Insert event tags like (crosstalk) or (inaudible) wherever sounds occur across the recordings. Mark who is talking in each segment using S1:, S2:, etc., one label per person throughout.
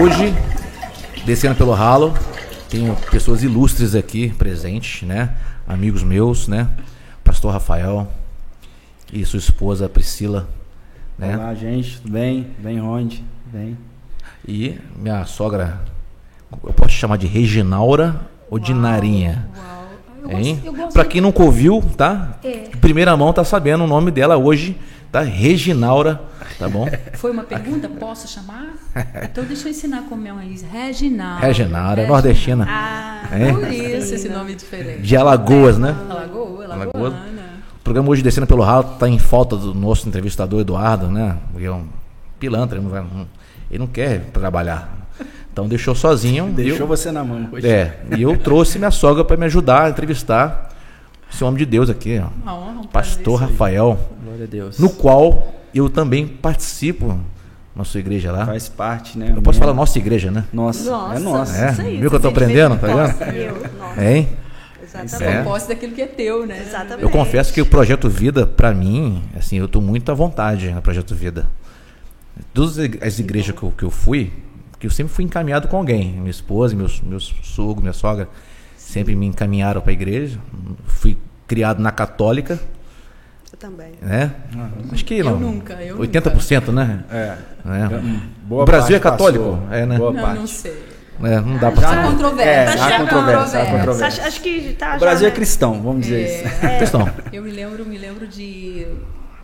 S1: Hoje, descendo pelo ralo, tenho pessoas ilustres aqui presentes, né? Amigos meus, né? Pastor Rafael e sua esposa Priscila, né?
S2: Olá, gente, tudo bem? Bem, Ronde? Bem.
S1: E minha sogra, eu posso chamar de Reginaura ou de Narinha?
S3: Uau. Eu
S1: Hein?
S3: gosto, eu gosto
S1: Pra quem nunca ouviu, tá?
S3: É.
S1: Em primeira mão tá sabendo o nome dela hoje, tá? Reginaura, tá
S3: (laughs)
S1: bom?
S3: Foi uma pergunta? Posso chamar? Então deixa eu ensinar como é um inglês. Reginaldo.
S1: Reginaldo, é nordestina.
S3: Ah,
S1: É?
S3: por isso esse nome é diferente.
S1: De Alagoas, né?
S3: Alagoa,
S1: Alagoas.
S3: Alagoana.
S1: O programa hoje descendo pelo ralo tá em falta do nosso entrevistador Eduardo, né? Porque é um pilantra, ele não, vai- não- ele não quer trabalhar. Então deixou
S2: (laughs)
S1: sozinho.
S2: Deixou
S1: eu,
S2: você na mão hoje.
S1: É, e eu trouxe minha sogra para me ajudar a entrevistar esse homem de Deus aqui, ó.
S3: Uma honra, um prazer.
S1: Pastor Rafael,
S2: Glória a Deus.
S1: no qual eu também participo na sua igreja lá.
S2: Faz parte, né?
S1: Eu posso falar nossa igreja, né?
S2: Nossa, é nossa.
S1: É,
S4: isso aí,
S1: viu que eu tô
S4: você fez
S1: aprendendo, tá
S4: bem.
S1: vendo?
S4: Nossa, eu, nossa,
S1: É, Hein?
S4: exatamente.
S1: É.
S3: Eu gosto daquilo que é teu, né?
S4: Exatamente.
S1: Eu confesso que o Projeto Vida, pra mim, assim, eu tô muito à vontade no Projeto Vida. Todas as igrejas que eu, que eu fui, que eu sempre fui encaminhado com alguém. Minha esposa, meus, meus sogro, minha sogra, sempre me encaminharam pra igreja. Fui criado na católica,
S4: Eu também.
S1: né? Acho que
S3: Eu
S1: não.
S3: nunca, eu
S1: 80%, né?
S2: É.
S1: Né?
S2: Boa
S1: o Brasil é
S2: parte
S1: católico,
S2: passou.
S1: é, né?
S2: Boa
S3: Não,
S2: parte.
S3: não sei.
S1: É, não dá pra
S3: Há Tá
S2: não-
S3: controvérsias.
S2: é, há
S3: Há
S2: controvérsia, há
S3: controvérsias.
S2: controvérsia.
S4: Acho, acho que tá
S2: O Brasil é
S4: já, né?
S2: cristão, vamos dizer
S3: É.
S2: isso.
S1: Questão.
S3: Eu me lembro, me lembro de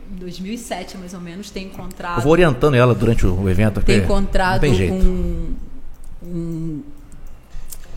S3: 2007, mais ou menos, ter encontrado...
S1: Eu vou orientando ela durante o evento. porque É,
S3: ter
S1: não
S3: encontrado
S1: tem jeito.
S3: um, um,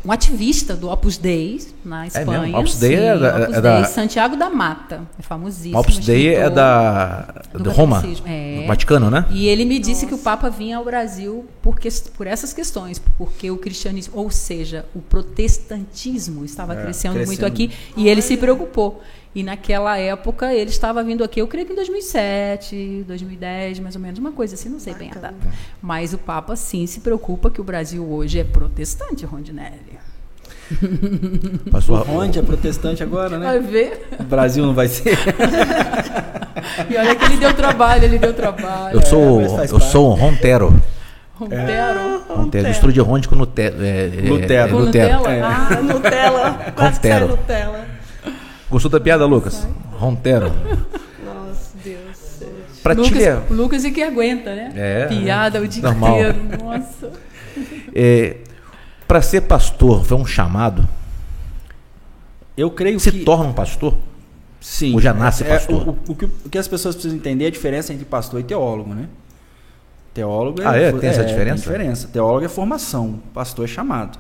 S3: um ativista do Opus Dei na Espanha.
S1: mesmo? Opus Dei é da- é
S3: Opus
S1: da-
S3: Dei, Santiago da Mata, é famosíssimo.
S1: Opus Dei é
S3: escritor.
S1: da
S3: do
S1: de Roma,
S3: catolicismo. É.
S1: do Vaticano, né?
S3: E ele me disse que o Papa vinha ao Brasil por, ques- por essas questões, porque o cristianismo, ou seja, o protestantismo estava crescendo, muito
S2: É, crescendo.
S3: aqui e ele se preocupou. E naquela época ele estava vindo aqui, eu creio que em 2007, 2010, mais ou menos, uma coisa assim, não sei bem a data. Mas o Papa sim se preocupa que o Brasil hoje é protestante, Rondinelli.
S1: Passou a-
S2: Onde é protestante agora,
S3: Vai
S2: né?
S3: ver.
S2: O Brasil não vai ser.
S3: E olha que ele deu trabalho, ele deu trabalho.
S1: Eu sou,
S2: É, mas faz
S1: eu sou um Rontero.
S2: É.
S3: Rompero.
S4: Tá
S1: Rontero, estudo de rônico no te, é, é,
S2: Lutero.
S1: é, Lutero.
S3: Nutella?
S2: É.
S3: Ah,
S1: (laughs)
S4: Ah, Nutella. Quase que sai
S1: Rontero.
S4: Nutella.
S1: Gostou da piada, Lucas? Rontero.
S4: Nossa, Deus. gente.
S1: Pra te
S3: Lucas,
S1: levar-
S3: o Lucas é que aguenta, né?
S1: É,
S3: Piada o dia
S1: normal.
S3: inteiro. Nossa.
S1: é, pra ser pastor, foi um chamado?
S2: Eu creio
S1: Se
S2: que.
S1: torna um pastor?
S2: Sim.
S1: Ou já nasce pastor?
S2: É, o, o- o que, o que as pessoas precisam entender é a diferença entre pastor e teólogo, né? Teólogo
S1: Ah, é? Tem essa diferença?
S2: diferença. Teólogo é formação, pastor é chamado.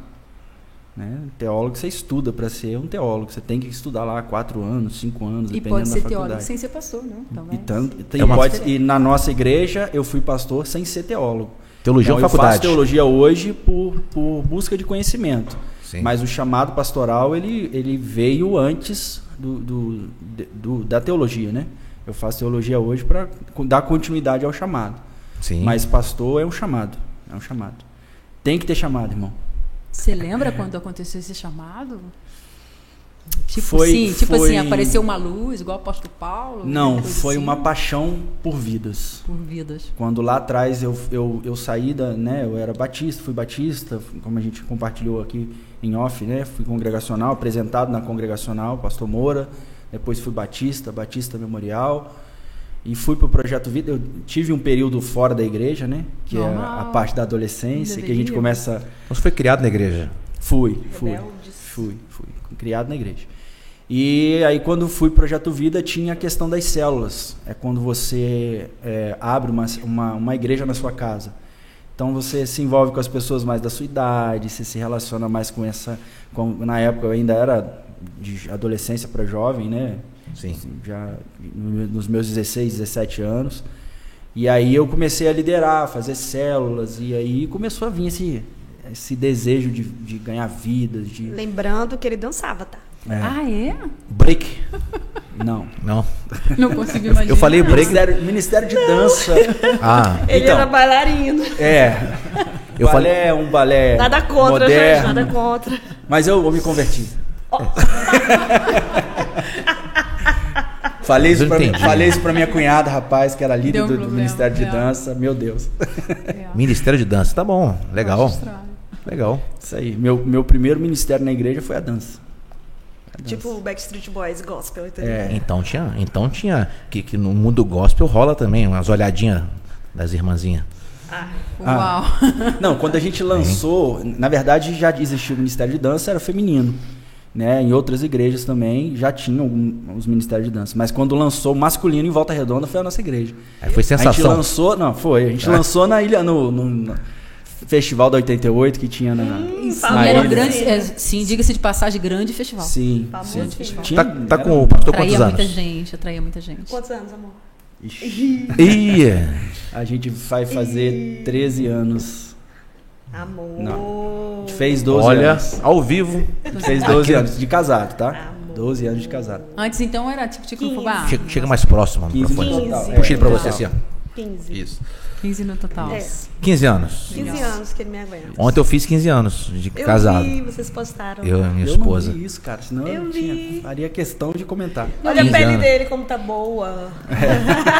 S2: Né? Teólogo você estuda para ser um teólogo. Você tem que estudar lá quatro anos, cinco anos,
S3: E
S2: dependendo
S3: pode
S2: da
S3: ser teólogo
S2: faculdade.
S3: sem ser pastor, né?
S2: E, tanto- e tem-
S1: É uma-
S2: pode- e na nossa igreja eu fui pastor sem ser teólogo.
S1: Teologia é
S2: então,
S1: uma
S2: eu
S1: faculdade.
S2: faço teologia hoje por, por busca de conhecimento.
S1: Sim.
S2: Mas o chamado pastoral ele, ele veio antes do, do- de- do- da teologia, né? Eu faço teologia hoje para dar continuidade ao chamado.
S1: Sim.
S2: Mas pastor é um chamado, é um chamado. Tem que ter chamado, irmão.
S3: Você lembra quando aconteceu esse chamado? Tipo
S2: Foi-
S3: assim, tipo
S2: foi-
S3: assim, apareceu uma luz, igual o apóstolo Paulo?
S2: Não,
S3: coisa
S2: foi
S3: assim,
S2: uma paixão por vidas.
S3: Por vidas.
S2: Quando lá atrás eu, eu, eu saí da, né, eu era batista, fui batista, como a gente compartilhou aqui em off, né, fui congregacional, apresentado na congregacional, pastor Moura, depois fui batista, batista memorial, e fui pro Projeto Vida, eu tive um período fora da igreja, né, que é a
S3: Normal.
S2: parte da adolescência, que a gente
S3: Deveria.
S2: começa,
S1: Você foi criado na igreja?
S2: fui, fui,
S4: Rebeldes.
S2: fui, fui, criado na igreja. E aí quando fui pro Projeto Vida tinha a questão das células, é quando você é, abre uma, uma, uma igreja na sua casa. Então você se envolve com as pessoas mais da sua idade, você se relaciona mais com essa, com, na época eu ainda era de adolescência para jovem, né?
S1: Sim.
S2: já nos meus 16, 17 anos. E aí eu comecei a liderar, fazer células, e aí começou a vir esse, esse desejo de, de ganhar vidas, de.
S4: Lembrando que ele dançava, tá?
S2: É.
S3: Ah, é?
S2: (laughs)
S1: Break?
S2: Não.
S1: Não.
S3: Não consegui imaginar.
S1: Eu falei break.
S2: Ministério, Ministério de (laughs) Dança.
S1: Ah,
S4: Ele
S2: Então.
S4: era bailarino.
S2: É.
S1: Eu
S2: Eu balé, um balé.
S4: Nada contra,
S2: moderno,
S4: gente, nada contra.
S2: Mas eu vou me convertir. (laughs) Falei
S1: Mas
S2: isso,
S1: eu
S2: pra,
S1: entendi.
S2: falei isso pra minha cunhada, rapaz, que era líder
S3: Deu um
S2: do, do
S3: problema,
S2: Ministério de
S3: é.
S2: Dança. Meu Deus.
S1: Ministério de Dança, tá bom, legal, legal.
S2: Isso aí. Meu, meu primeiro ministério na igreja foi a dança. A dança.
S4: Tipo o Backstreet Boys gospel, entendeu?
S2: É.
S1: Então tinha, então tinha que, que no mundo gospel rola também umas olhadinhas das irmãzinhas.
S3: Uau.
S2: É, Não, quando a gente lançou, na verdade já existia o Ministério de Dança, era feminino. Né? Em outras igrejas também já tinham algum- os ministérios de dança. Mas quando lançou o masculino em Volta Redonda foi a nossa igreja.
S1: Aí foi
S2: A gente
S1: sensação. É.
S2: lançou, não, foi. A gente lançou na ilha, no, no- no Festival da 88 que tinha na.
S4: Ah,
S3: E era um
S4: ele-
S3: grande, é, sim, diga-se de passagem, grande festival.
S2: Sim,
S4: Famoso
S2: sim.
S4: festival.
S2: Tinha-
S1: tá, tá
S2: era- um
S1: com o pastor
S3: Atraía
S1: quantos
S3: muita
S1: anos?
S3: gente, atraía muita gente.
S4: Quantos
S1: é.
S4: anos, amor?
S2: Ixi,
S1: Ih,
S2: a gente vai fazer 13 anos.
S4: Amor.
S2: A gente fez 12
S1: olha,
S2: anos.
S1: ao vivo.
S2: A gente fez 12 anos de casado, tá? 12 anos de casado.
S3: Antes então era tipo tico no
S4: Quinze.
S3: fubá?
S1: Chega, chega mais próximo. no
S2: 15 no
S1: microfone.
S2: total.
S4: Quinze.
S2: é.
S1: Puxa ele pra você
S2: Total.
S1: assim, ó.
S4: 15.
S1: Isso.
S3: 15 no total.
S4: É,
S1: 15 anos.
S4: 15 anos que ele me aguenta.
S1: Ontem eu fiz 15 anos de
S4: Eu
S1: casado.
S4: vi, vocês postaram.
S1: Eu e minha
S2: Eu não
S1: esposa.
S2: vi isso, cara, senão eu,
S4: Eu
S2: tinha,
S4: vi. Tá
S2: faria questão de comentar.
S4: Olha a
S1: 15
S4: pele
S1: anos.
S4: dele como tá boa.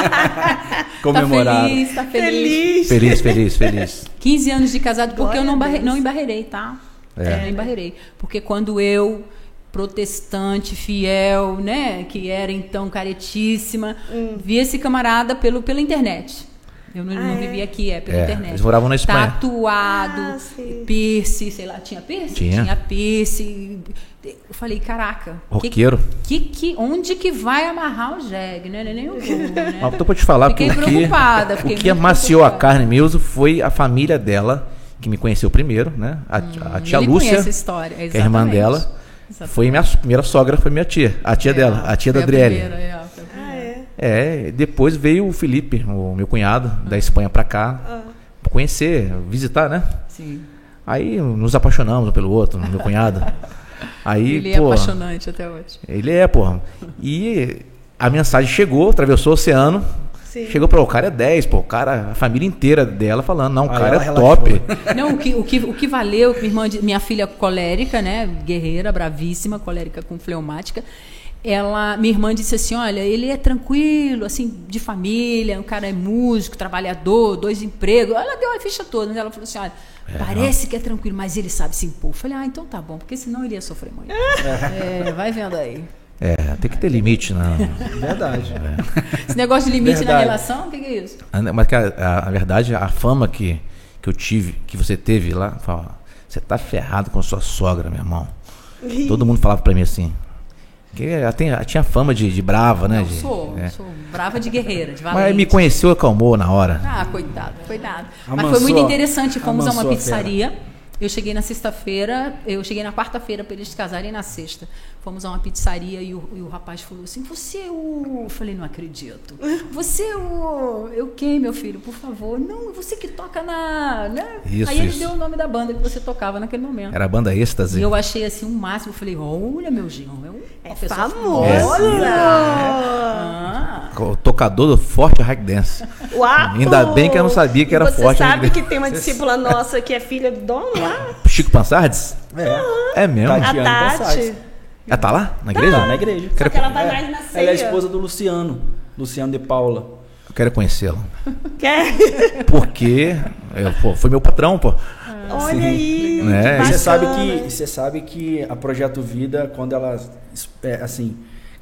S3: Tá
S2: Comemorar.
S3: feliz, tá feliz.
S4: Feliz.
S1: Feliz, feliz,
S3: (laughs)
S1: feliz.
S3: 15 anos de casado, porque
S4: Glória
S3: eu não,
S4: a
S3: barre,
S4: Deus.
S3: não embarreirei, tá?
S1: É.
S3: Eu não embarreirei. Porque quando eu, protestante, fiel, né, que era então caretíssima, vi esse camarada pelo, pela internet. Eu não,
S4: Hum. Ah,
S3: não
S4: é?
S3: vivia aqui, é, pela
S1: É,
S3: internet.
S1: eles moravam na Espanha.
S3: Tatuado,
S4: Ah, sim.
S3: piercing, sei lá, tinha piercing?
S1: Tinha.
S3: piercing. Eu falei, caraca. que-
S1: Roqueiro.
S3: Que, que, onde que vai amarrar o jegue, né?
S1: (laughs)
S3: Nem o Google, né?
S1: Mas tô pra te falar
S3: Fiquei
S1: porque
S3: preocupada, fiquei
S1: o que
S3: muito
S1: amaciou a
S3: preocupada.
S1: carne mesmo foi a família dela, que me conheceu primeiro, né? A, a tia
S3: Hum. ele
S1: Lúcia,
S3: conhece a história,
S1: que é a irmã
S3: exatamente.
S1: dela.
S3: Exatamente.
S1: Foi minha s- primeira sogra, foi minha tia. A tia
S3: É,
S1: dela, a tia da
S3: foi
S1: Adriele.
S3: primeira, é, foi a primeira.
S4: Ah, é.
S1: É, depois veio o Felipe, o meu cunhado,
S3: Uhum.
S1: da Espanha pra cá,
S3: Ah.
S1: conhecer, visitar, né?
S3: Sim.
S1: Aí nos apaixonamos um pelo outro, meu
S3: (laughs)
S1: cunhado. Aí,
S3: Ele
S1: pô,
S3: é apaixonante até hoje.
S1: Ele é, porra. E a mensagem chegou, atravessou o oceano.
S4: Sim.
S1: Chegou pra o cara é 10, pô. O cara, a família inteira dela falando, não, o
S2: Aí
S1: cara
S2: ela
S1: é
S2: relaxou.
S1: top.
S3: Não, o que, o que, o que valeu, minha irmã, de- minha filha colérica, né? Guerreira, bravíssima, colérica com fleumática. Ela, minha irmã disse assim: olha, ele é tranquilo, assim, de família, o cara é músico, trabalhador, dois empregos. Ela deu a ficha toda, né? Ela falou assim: olha, parece que é tranquilo, mas ele sabe se impor. Eu falei, ah, então tá bom, porque senão ele ia sofrer muito.
S1: (laughs)
S3: É, vai vendo aí.
S1: É, tem que ter limite, né? não.
S2: Verdade.
S1: É.
S3: Esse negócio de limite na
S2: Verdade.
S3: relação, o que, que é isso?
S1: A- né, Mas que a, a- a verdade, a fama que, que eu tive, que você teve lá, fala, você tá ferrado com a sua sogra, meu
S3: (laughs)
S1: irmão. Todo mundo falava pra mim assim. Que ela, tem, ela tinha fama de, de brava, né?
S3: Eu
S1: de-
S3: sou,
S1: é.
S3: sou brava de guerreira, de valente.
S1: Mas aí me conheceu, acalmou na hora.
S3: Ah, coitado, coitado. Mas
S2: Amansou
S3: foi muito
S2: a-
S3: interessante. Fomos a uma
S2: amansou a fera.
S3: pizzaria. Eu cheguei na sexta-feira, eu cheguei na quarta-feira para eles se casarem na sexta. Fomos a uma pizzaria e o, e o rapaz falou assim: Você é o. Eu falei:
S1: (laughs)
S3: Não acredito. Você é o. Eu quem, meu filho? Por favor. Não, é você que toca na. Né?
S1: Isso,
S3: Aí ele
S1: isso.
S3: deu o nome da banda que você tocava naquele momento.
S1: Era a banda êxtase.
S3: E eu achei assim um máximo. Eu falei: Olha, meu Gino, é um. uma pessoa É.
S1: É.
S4: Famosa!
S3: Ah,
S1: O tocador do forte high
S3: (laughs)
S1: dance.
S4: Uau!
S1: Ainda bem que eu não sabia que era
S4: Você
S1: forte,
S4: sabe
S1: né?
S4: que tem uma discípula nossa que é filha do dono lá?
S1: (laughs) Chico Pansardes?
S2: É.
S1: É mesmo?
S4: A
S2: Tati. Diana
S4: Tati.
S2: Gonçalves.
S1: Ela tá lá? Na igreja?
S2: Tá na igreja.
S4: Só que ela vai mais na
S2: Ela é a
S4: ceia.
S2: esposa do Luciano. Luciano de Paula.
S1: Eu quero conhecê-lo.
S4: Quer?
S1: (laughs) Porque eu, pô, foi meu patrão, pô.
S4: Olha aí.
S1: Né?
S4: que
S2: E você sabe
S4: bacana.
S2: que e você sabe que a Projeto Vida quando ela é, assim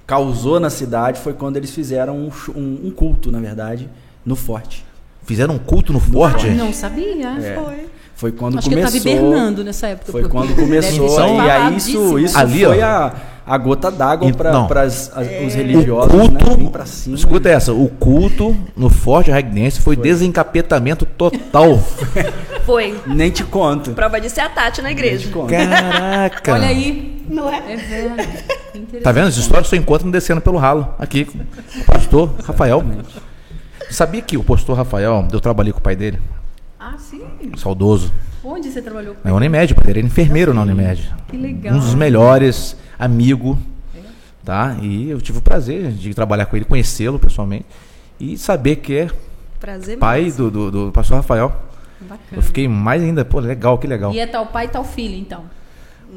S2: causou na cidade foi quando eles fizeram um, chu- um- um culto na verdade no Forte.
S1: Fizeram um culto no forte.
S3: não sabia.
S4: Foi.
S2: Foi é. quando
S3: Acho
S2: começou.
S3: que eu tava hibernando nessa época.
S2: Foi
S3: porque
S2: quando
S3: deve
S2: começou
S3: ter sido
S2: e aí
S3: faladíssimo.
S2: isso isso
S1: Ali,
S2: foi
S1: ó.
S2: a, a gota d'água
S1: E- não.
S2: para os
S1: O
S2: religiosos né? Vem pra
S1: culto.
S2: cima.
S1: Escuta essa. O culto no forte high dance foi, desencapetamento total.
S2: (laughs)
S3: Ah,
S4: Foi.
S2: Nem te conto.
S4: Prova disso é a Tati na
S2: Nem te
S4: igreja.
S2: conto.
S1: Caraca.
S3: Olha aí.
S4: Não
S3: É verdade. Que interessante.
S1: Tá vendo? As histórias só encontram descendo pelo ralo. Aqui, com o pastor Rafael. Sabia que o pastor Rafael, eu trabalhei com o pai dele, um
S3: Ah, sim.
S1: saudoso.
S3: Onde você trabalhou com
S1: Na Unimed, padre, ele é enfermeiro na Unimed.
S3: Que legal.
S1: Um dos melhores, amigo, tá? E eu tive o prazer de trabalhar com ele, conhecê-lo pessoalmente e saber que é
S4: Prazer
S1: pai do, do, do pastor Rafael.
S3: Bacana. é
S1: Eu fiquei mais ainda, pô, legal, que legal.
S3: E é tal pai e tal filho, então.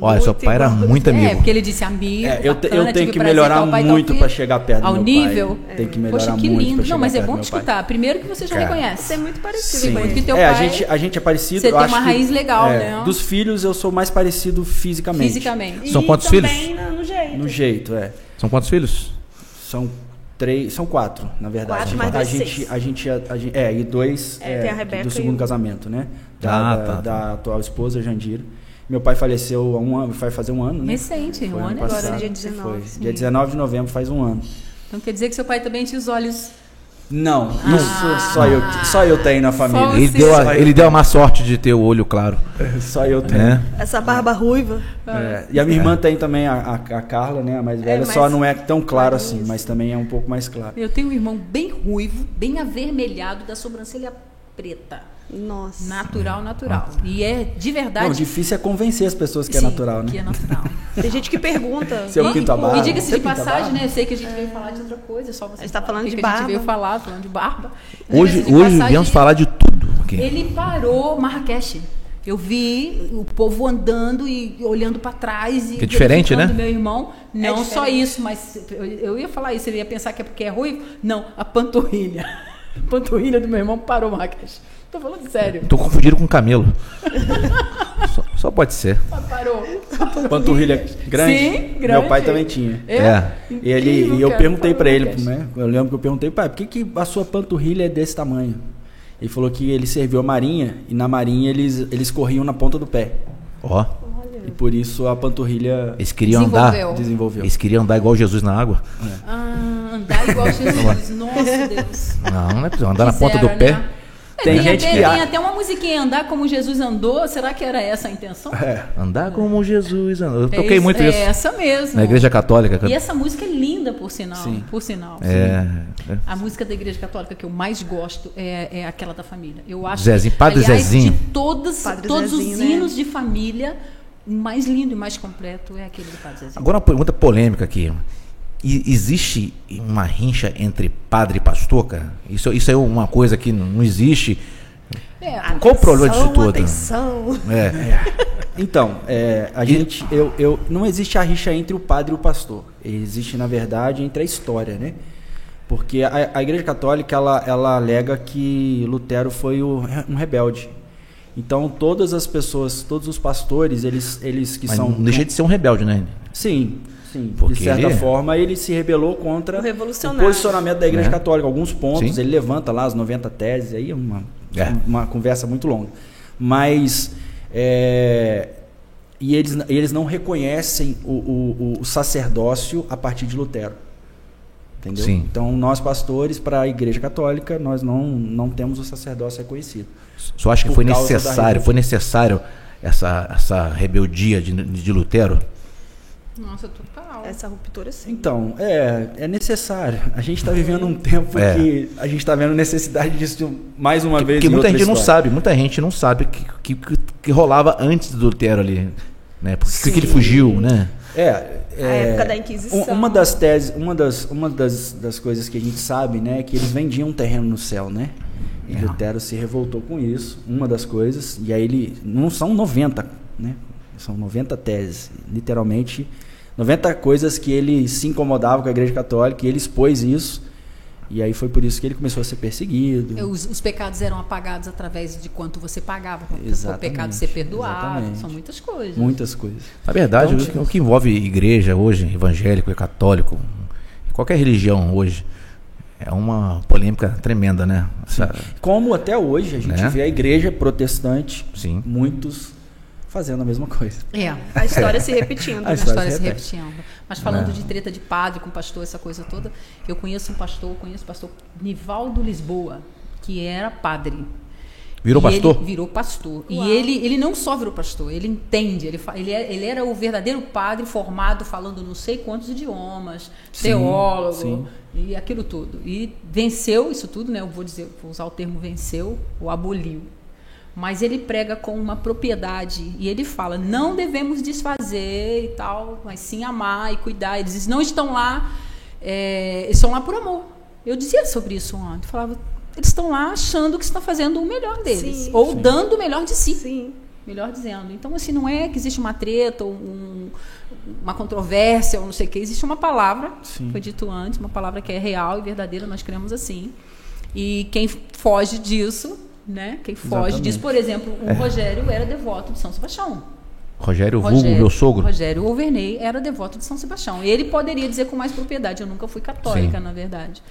S1: Olha, seu pai era muito
S3: É,
S1: amigo.
S3: porque ele disse amigo.
S2: É, eu, te-
S3: bacana,
S2: eu tenho que
S3: tive prazer em
S2: melhorar
S3: tal pai, tal
S2: muito
S3: filho.
S2: para chegar perto do
S3: Ao
S2: meu
S3: nível?
S2: pai. É. Tem que melhorar
S3: Poxa, que
S2: muito pra
S3: lindo.
S2: chegar
S3: Não, mas é
S2: perto
S3: bom
S2: do
S3: te
S2: meu pai.
S3: escutar. Primeiro que você já
S1: Cara,
S3: reconhece.
S4: Você é muito parecido
S2: Sim.
S4: com
S3: Porque
S4: ele.
S3: teu
S2: é, a
S3: pai-
S2: gente, a gente é parecido.
S3: Você
S2: eu
S3: tem
S2: acho
S3: uma
S2: que-
S3: raiz legal,
S2: é,
S3: né?
S2: Dos filhos, eu sou mais parecido fisicamente.
S3: Fisicamente.
S1: São
S4: e
S1: quantos
S4: também
S1: filhos?
S4: na- No, jeito.
S2: No jeito, é.
S1: São quantos filhos?
S2: São três, são quatro, na verdade.
S4: Quatro, mais
S2: a
S4: dois,
S2: gente,
S4: seis.
S2: a gente, a, a gente- é e dois
S4: É,
S2: é,
S4: tem a Rebeca
S2: do
S4: e
S2: segundo
S4: o-
S2: casamento, né?
S1: Ah,
S2: Da, da,
S1: tá.
S2: da atual esposa, Jandira. Meu pai faleceu há um ano, vai fazer um ano, né?
S3: Recente,
S2: Foi
S3: um
S2: ano
S3: ano agora,
S2: passado.
S3: né?
S4: dia 19.
S2: Foi. Dia 19 de novembro faz um ano.
S3: Então quer dizer que seu pai também tinha os olhos.
S2: Não,
S3: Ah.
S2: isso só eu, só eu tenho na família.
S1: Ele
S3: sim.
S1: deu,
S2: Só
S1: a,
S2: eu-
S1: ele deu a má sorte de ter o olho claro.
S2: (laughs) Só eu tenho.
S1: Né?
S5: Essa barba ruiva.
S2: É, E a minha irmã tem também, a, a- a Carla, né? A mais velha, só
S4: mas-
S2: não é tão claro assim, mas também é um pouco mais claro.
S3: Eu tenho um irmão bem ruivo, bem avermelhado, da sobrancelha preta.
S5: Nossa.
S3: Natural, natural. E é de verdade.
S2: Não, difícil é convencer as pessoas que é
S3: Sim,
S2: natural, né?
S3: Que
S1: (laughs)
S3: é natural.
S5: Tem gente que pergunta.
S1: é
S2: Se eu pinto a barba.
S3: E diga-se
S2: Você
S3: de
S2: pinta a
S3: passagem,
S2: barba?
S3: né? Eu sei que a gente veio falar de outra coisa, é só você.
S5: A gente tá
S3: falar,
S5: falando
S3: porque
S5: de
S3: que A gente
S5: barba.
S3: veio falar, falando de barba.
S1: Hoje,
S3: Diga-se de
S1: hoje
S3: assim, passagem,
S1: viemos falar de tudo aqui.
S3: Ele parou Marrakech. Eu vi o povo andando e olhando para trás e
S1: Que é diferente,
S3: verificando
S1: né?
S3: meu irmão.
S5: É
S3: Não
S4: diferente.
S3: só isso, mas eu, eu ia falar isso, ele ia pensar que é porque é ruim. Não, a panturrilha. (laughs) A panturrilha do meu irmão parou Marrakech. Tô falando sério.
S1: Tô confundindo com
S3: (laughs)
S1: camelo. só, só pode ser.
S3: Parou.
S2: Panturrilha é grande.
S3: Sim, grande.
S2: Meu pai também tinha.
S1: É.
S2: E, ele,
S3: Incrível,
S2: e eu
S3: cara,
S2: perguntei
S3: parou
S2: pra ele,
S3: Marrakech.
S2: né? Eu lembro que eu perguntei, pai, por que, que a sua panturrilha é desse tamanho? Ele falou que ele serviu a marinha e na marinha eles, eles corriam na ponta do pé.
S1: Ó,
S2: E por isso a panturrilha
S1: eles queriam andar.
S3: Desenvolveu.
S2: desenvolveu.
S1: Eles queriam andar igual Jesus na água.
S3: Ah,
S1: (laughs)
S3: andar igual Jesus. Nossa, Deus.
S1: Não, não é possível. Andar na
S3: Quisera,
S1: ponta do pé.
S3: né? É,
S2: Tem
S3: Tem,
S2: gente
S3: até,
S2: que a-
S3: tem até uma musiquinha andar como Jesus andou. Será que era essa a intenção?
S2: É.
S1: Andar como Jesus. andou. Eu
S3: É
S1: toquei
S3: isso-
S1: muito
S3: é
S1: isso.
S3: essa mesmo.
S1: Na igreja católica.
S3: E essa música é linda, por sinal.
S2: Sim.
S3: Por sinal.
S1: É, é.
S3: A música da Igreja Católica que eu mais gosto é, é aquela da família. Eu acho
S1: Zezinho,
S3: que,
S1: Padre
S3: aliás,
S1: Zezinho.
S3: de todas,
S5: Padre
S3: todos os
S5: Zezinho, né?
S3: hinos de família, o mais lindo e mais completo é aquele do Padre Zezinho.
S1: Agora uma pergunta polêmica aqui. E- existe uma rincha entre padre e pastor, cara? Isso, isso é uma coisa que não existe. Tá
S3: É,
S1: Qual o problema disso
S5: Atenção,
S1: tudo?
S5: atenção.
S1: É,
S2: Então, é, a gente, eu, eu, não existe a rixa entre o padre e o pastor. Existe, na verdade, entre a história, né? Porque a, a Igreja Católica, ela, ela alega que Lutero foi o- um rebelde. Então, todas as pessoas, todos os pastores, eles, eles que
S1: mas
S2: são...
S1: não deixa de ser um rebelde, né?
S2: Sim, sim.
S1: Porque-
S2: De certa forma, ele se rebelou contra
S4: O revolucionário.
S2: o posicionamento da Igreja
S1: Né?
S2: Católica. Alguns pontos,
S1: Sim.
S2: ele levanta lá as 90 teses, aí é uma,
S1: É.
S2: uma conversa muito longa. Mas. é, e eles, eles não reconhecem o, o- o- o sacerdócio a partir de Lutero. Entendeu?
S1: Sim.
S2: Então, nós pastores, para a Igreja Católica, nós não, não temos o sacerdócio reconhecido.
S1: Só acho que
S2: Por
S1: foi
S2: causa da
S1: necessário,
S2: religião.
S1: foi necessário essa, essa rebeldia de, de Lutero.
S3: Nossa, total.
S5: Essa ruptura sim.
S2: Então, é, é necessário. A gente está vivendo um tempo
S1: É.
S2: que a gente está vendo necessidade disso mais uma vez.
S1: Porque
S2: em
S1: muita
S2: outra
S1: gente não
S2: história.
S1: sabe, muita gente não sabe o que, que, que, que rolava antes do Lutero ali. Né? Por que, que ele fugiu, né?
S2: É, é
S4: A época da Inquisição.
S2: um- Uma das teses, uma das, uma das, das coisas que a gente sabe, né, é que eles vendiam terreno no céu, né? E
S1: É.
S2: Lutero se revoltou com isso, uma das coisas, e aí ele não são 90, né? São 90 teses, literalmente 90 coisas que ele se incomodava com a Igreja Católica, e ele expôs isso. E aí foi por isso que ele começou a ser perseguido.
S3: Os, os pecados eram apagados através de quanto você pagava, quanto o
S2: Exatamente,
S3: pecado ser perdoado.
S2: exatamente.
S3: São muitas coisas.
S2: Muitas coisas.
S1: Na verdade,
S2: Então,
S1: o, que- o que envolve igreja hoje, evangélico e católico, qualquer religião hoje, é uma polêmica tremenda, né? Essa-
S2: Como até hoje a gente
S1: Né?
S2: vê a igreja protestante,
S1: Sim.
S2: muitos fazendo a mesma coisa.
S3: É, a
S4: A história se repetindo.
S2: A
S4: né?
S2: história
S3: história
S2: se
S3: se
S2: repete.
S3: repetindo. Mas falando
S2: É.
S1: Né?
S3: de treta de padre com pastor, essa coisa toda, eu conheço um pastor, conheço o pastor Nivaldo Lisboa, que era padre.
S1: Virou
S3: E ele
S1: pastor?
S3: virou pastor. E ele, ele não só virou pastor, ele entende. Ele, fa- ele, é- ele era o verdadeiro padre formado falando não sei quantos idiomas,
S2: Sim,
S3: teólogo
S2: sim.
S3: e aquilo tudo. E venceu isso tudo, né? Eu vou dizer, vou usar o termo venceu ou aboliu. Mas ele prega com uma propriedade e ele fala: não devemos desfazer e tal, mas sim amar e cuidar. Eles dizem, não estão lá, é, estão lá por amor. Eu dizia sobre isso ontem. Eu Falava, eles estão lá achando que estão fazendo o tá melhor deles
S5: Sim.
S3: ou dando o melhor de si.
S5: Sim.
S3: Melhor dizendo. Então, assim, não é que existe uma treta ou um- uma controvérsia ou não sei o que. Existe uma palavra,
S2: Sim.
S3: foi dito antes, uma palavra que é real e verdadeira, nós cremos assim. E quem foge disso, né? Quem foge
S2: Exatamente. É.
S3: disso, por exemplo, o Rogério era devoto de São Sebastião.
S1: Rogério Vulgo, meu sogro.
S3: Rogério Overney era devoto de São Sebastião. Ele poderia dizer com mais propriedade, eu nunca fui católica,
S1: Sim.
S3: na verdade.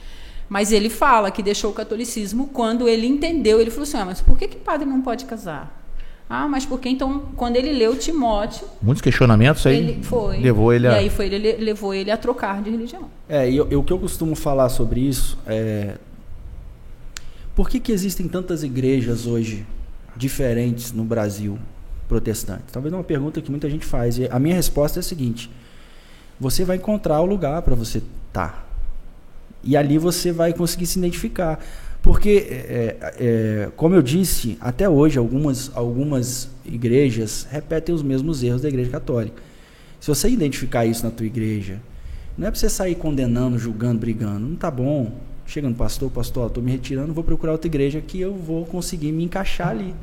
S3: Mas ele fala que deixou o catolicismo quando ele entendeu, ele falou assim: ah, mas por que, que padre não pode casar? Ah, mas por que então, quando ele leu Timóteo,
S1: Muitos questionamentos aí.
S3: ele foi.
S1: Levou ele é
S3: E
S1: a.
S3: aí foi, ele levou ele a trocar de religião.
S2: É, e eu- e o que eu costumo falar sobre isso é. Por que, que existem tantas igrejas hoje diferentes no Brasil protestante? Talvez é uma pergunta que muita gente faz. E a minha resposta é a seguinte: você vai encontrar o lugar para você tá. estar. E ali você vai conseguir se identificar. Porque, é, é, como eu disse, até hoje algumas, algumas igrejas repetem os mesmos erros da igreja católica. Se você identificar isso na tua igreja, não é para você sair condenando, julgando, brigando. Não tá bom. Chega no pastor, pastor, estou me retirando, vou procurar outra igreja que eu vou conseguir me encaixar ali.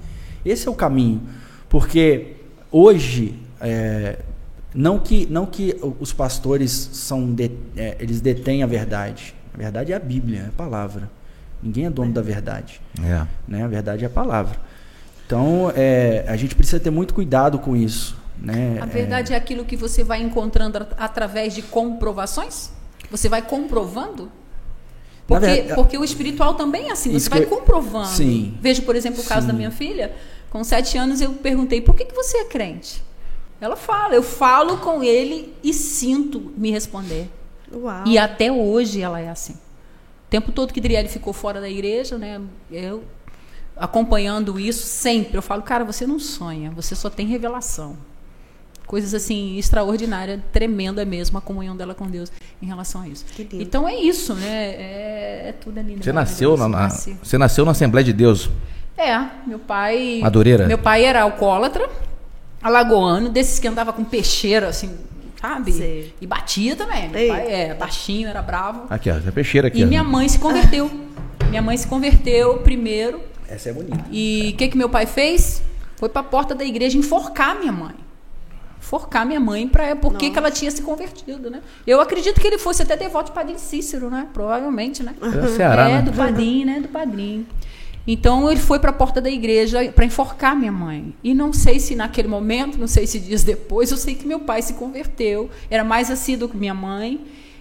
S2: Esse é o caminho. Porque hoje, é, não, que, não que o- os pastores são de- é, eles detêm a verdade. A verdade é a Bíblia, é a palavra. Ninguém é dono da verdade
S1: É.
S2: né? A verdade é a palavra. Então, é, a gente precisa ter muito cuidado com isso, né?
S3: A verdade é aquilo que você vai encontrando at- através de comprovações? Você vai comprovando?
S2: Na
S3: Porque,
S2: verdade,
S3: porque o espiritual também é assim, você
S2: Isso
S3: vai
S2: que eu-
S3: comprovando.
S2: Sim.
S3: Vejo, por exemplo, o caso da
S2: Sim.
S3: minha filha. Com sete anos eu perguntei, por que, que você é crente? Ela fala, eu falo com ele e sinto me responder.
S5: Uau.
S3: E até hoje ela é assim. O tempo todo que Driele ficou fora da igreja, né? Eu acompanhando isso sempre, eu falo, cara, você não sonha, você só tem revelação. Coisas assim extraordinárias, tremenda mesmo a comunhão dela com Deus em relação a isso.
S5: Que lindo.
S3: Então é isso, né? É, é tudo ali. né?
S1: Você nasceu na, na-
S3: Nasci.
S1: você nasceu na Assembleia de Deus.
S3: É, meu pai.
S1: Madureira?
S3: Meu pai era alcoólatra, alagoano, desses que andava com peixeira, assim, sabe?
S5: Sei.
S3: E batia também. Meu
S5: Ei.
S3: pai é baixinho, era bravo.
S1: Aqui, ó. Tem peixeira aqui.
S3: E
S1: ó.
S3: minha mãe se converteu. Minha mãe se converteu primeiro.
S2: Essa é bonita.
S3: E o que, que meu pai fez? Foi para a porta da igreja enforcar minha mãe. Enforcar minha mãe para porque que ela tinha se convertido, né? Eu acredito que ele fosse até devoto de Padre Cícero, né? Provavelmente, né?
S1: É do Ceará,
S3: é,
S1: né?
S3: do padrinho, né? Do padrinho. Então ele foi para a porta da igreja para enforcar minha mãe. E não sei se naquele momento, não sei se dias depois, eu sei que meu pai se converteu. Era mais assíduo que minha mãe.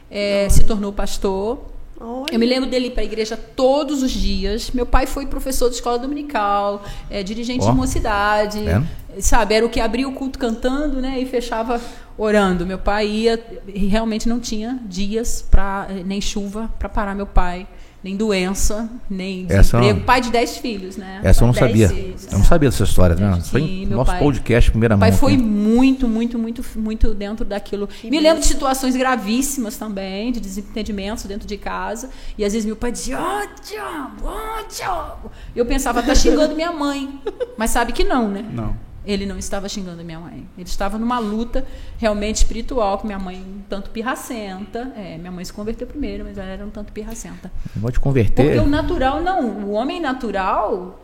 S3: é, se tornou pastor.
S5: Olha.
S3: Eu me lembro dele ir para a igreja todos os dias. Meu pai foi professor de escola dominical, é, dirigente
S1: Ó. tá
S3: de mocidade,
S1: Vendo?
S3: sabe? Era o que abria o culto cantando, né? E fechava orando. Meu pai ia e realmente não tinha dias para nem chuva para parar meu pai, nem doença, nem
S1: Essa eu
S3: desemprego.
S1: não-
S3: Pai de dez filhos, né?
S1: Essa eu não
S3: Dez
S1: sabia.
S3: filhos.
S1: Eu não sabia dessa história, né?
S3: Sim,
S1: Foi em
S3: meu
S1: nosso
S3: pai-
S1: podcast, primeira
S3: Meu pai
S1: mão. né?
S3: foi
S1: aqui.
S3: muito, muito, muito, muito dentro daquilo. me lembro de situações gravíssimas também, de desentendimentos dentro de casa. E às vezes meu pai dizia, ó, diabo, ó, diabo. Eu pensava, tá xingando minha mãe. Mas sabe que não, né?
S2: Não.
S3: Ele não estava xingando minha mãe. Ele estava numa luta realmente espiritual, com minha mãe um tanto pirracenta. É, minha mãe se converteu primeiro, mas ela era um tanto pirracenta.
S1: Vou te
S3: Porque
S1: converter.
S3: o natural não. O homem natural,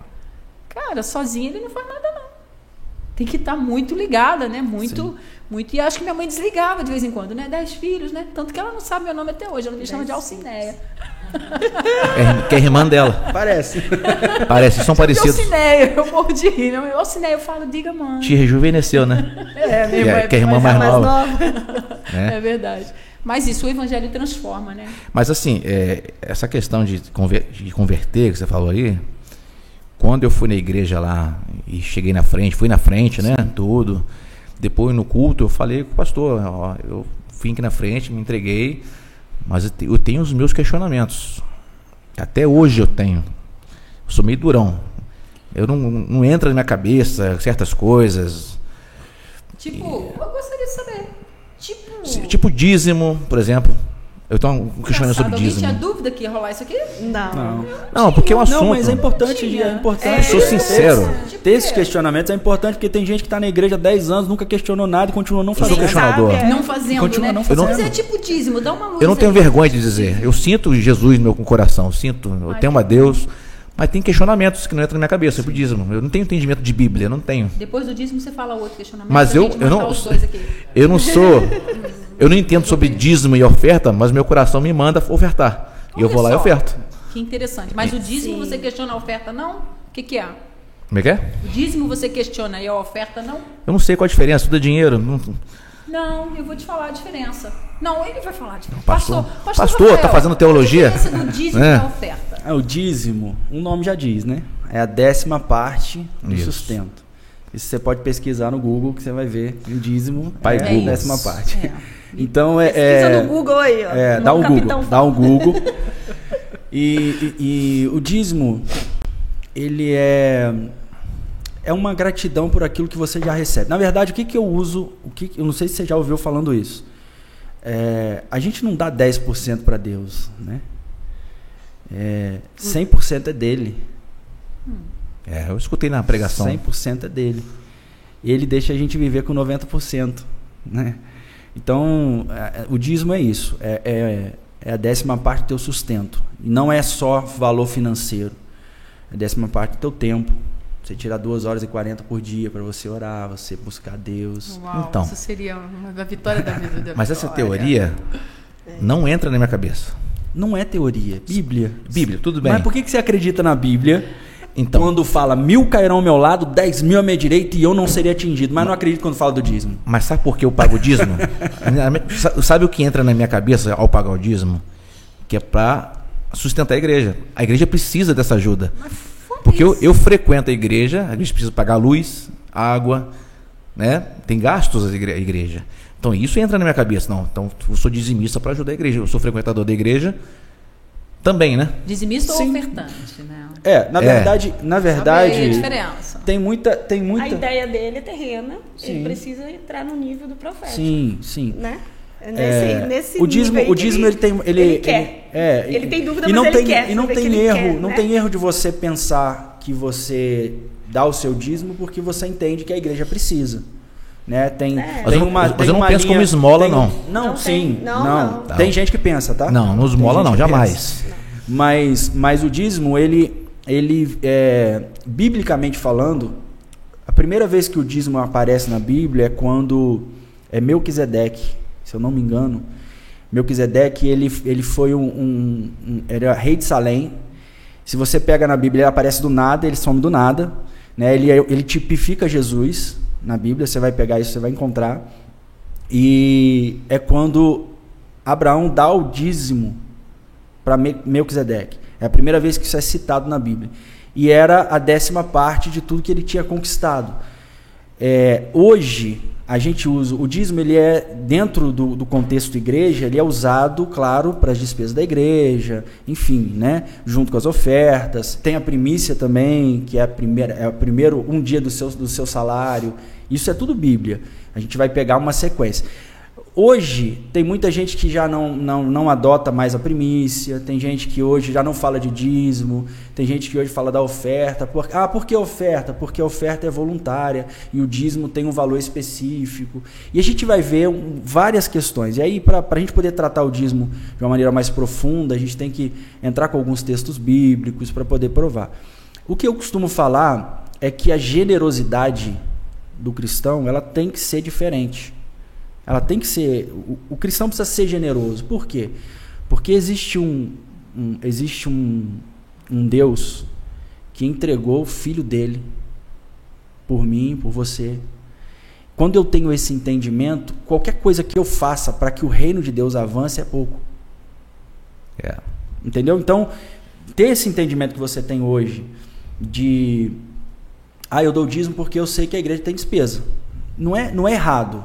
S3: cara, sozinho ele não faz nada, não. Tem que estar muito ligada, né? Muito, muito. E acho que minha mãe desligava de vez em quando, né? Dez filhos, né? Tanto que ela não sabe meu nome até hoje. Ela me chama de Alcineia.
S1: É, que é irmã dela. (laughs)
S2: Parece.
S1: Parece, são
S3: De
S1: parecidos.
S3: Alcineia, eu morro de rir. Minha mãe, Alcineia, eu falo, diga, mãe.
S1: Te rejuvenesceu, né?
S3: É, minha
S1: Que é-
S3: mãe-
S1: que é a irmã
S3: mas
S1: mais
S3: a
S1: nova.
S3: É
S1: né?
S3: verdade. Mas isso, o evangelho transforma, né?
S1: Mas assim, é, essa questão de, conver- de converter que você falou aí, quando eu fui na igreja lá e cheguei na frente, fui na frente, né? Tudo. Depois no culto eu falei com o pastor, ó, eu vim aqui na frente, me entreguei, mas eu, te- eu tenho os meus questionamentos. Até hoje eu tenho. Eu sou meio durão. Eu não, não entra na minha cabeça certas coisas.
S3: Tipo, eu gostaria de saber. Tipo,
S1: Se- Tipo dízimo, por exemplo. Eu tenho um questionamento
S3: engraçado,
S1: sobre
S3: alguém tinha
S1: dízimo.
S3: dúvida que ia rolar isso aqui?
S5: Não.
S2: Não.
S1: Não, porque é um assunto.
S2: Não, mas é importante, é importante.
S1: Eu sou sincero.
S2: Ter esses questionamentos é importante porque tem gente que está na igreja há 10 anos, nunca questionou nada e continua não
S1: Eu sou
S2: fazendo.
S5: Sim.
S1: questionador.
S5: Sabe, é.
S3: Não fazendo,
S2: Continua
S3: né?
S2: não
S1: fazendo.
S3: Mas é tipo dízimo, dá uma luz
S1: Eu não tenho
S3: aí.
S1: vergonha de dizer. Eu sinto Jesus no meu coração. Eu sinto, eu temo a Deus. Mas tem questionamentos que não entram na minha cabeça, tipo dízimo. Eu não tenho entendimento de Bíblia, não tenho.
S3: Depois do dízimo você fala outro questionamento.
S1: Mas
S3: pra
S1: eu,
S3: gente
S1: eu
S3: matar
S1: não,
S3: os dois aqui.
S1: eu não
S3: (laughs)
S1: sou, eu não entendo sobre dízimo e oferta, mas meu coração me manda ofertar. E eu
S3: Olha
S1: vou lá e
S3: só.
S1: oferto.
S3: Que interessante. Mas o dízimo você questiona a oferta não? O que, que é?
S1: Como é que é?
S3: O dízimo você questiona e a oferta não?
S1: Eu não sei qual a diferença, tudo é dinheiro. não-
S3: Não, eu vou te falar a diferença. Não, ele vai falar a diferença.
S1: Pastor. Pastor,
S3: Rafael,
S1: tá fazendo teologia?
S3: A diferença do dízimo
S1: É.
S3: e da oferta.
S2: É o dízimo, o nome já diz, né? É a décima parte do
S1: Isso.
S2: sustento. Isso você pode pesquisar no Google que você vai ver. O dízimo
S1: Pai
S2: é
S1: Google.
S2: a décima
S3: isso.
S2: parte.
S3: É.
S2: (laughs) Então é.
S4: Pesquisa
S2: é-
S4: no Google aí, ó.
S2: É,
S4: No
S2: dá um
S4: Capitão
S2: Google. Dá um
S4: (laughs)
S2: Google. E, e- e o dízimo, ele é é uma gratidão por aquilo que você já recebe. Na verdade, o que, que eu uso, o que que- eu não sei se você já ouviu falando isso. É, a gente não dá 10% para Deus, né? É, 100% é dele.
S1: É, eu escutei na pregação.
S2: 100% é dele. E ele deixa a gente viver com 90%. Né? Então, é, é, o dízimo é isso. É, é- é a décima parte do teu sustento. E não é só valor financeiro. É a décima parte do teu tempo. Você tirar 2 horas e 40 por dia para você orar, você buscar Deus.
S1: Uau, Então. isso
S3: seria uma vitória da vida.
S1: Mas essa teoria não entra na minha cabeça.
S2: Não é teoria, é Bíblia.
S1: Bíblia, tudo bem.
S2: Mas por que que você acredita na Bíblia?
S1: Então.
S2: Quando fala mil cairão ao meu lado, dez mil à minha direita e eu não serei atingido. Mas não acredito quando fala do dízimo.
S1: Mas sabe por que eu pago o (laughs) dízimo? Sa- sabe o que entra na minha cabeça ao pagar o dízimo? Que é pra sustentar a igreja. A igreja precisa dessa ajuda. Porque eu, eu frequento a igreja, a igreja precisa pagar luz, água, né? Tem gastos a igre- a igreja. Então isso entra na minha cabeça. Não, então eu sou dizimista para ajudar a igreja. Eu sou frequentador da igreja também, né?
S3: Dizimista ou
S2: Sim.
S3: ofertante, né?
S2: É, na
S1: É.
S2: verdade, na
S3: Sabe a
S2: verdade,
S3: diferença.
S2: tem muita, tem
S5: é A
S2: muita.
S5: ideia dele é terrena,
S2: Sim.
S5: ele precisa entrar no nível do profeta.
S2: Sim, sim.
S5: Né? É
S2: É,
S5: Nesse, nesse
S2: o dízimo,
S5: nível aí
S2: o dízimo ele,
S5: ele,
S2: tem, ele,
S5: ele quer.
S2: é,
S5: Ele
S2: e-
S5: tem dúvida,
S2: e
S5: mas
S2: não
S5: ele
S2: tem,
S5: quer,
S2: E não
S5: você vê que
S2: tem
S5: ele
S2: erro,
S5: quer,
S2: não
S5: né?
S2: tem erro de você pensar que você dá o seu dízimo porque você entende que a igreja precisa. Né? Tem, tem
S1: Mas eu não-
S2: uma,
S1: mas eu
S2: tem
S1: não
S2: uma
S1: penso
S2: linha-
S1: como esmola,
S2: tem-
S1: não.
S2: Não,
S5: É. Não
S2: sim.
S5: tem-
S2: não,
S5: não,
S1: não.
S2: Tem gente que pensa, tá?
S1: Não,
S2: Tem
S1: nos mola
S2: gente
S1: não,
S2: que pensa.
S1: jamais.
S2: Mas, mas o dízimo, ele, ele é, biblicamente falando, a primeira vez que o dízimo aparece na Bíblia é quando é Melquisedeque, se eu não me engano. Melquisedeque, ele, ele foi um, um- um- era rei de Salém. Se você pega na Bíblia, ele aparece do nada, ele some do nada. Né? Ele, é- ele tipifica Jesus na Bíblia, você vai pegar isso, você vai encontrar. E é quando Abraão dá o dízimo para Melquisedeque. É a primeira vez que isso é citado na Bíblia. E era a décima parte de tudo que ele tinha conquistado. É, hoje, a gente usa. O dízimo, ele é, dentro do, do contexto da igreja, ele é usado, claro, para as despesas da igreja, enfim, né? Junto com as ofertas. Tem a primícia também, que é, a primeira, é o primeiro um dia do seu, do seu salário. Isso é tudo Bíblia. A gente vai pegar uma sequência. Hoje, tem muita gente que já não, não, não adota mais a primícia, tem gente que hoje já não fala de dízimo, tem gente que hoje fala da oferta. Por, ah, por que oferta? Porque a oferta é voluntária e o dízimo tem um valor específico. E a gente vai ver um- várias questões. E aí, para a gente poder tratar o dízimo de uma maneira mais profunda, a gente tem que entrar com alguns textos bíblicos para poder provar. O que eu costumo falar é que a generosidade do cristão ela tem que ser diferente. Ela tem que ser. O, o cristão precisa ser generoso. Por quê? Porque existe um, um- existe um, um Deus que entregou o filho dele por mim, por você. Quando eu tenho esse entendimento, qualquer coisa que eu faça para que o reino de Deus avance é pouco.
S1: É.
S2: Entendeu? Então, ter esse entendimento que você tem hoje de ah, eu dou dízimo porque eu sei que a igreja tem despesa. Não é, não é errado.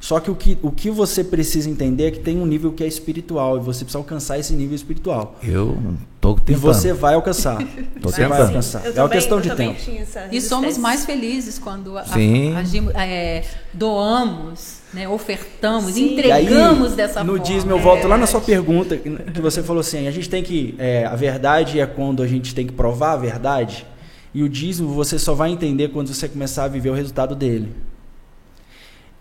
S2: Só que o, que o que você precisa entender é que tem um nível que é espiritual e você precisa alcançar esse nível espiritual.
S1: Eu tô tentando.
S2: E você vai alcançar.
S1: (laughs) Tô
S2: você vai
S1: tentando.
S5: Eu
S2: alcançar. é uma
S5: também-
S2: questão
S5: eu
S2: de
S5: também
S2: tempo.
S5: tinha essa
S3: E somos
S5: resistência.
S3: mais felizes quando a- a-
S1: Sim.
S3: agimos, é, doamos, né, ofertamos,
S5: Sim.
S2: E aí,
S3: entregamos dessa
S2: no
S3: forma.
S2: dízimo, eu volto lá na
S4: É.
S2: sua pergunta, que você falou assim, a gente tem que... é, a verdade é quando a gente tem que provar a verdade, e o dízimo você só vai entender quando você começar a viver o resultado dele.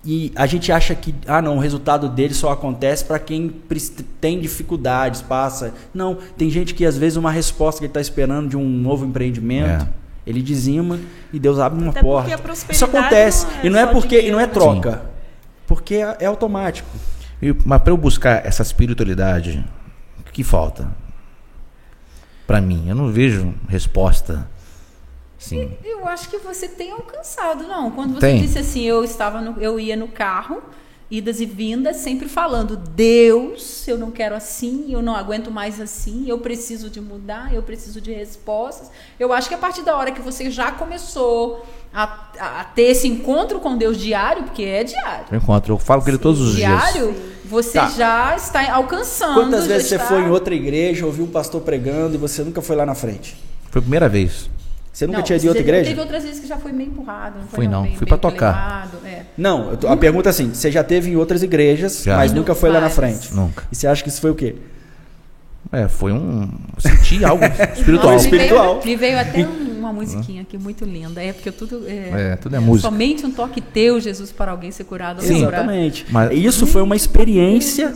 S2: E a gente acha que, ah, não, o resultado dele só acontece para quem pres- tem dificuldades, passa. Não, tem gente que às vezes uma resposta que ele está esperando de um novo empreendimento,
S1: É.
S2: ele dizima e Deus abre uma
S4: Até porque
S2: porta.
S4: a prosperidade
S2: Isso acontece.
S4: não é
S2: e não é
S4: só
S2: porque, e
S4: dinheiro,
S2: não é
S4: né?
S2: troca. Porque é, é automático.
S1: E- mas para eu buscar essa espiritualidade, o que falta? Para mim, eu não vejo resposta. Sim.
S3: Eu acho que você tem alcançado, não. Quando você
S1: Tem.
S3: disse assim, eu estava no- eu ia no carro, idas e vindas, sempre falando, Deus, eu não quero assim, eu não aguento mais assim, eu preciso de mudar, eu preciso de respostas. Eu acho que a partir da hora que você já começou a, a- a ter esse encontro com Deus diário, porque é diário.
S1: Eu encontro, eu falo com ele todos os dias.
S3: diário, você
S2: Tá.
S3: já está alcançando.
S2: Quantas
S3: já
S2: vezes você
S3: está-
S2: foi em outra igreja, ouviu um pastor pregando e você nunca foi lá na frente?
S1: Foi a primeira vez.
S2: Você nunca
S3: Não,
S2: tinha ido em outra
S3: você-
S2: igreja?
S3: Teve outras vezes que já foi meio empurrado. Não foi
S1: Fui não,
S3: meio-
S1: fui pra
S3: meio
S1: tocar.
S3: levado, é.
S2: Não, eu tô- a pergunta é assim: você já teve em outras igrejas,
S1: Já.
S2: mas nunca foi lá na
S3: Várias.
S2: frente.
S1: Nunca.
S2: E você acha que isso foi o quê?
S1: É, foi um. eu Senti algo espiritual.
S3: Nossa, me veio-
S2: Espiritual.
S3: Me veio, até um- uma musiquinha aqui muito linda. É porque tudo é,
S1: É, tudo é música.
S3: somente um toque teu, Jesus, para alguém ser curado.
S1: Sim.
S3: lembra?
S2: Exatamente.
S1: Mas-
S2: Isso foi uma experiência,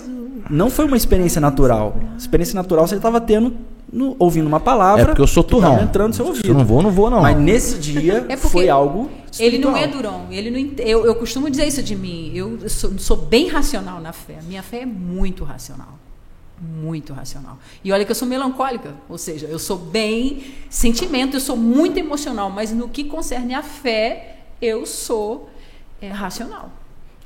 S2: não foi uma experiência natural. Experiência natural você estava tendo, no- ouvindo uma palavra.
S1: É porque eu sou
S2: que tava
S1: turrão.
S2: Tá entrando no seu
S1: Se eu
S2: ouvido.
S1: não vou, eu não vou, não.
S2: Mas nesse dia
S3: É porque
S2: foi algo.
S3: Ele não é
S2: espiritual.
S3: durão. Ele não, ent- eu, eu costumo dizer isso de mim. Eu sou, sou bem racional na fé. Minha fé é muito racional. Muito racional. E olha que eu sou melancólica, ou seja, eu sou bem sentimento, eu sou muito emocional, mas no que concerne a fé, eu sou é, racional.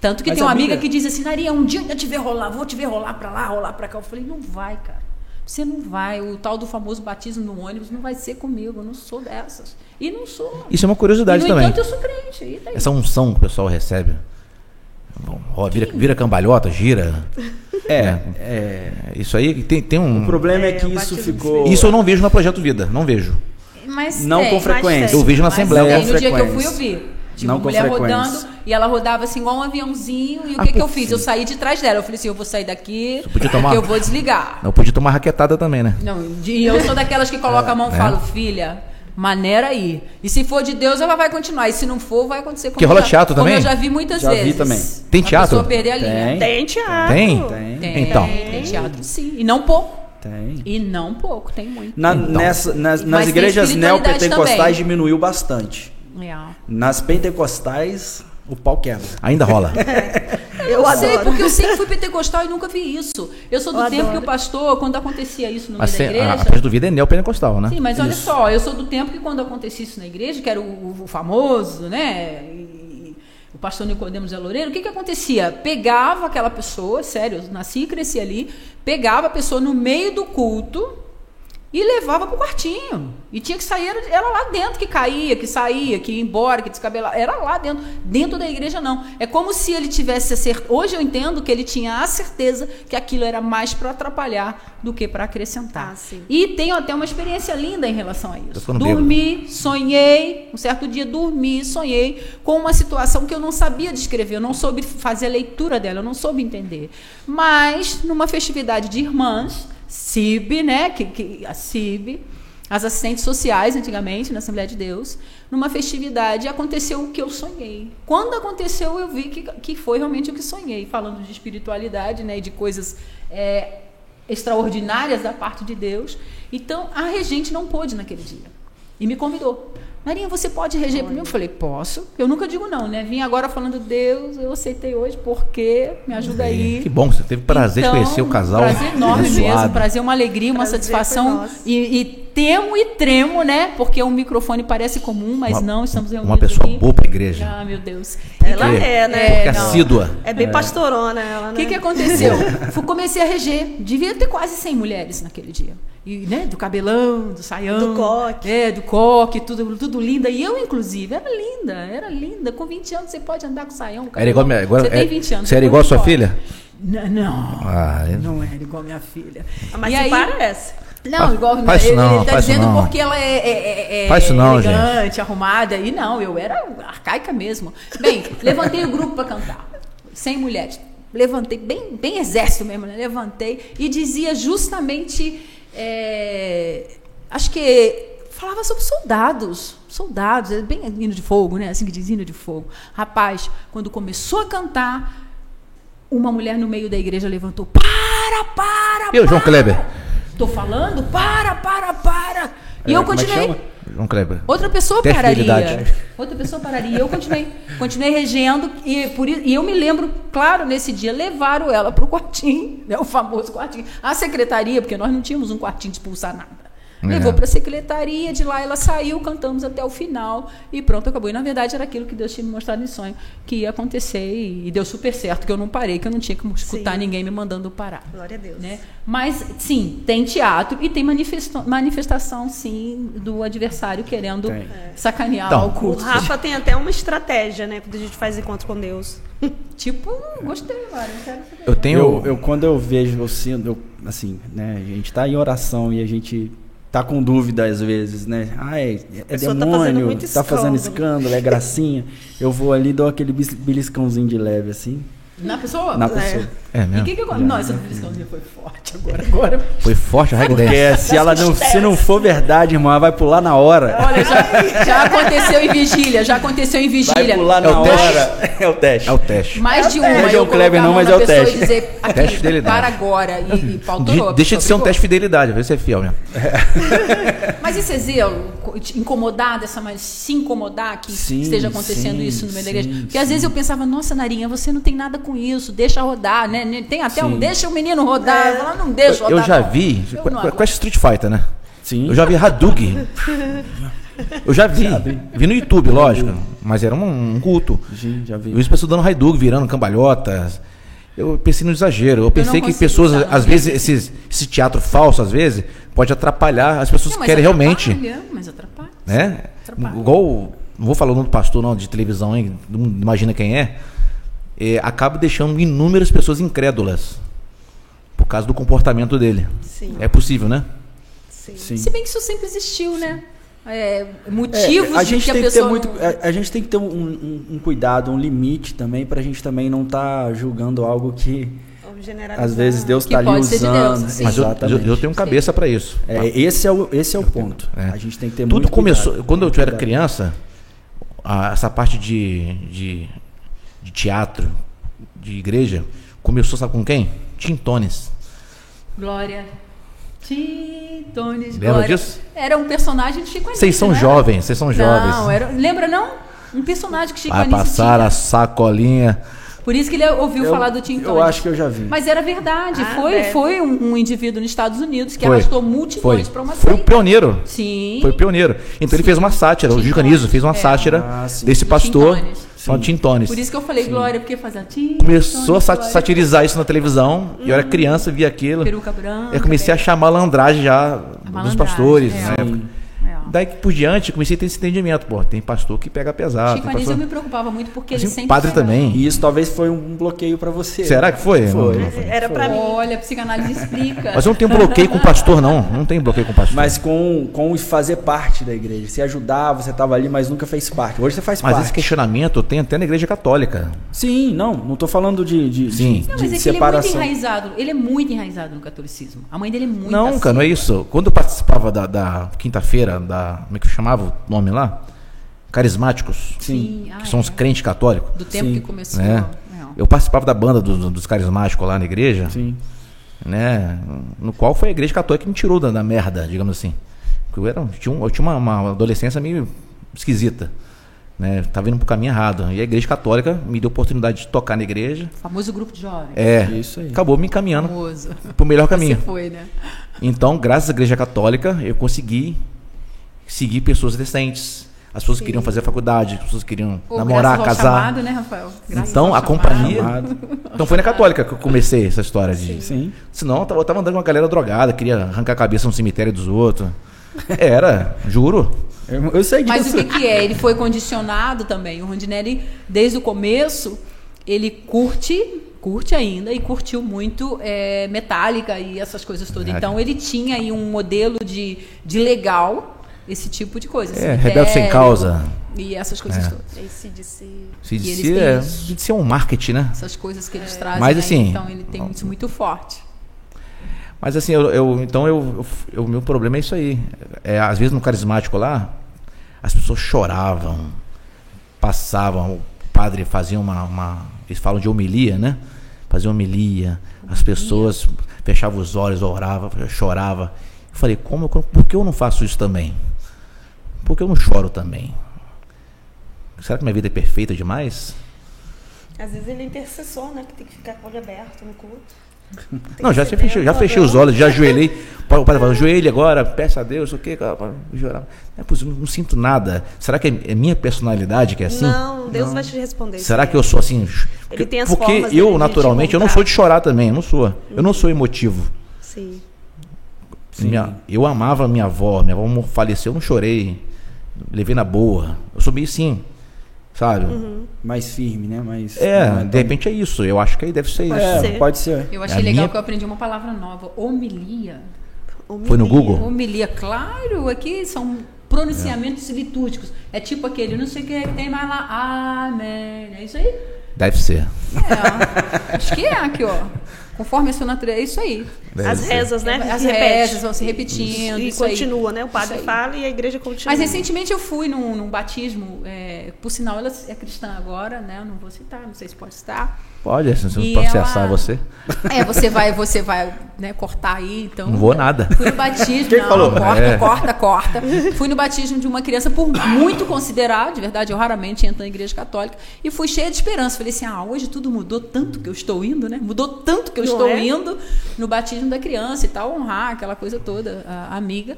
S3: Tanto que
S2: Mas, é
S3: tem uma amiga,
S2: amiga-
S3: que diz assim, Naria, um dia eu te ver rolar, vou te ver rolar pra lá, rolar pra cá. Eu falei, não vai, cara. Você não vai. O tal do famoso batismo no ônibus não vai ser comigo, eu não sou dessas. E não sou.
S1: Isso é uma
S3: E,
S1: curiosidade
S3: no
S1: também. É
S3: entanto, eu sou crente. E daí?
S1: Essa unção que o pessoal recebe. Bom, ó, vira, vira cambalhota, gira. É,
S2: É,
S1: isso aí tem, tem
S2: o
S1: um.
S2: problema é,
S4: É,
S2: que
S4: eu
S2: isso
S4: bati no
S2: ficou.
S1: Isso eu não vejo na Projeto Vida, não vejo.
S3: Mas
S2: não
S3: tem,
S2: com
S3: É, mas é.
S2: frequência.
S1: Eu vejo na
S3: tem.
S1: Assembleia.
S3: No dia que eu fui, eu
S2: frequência.
S3: vi. Tinha
S2: Não
S3: uma
S2: com
S3: mulher
S2: frequência.
S3: rodando e ela rodava assim, igual um aviãozinho. E o
S1: Ah,
S3: que, que
S1: por
S3: eu fiz?
S1: fim.
S3: Eu saí de trás dela. Eu falei assim: eu vou sair daqui,
S1: Você podia tomar-
S3: eu vou desligar.
S1: Eu podia tomar raquetada também, né?
S3: Não, de- e eu sou daquelas
S1: (laughs)
S3: que coloca a mão e
S1: né?
S3: falo, filha, maneira aí. E se for de Deus, ela vai continuar. E se não for, vai acontecer como
S1: Porque rola
S3: eu já-
S1: teatro
S3: como
S1: também?
S3: eu já vi muitas
S2: Já vi
S3: vezes.
S2: também.
S1: Tem
S3: A
S1: teatro?
S3: pessoa perder a linha.
S2: Tem,
S4: Tem teatro.
S1: Tem?
S2: tem, tem.
S3: Tem,
S1: Então.
S3: tem teatro, sim. E não pouco.
S2: tem.
S3: E não pouco, tem muito.
S2: Na-
S1: Então.
S2: nessa- nas, nas
S3: Mas tem
S2: igrejas
S3: espiritualidade também.
S2: neopentecostais diminuiu bastante.
S3: É.
S2: Nas pentecostais, o pau quebra.
S1: Ainda rola.
S4: Eu
S3: Eu sei,
S4: adoro.
S3: porque eu sempre fui pentecostal e nunca vi isso. Eu sou do
S4: Eu
S3: tempo
S4: adoro.
S3: que o pastor, quando acontecia isso no meio
S1: Mas
S3: da
S1: tem- a,
S3: igreja.
S1: a Projeto Vida é neopentecostal, né?
S3: Sim, mas olha só, eu sou do tempo que quando acontecia isso na igreja, que era o, o- o famoso, né? e- o pastor Nicodemos é Loureiro, o que, que acontecia? Pegava aquela pessoa, sério, eu nasci e cresci ali, pegava a pessoa no meio do culto e levava pro quartinho. E tinha que sair, era, era lá dentro que caía, que saía, que ia embora, que descabelava. Era lá dentro. Dentro da igreja, não. É como se ele tivesse a cer- Hoje eu entendo que ele tinha a certeza que aquilo era mais para atrapalhar do que para acrescentar.
S4: Ah, sim.
S3: E tenho até uma experiência linda em relação a isso.
S1: ficando bêbado.
S3: Dormi, sonhei, um certo dia dormi, sonhei com uma situação que eu não sabia descrever, eu não soube fazer a leitura dela, eu não soube entender. Mas, numa festividade de irmãs, CIB, né? Que, que, a CIB, as assistentes sociais, antigamente, na Assembleia de Deus, numa festividade aconteceu o que eu sonhei. Quando aconteceu, eu vi que, que foi realmente o que sonhei, falando de espiritualidade, né? E de coisas. é, extraordinárias da parte de Deus. Então, a regente não pôde naquele dia. E me convidou. Marinha, você pode reger para mim? Eu falei, posso. Eu nunca digo não, né? Vim agora falando, Deus, eu aceitei hoje, porque me ajuda aí. Então,
S1: Que bom, você teve prazer de conhecer o casal.
S3: Prazer enorme mesmo,
S1: abençoado.
S3: prazer, uma alegria, uma
S4: Prazer foi
S3: satisfação.
S4: nosso.
S3: E, e temo e tremo, né? Porque o microfone parece comum, mas
S1: Uma-
S3: não, estamos um reunidos.
S1: Uma pessoa
S3: aqui.
S1: boa pra igreja.
S3: Ah, meu Deus.
S4: Ela
S1: Porque-
S4: é, né?
S1: Porque
S3: É, não.
S1: assídua.
S4: É bem pastorona ela,
S3: O
S4: né?
S3: que, é- que aconteceu? Fui, comecei a reger. Devia ter quase 100 mulheres naquele dia. E, né, do cabelão, do saião.
S4: Do coque.
S3: É, do coque, tudo, tudo linda. E eu, inclusive, era linda, era linda. Com 20 anos você pode andar com saião, com
S1: Era igual, minha-
S3: cabelão.
S1: agora,
S3: Você tem
S1: é-
S3: 20 anos.
S1: Você era igual a
S3: depois
S1: sua
S3: pode.
S1: filha?
S3: N- Não,
S1: Ah, é-
S3: não era igual a minha filha.
S4: Ah, Mas
S3: E
S4: se
S3: aí-
S4: parece.
S3: Não,
S1: Ah,
S3: igual
S1: faz isso
S3: ele,
S1: não,
S3: ele tá
S1: faz isso
S3: dizendo
S1: não.
S3: porque ela é, é- é- é
S1: Faz isso não,
S3: elegante, arrumada. E não, eu era arcaica mesmo. Bem, levantei o grupo para cantar. Sem mulheres. Levantei, bem, bem exército mesmo, né? Levantei e dizia justamente. é, acho que falava sobre soldados. soldados, é bem hino de fogo, né? Assim que diz hino de fogo. Rapaz, quando começou a cantar, uma mulher no meio da igreja levantou: para, para,
S1: E o João
S3: para.
S1: Kleber?
S3: Tô falando, para, para, para. E eu
S2: Como é que
S3: continuei.
S2: chama?
S1: João Kleber.
S3: Outra pessoa
S1: Teste de
S3: pararia.
S1: habilidade.
S3: Outra pessoa pararia. Eu continuei. Continuei regendo. E, por, i- e eu me lembro, claro, nesse dia, levaram ela para o quartinho, né, o famoso quartinho. A secretaria, porque nós não tínhamos um quartinho de expulsar nada.
S1: É.
S3: Levou para a secretaria, de lá ela saiu, cantamos até o final e pronto, acabou. E na verdade era aquilo que Deus tinha me mostrado em sonho, que ia acontecer e, e deu super certo, que eu não parei, que eu não tinha que escutar
S4: Sim.
S3: ninguém me mandando parar
S4: Glória a Deus.
S3: né? Mas sim, tem teatro e tem manifesto- manifestação sim do adversário querendo
S2: Tem.
S3: sacanear
S1: Então,
S3: o
S4: O
S3: culto.
S4: Rafa tem até uma estratégia, né? Quando a gente faz encontro com Deus.
S3: Tipo, hum, gostei agora, não quero saber.
S1: Eu tenho.
S2: Eu, eu, quando eu vejo, eu sinto, eu, assim, né, a gente tá em oração e a gente tá com dúvida às vezes, né? Ai, é
S4: pessoa tá fazendo
S2: demônio,
S4: muito
S2: tá fazendo
S4: escândalo.
S2: escândalo, é gracinha. Eu vou ali e dou aquele bis- beliscãozinho de leve, assim,
S3: Na pessoa?
S2: na pessoa.
S1: É
S3: E o
S1: mesmo.
S3: que que eu... Nossa, essa discussão foi forte agora. agora.
S1: Foi forte a regra
S2: Porque se ela não, se não for verdade, irmã, ela vai pular na hora.
S3: Olha, já, já aconteceu em vigília, já aconteceu em
S2: Vai
S3: vigília.
S2: pular na
S1: É o teste.
S2: hora. (laughs) É o teste.
S1: É o teste.
S3: Mais de uma.
S2: Não é
S3: eu
S2: João
S3: colocava
S2: Kleber, não, mas
S3: uma
S2: é o
S3: pessoa e
S2: teste.
S3: Dizer, aqui,
S1: Teste de fidelidade.
S3: para agora e, e pautou.
S1: De-
S3: a
S1: deixa de ser
S3: pessoa
S1: um
S3: ficou.
S1: teste de fidelidade, vai ser fiel mesmo.
S3: Mas esse é zelo, co- te incomodar dessa maneira, se incomodar que
S2: Sim,
S3: esteja acontecendo
S2: sim,
S3: isso no meio da
S2: sim,
S3: igreja. Porque às
S2: sim.
S3: vezes eu pensava, nossa, Narinha, você não tem nada com isso, deixa rodar, né? Ne- Tem até um
S2: Sim.
S3: deixa o menino rodar. Eu falava, não deixa
S1: Eu,
S3: rodar.
S1: eu já
S3: não.
S1: vi.
S3: Eu
S1: Qu-
S3: não
S1: Qu-
S3: aguento.
S1: Quest Street Fighter, né?
S2: Sim.
S1: Eu (laughs) já vi Hadouken. Eu já vi. Vi no YouTube, lógico. Mas era um, um culto.
S2: Gente, já vi.
S1: Eu vi as pessoas dando Hadouken, virando cambalhotas. Eu pensei no exagero. Eu pensei que
S3: consigo
S1: pessoas,
S3: usar,
S1: às
S3: né?
S1: vezes, esses- esse teatro falso, às vezes, pode atrapalhar as pessoas
S3: Não,
S1: que
S3: mas é
S1: querem realmente.
S3: atrapalha, Mas atrapalha.
S1: né?
S3: Atrapalha.
S1: Igual, não vou falar o nome do pastor não, de televisão, hein? Todo mundo imagina quem é. É, acaba deixando inúmeras pessoas incrédulas por causa do comportamento dele.
S4: Sim.
S1: É possível, né?
S4: Sim.
S2: Sim.
S3: Se bem que isso sempre existiu, né? É,
S2: É,
S3: motivos
S2: a gente
S3: que a
S2: tem que ter
S3: pessoa.
S2: muito
S1: é.
S3: não-
S2: a, a gente tem que ter um, um- um cuidado um limite também pra gente também não estar julgando algo que
S4: Vamos generalizar.
S2: às vezes Deus
S3: Que
S2: está ali
S3: pode ser de Deus, assim.
S2: usando
S3: sim.
S1: Mas eu, eu,
S2: Exatamente.
S1: eu tenho cabeça para isso.
S2: É, esse é o esse é o ponto
S1: É.
S2: a gente tem que ter
S1: Tudo
S2: muito
S1: começou
S2: cuidado.
S1: quando eu era
S2: Cuidado.
S1: criança. a- essa parte de, de, de teatro, de igreja, começou sabe com quem? Tintones.
S3: Glória. Titones,
S1: Lembra
S3: Glória.
S1: disso?
S3: Era um personagem de Chico Anísio,
S1: Vocês são
S3: né?
S1: jovens, vocês são jovens.
S3: Não, era, lembra não? Um personagem que Chico
S1: Vai
S3: Anísio
S1: passar
S3: tinha.
S1: a sacolinha.
S3: Por isso que ele ouviu
S2: Eu-
S3: falar do Tim
S2: eu acho que eu já vi
S3: Mas era verdade.
S4: Ah,
S3: foi
S4: deve.
S3: foi um, um indivíduo nos Estados Unidos que
S1: Foi.
S3: arrastou
S1: Foi.
S3: multidões para uma
S1: Foi o
S3: seita.
S1: pioneiro.
S3: Sim.
S1: Foi pioneiro. Então ele fez uma sátira, o
S3: Tim
S1: Gil Canizo fez uma
S3: Tones, é.
S1: sátira
S2: Ah, sim.
S1: desse
S3: Do
S1: pastor,
S3: Tim Tones.
S1: falando Tim Tones.
S3: Por isso que é eu falei Glória, porque fazia Tim
S1: Começou a
S3: Tones,
S1: sa-
S3: Glória.
S1: satirizar isso na televisão, e eu
S3: Uhum.
S1: era criança, via aquilo.
S3: Peruca branca.
S1: Eu comecei a achar malandragem já dos
S3: né? malandragem,
S1: pastores.
S3: é.
S1: na época.
S3: É, ó.
S1: Daí que por diante, comecei a ter esse entendimento. Pô, tem pastor que pega pesado.
S3: Chico
S1: Ah, tem
S3: Anísio
S1: pastor-
S3: eu me preocupava muito porque
S1: Mas
S3: ele
S1: e o
S3: sempre. um
S1: padre
S3: pegava.
S1: também.
S2: e isso talvez foi um bloqueio pra você
S1: Será que foi?
S2: Foi.
S1: Não-
S3: É,
S4: Era pra mim.
S3: Olha, a psicanálise explica.
S1: Mas um eu não tenho bloqueio com pastor, não. Não tenho bloqueio com pastor.
S2: mas com com o fazer parte da igreja se ajudar você tava ali mas nunca fez parte hoje você faz
S1: Mas esse
S2: parte
S1: questionamento eu tenho até na igreja católica.
S2: sim não não tô falando de de,
S1: Sim.
S2: de,
S3: Não,
S2: de
S3: mas é que ele é muito
S2: separação
S3: enraizado. Ele é muito enraizado no catolicismo. A mãe dele é muito
S1: Não, cara, não é
S3: assídua.
S1: isso. Quando eu participava da, da quinta-feira, da. Como é que chamava o nome lá? Carismáticos.
S2: Sim.
S3: ah,
S1: Que são os
S3: é.
S1: crentes católicos.
S3: Do tempo
S2: Sim.
S3: que começou. é,
S1: Né?
S3: Não.
S1: Eu participava da banda do- do- dos carismáticos lá na igreja,
S2: sim
S1: né? No qual foi a igreja católica que me tirou da, da merda, digamos assim. Porque eu, era, um- tinha, um- eu tinha uma, uma adolescência meio esquisita. Né? Tava indo pro caminho errado. E a igreja católica me deu a oportunidade de tocar na igreja.
S3: O famoso grupo de jovens.
S1: É.
S2: Isso aí.
S1: Acabou me encaminhando
S3: famoso.
S1: pro melhor caminho.
S3: Você foi, né?
S1: Então, graças à Igreja Católica, eu consegui seguir pessoas decentes. As pessoas queriam fazer faculdade, as pessoas queriam
S3: Pô,
S1: namorar,
S3: graças ao
S1: casar.
S3: Chamado, né, Rafael? Graças
S1: então,
S3: ao
S1: a
S3: chamado.
S1: companhia.
S2: Chamado.
S1: Então, foi na Católica que eu comecei essa história de.
S2: sim
S1: Senão, eu tava, eu tava andando com uma galera drogada, queria arrancar a cabeça no cemitério dos outros. É, Era, juro.
S2: eu, eu sei disso
S3: Mas o que, que é? Ele foi condicionado também. O Rondinelli, desde o começo, ele curte, curte ainda, e curtiu muito é, metálica e essas coisas todas.
S1: Verdade.
S3: Então ele tinha aí um modelo de, de legal, esse tipo de coisa.
S1: É, rebelde sem
S3: cemitério
S1: causa. É.
S3: E essas coisas todas.
S4: ACDC.
S1: Se
S3: eles
S1: disse,
S3: têm
S1: é,
S3: isso.
S1: se disse é um marketing, né?
S3: Essas coisas que eles trazem.
S1: Mas,
S3: aí,
S1: assim,
S3: então ele tem isso muito forte.
S1: Mas assim, eu, eu- então eu, eu- eu- o meu problema é isso aí. É, às vezes no carismático lá, As pessoas choravam, passavam, o padre fazia uma, uma- eles falam de homilia, né? Fazia homilia, as pessoas fechavam os olhos, orava, chorava. Eu falei, como, eu- por que eu não faço isso também? Por que eu não choro também? Será que minha vida é perfeita demais?
S5: Às vezes ele é intercessor, né? Que tem que ficar com o olho aberto no culto.
S1: Não, já,
S5: Tem que
S1: se fechei,
S5: ver
S1: já
S5: o
S1: fechei os
S5: problema.
S1: olhos, já ajoelhei. O padre falou, joelho agora, peça a Deus, o quê? cara, Chorar. Não, é possível, não sinto nada. Será que é é minha personalidade que é assim?
S4: Não, Deus vai te responder.
S1: Será que eu sou assim? Porque,
S4: Ele tem as
S1: porque
S4: formas dele
S1: eu,
S4: de
S1: naturalmente,
S4: te
S1: eu não
S4: contar.
S1: sou de chorar também, eu não sou. Eu não sou emotivo.
S4: Sim.
S1: Minha- eu amava minha avó, minha avó faleceu, eu não chorei. Levei na boa. Eu sou meio sim, sabe?
S4: Uhum.
S2: Mais firme, né? Mais,
S1: É,
S2: não
S1: de
S2: tão-
S1: repente é isso. Eu acho que aí deve ser
S2: É,
S1: isso.
S4: ser.
S2: pode ser.
S3: Eu
S1: É
S3: achei
S1: a
S3: legal
S1: minha-
S3: que eu aprendi uma palavra nova, homilia.
S1: Foi no Google?
S3: Homilia, claro, aqui são pronunciamentos litúrgicos. É tipo aquele, não sei o que, que tem mais lá, amém. É isso aí?
S1: Deve ser.
S3: É, acho que é aqui, ó. Conforme a sua natureza, é isso aí.
S1: Deve
S4: As
S1: ser.
S4: rezas, né?
S3: É. As rezas
S4: se repete.
S3: vão se repetindo,
S4: E
S3: isso aí.
S4: continua, né? O padre
S3: Isso aí.
S4: fala e a igreja continua.
S3: Mas recentemente eu fui num, num batismo, é, por sinal ela é cristã agora, né? Eu não vou citar, não sei se pode citar.
S1: Pode, se
S3: E
S1: eu processar
S3: ela-
S1: você.
S3: (laughs) É, você vai, você vai, né, cortar aí, então.
S1: Não vou nada.
S3: Fui no batismo.
S2: Quem
S3: não,
S2: falou?
S3: Corta,
S1: É.
S3: corta, corta. Fui no batismo de uma criança por muito considerável, de verdade, eu raramente entro na igreja católica. E fui cheia de esperança. Falei assim: ah, hoje tudo mudou tanto que eu estou indo, né? Mudou tanto que eu
S4: Não
S3: estou
S4: é?
S3: indo no batismo da criança e tal, honrar aquela coisa toda, a amiga.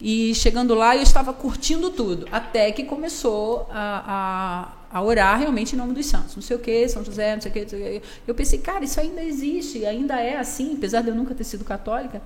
S3: E chegando lá, eu estava curtindo tudo, até que começou a, a, a orar realmente em nome dos santos. Não sei o que, São José, não sei o que. Não sei o quê. Eu pensei, cara, isso ainda existe, ainda é assim, apesar de eu nunca ter sido católica.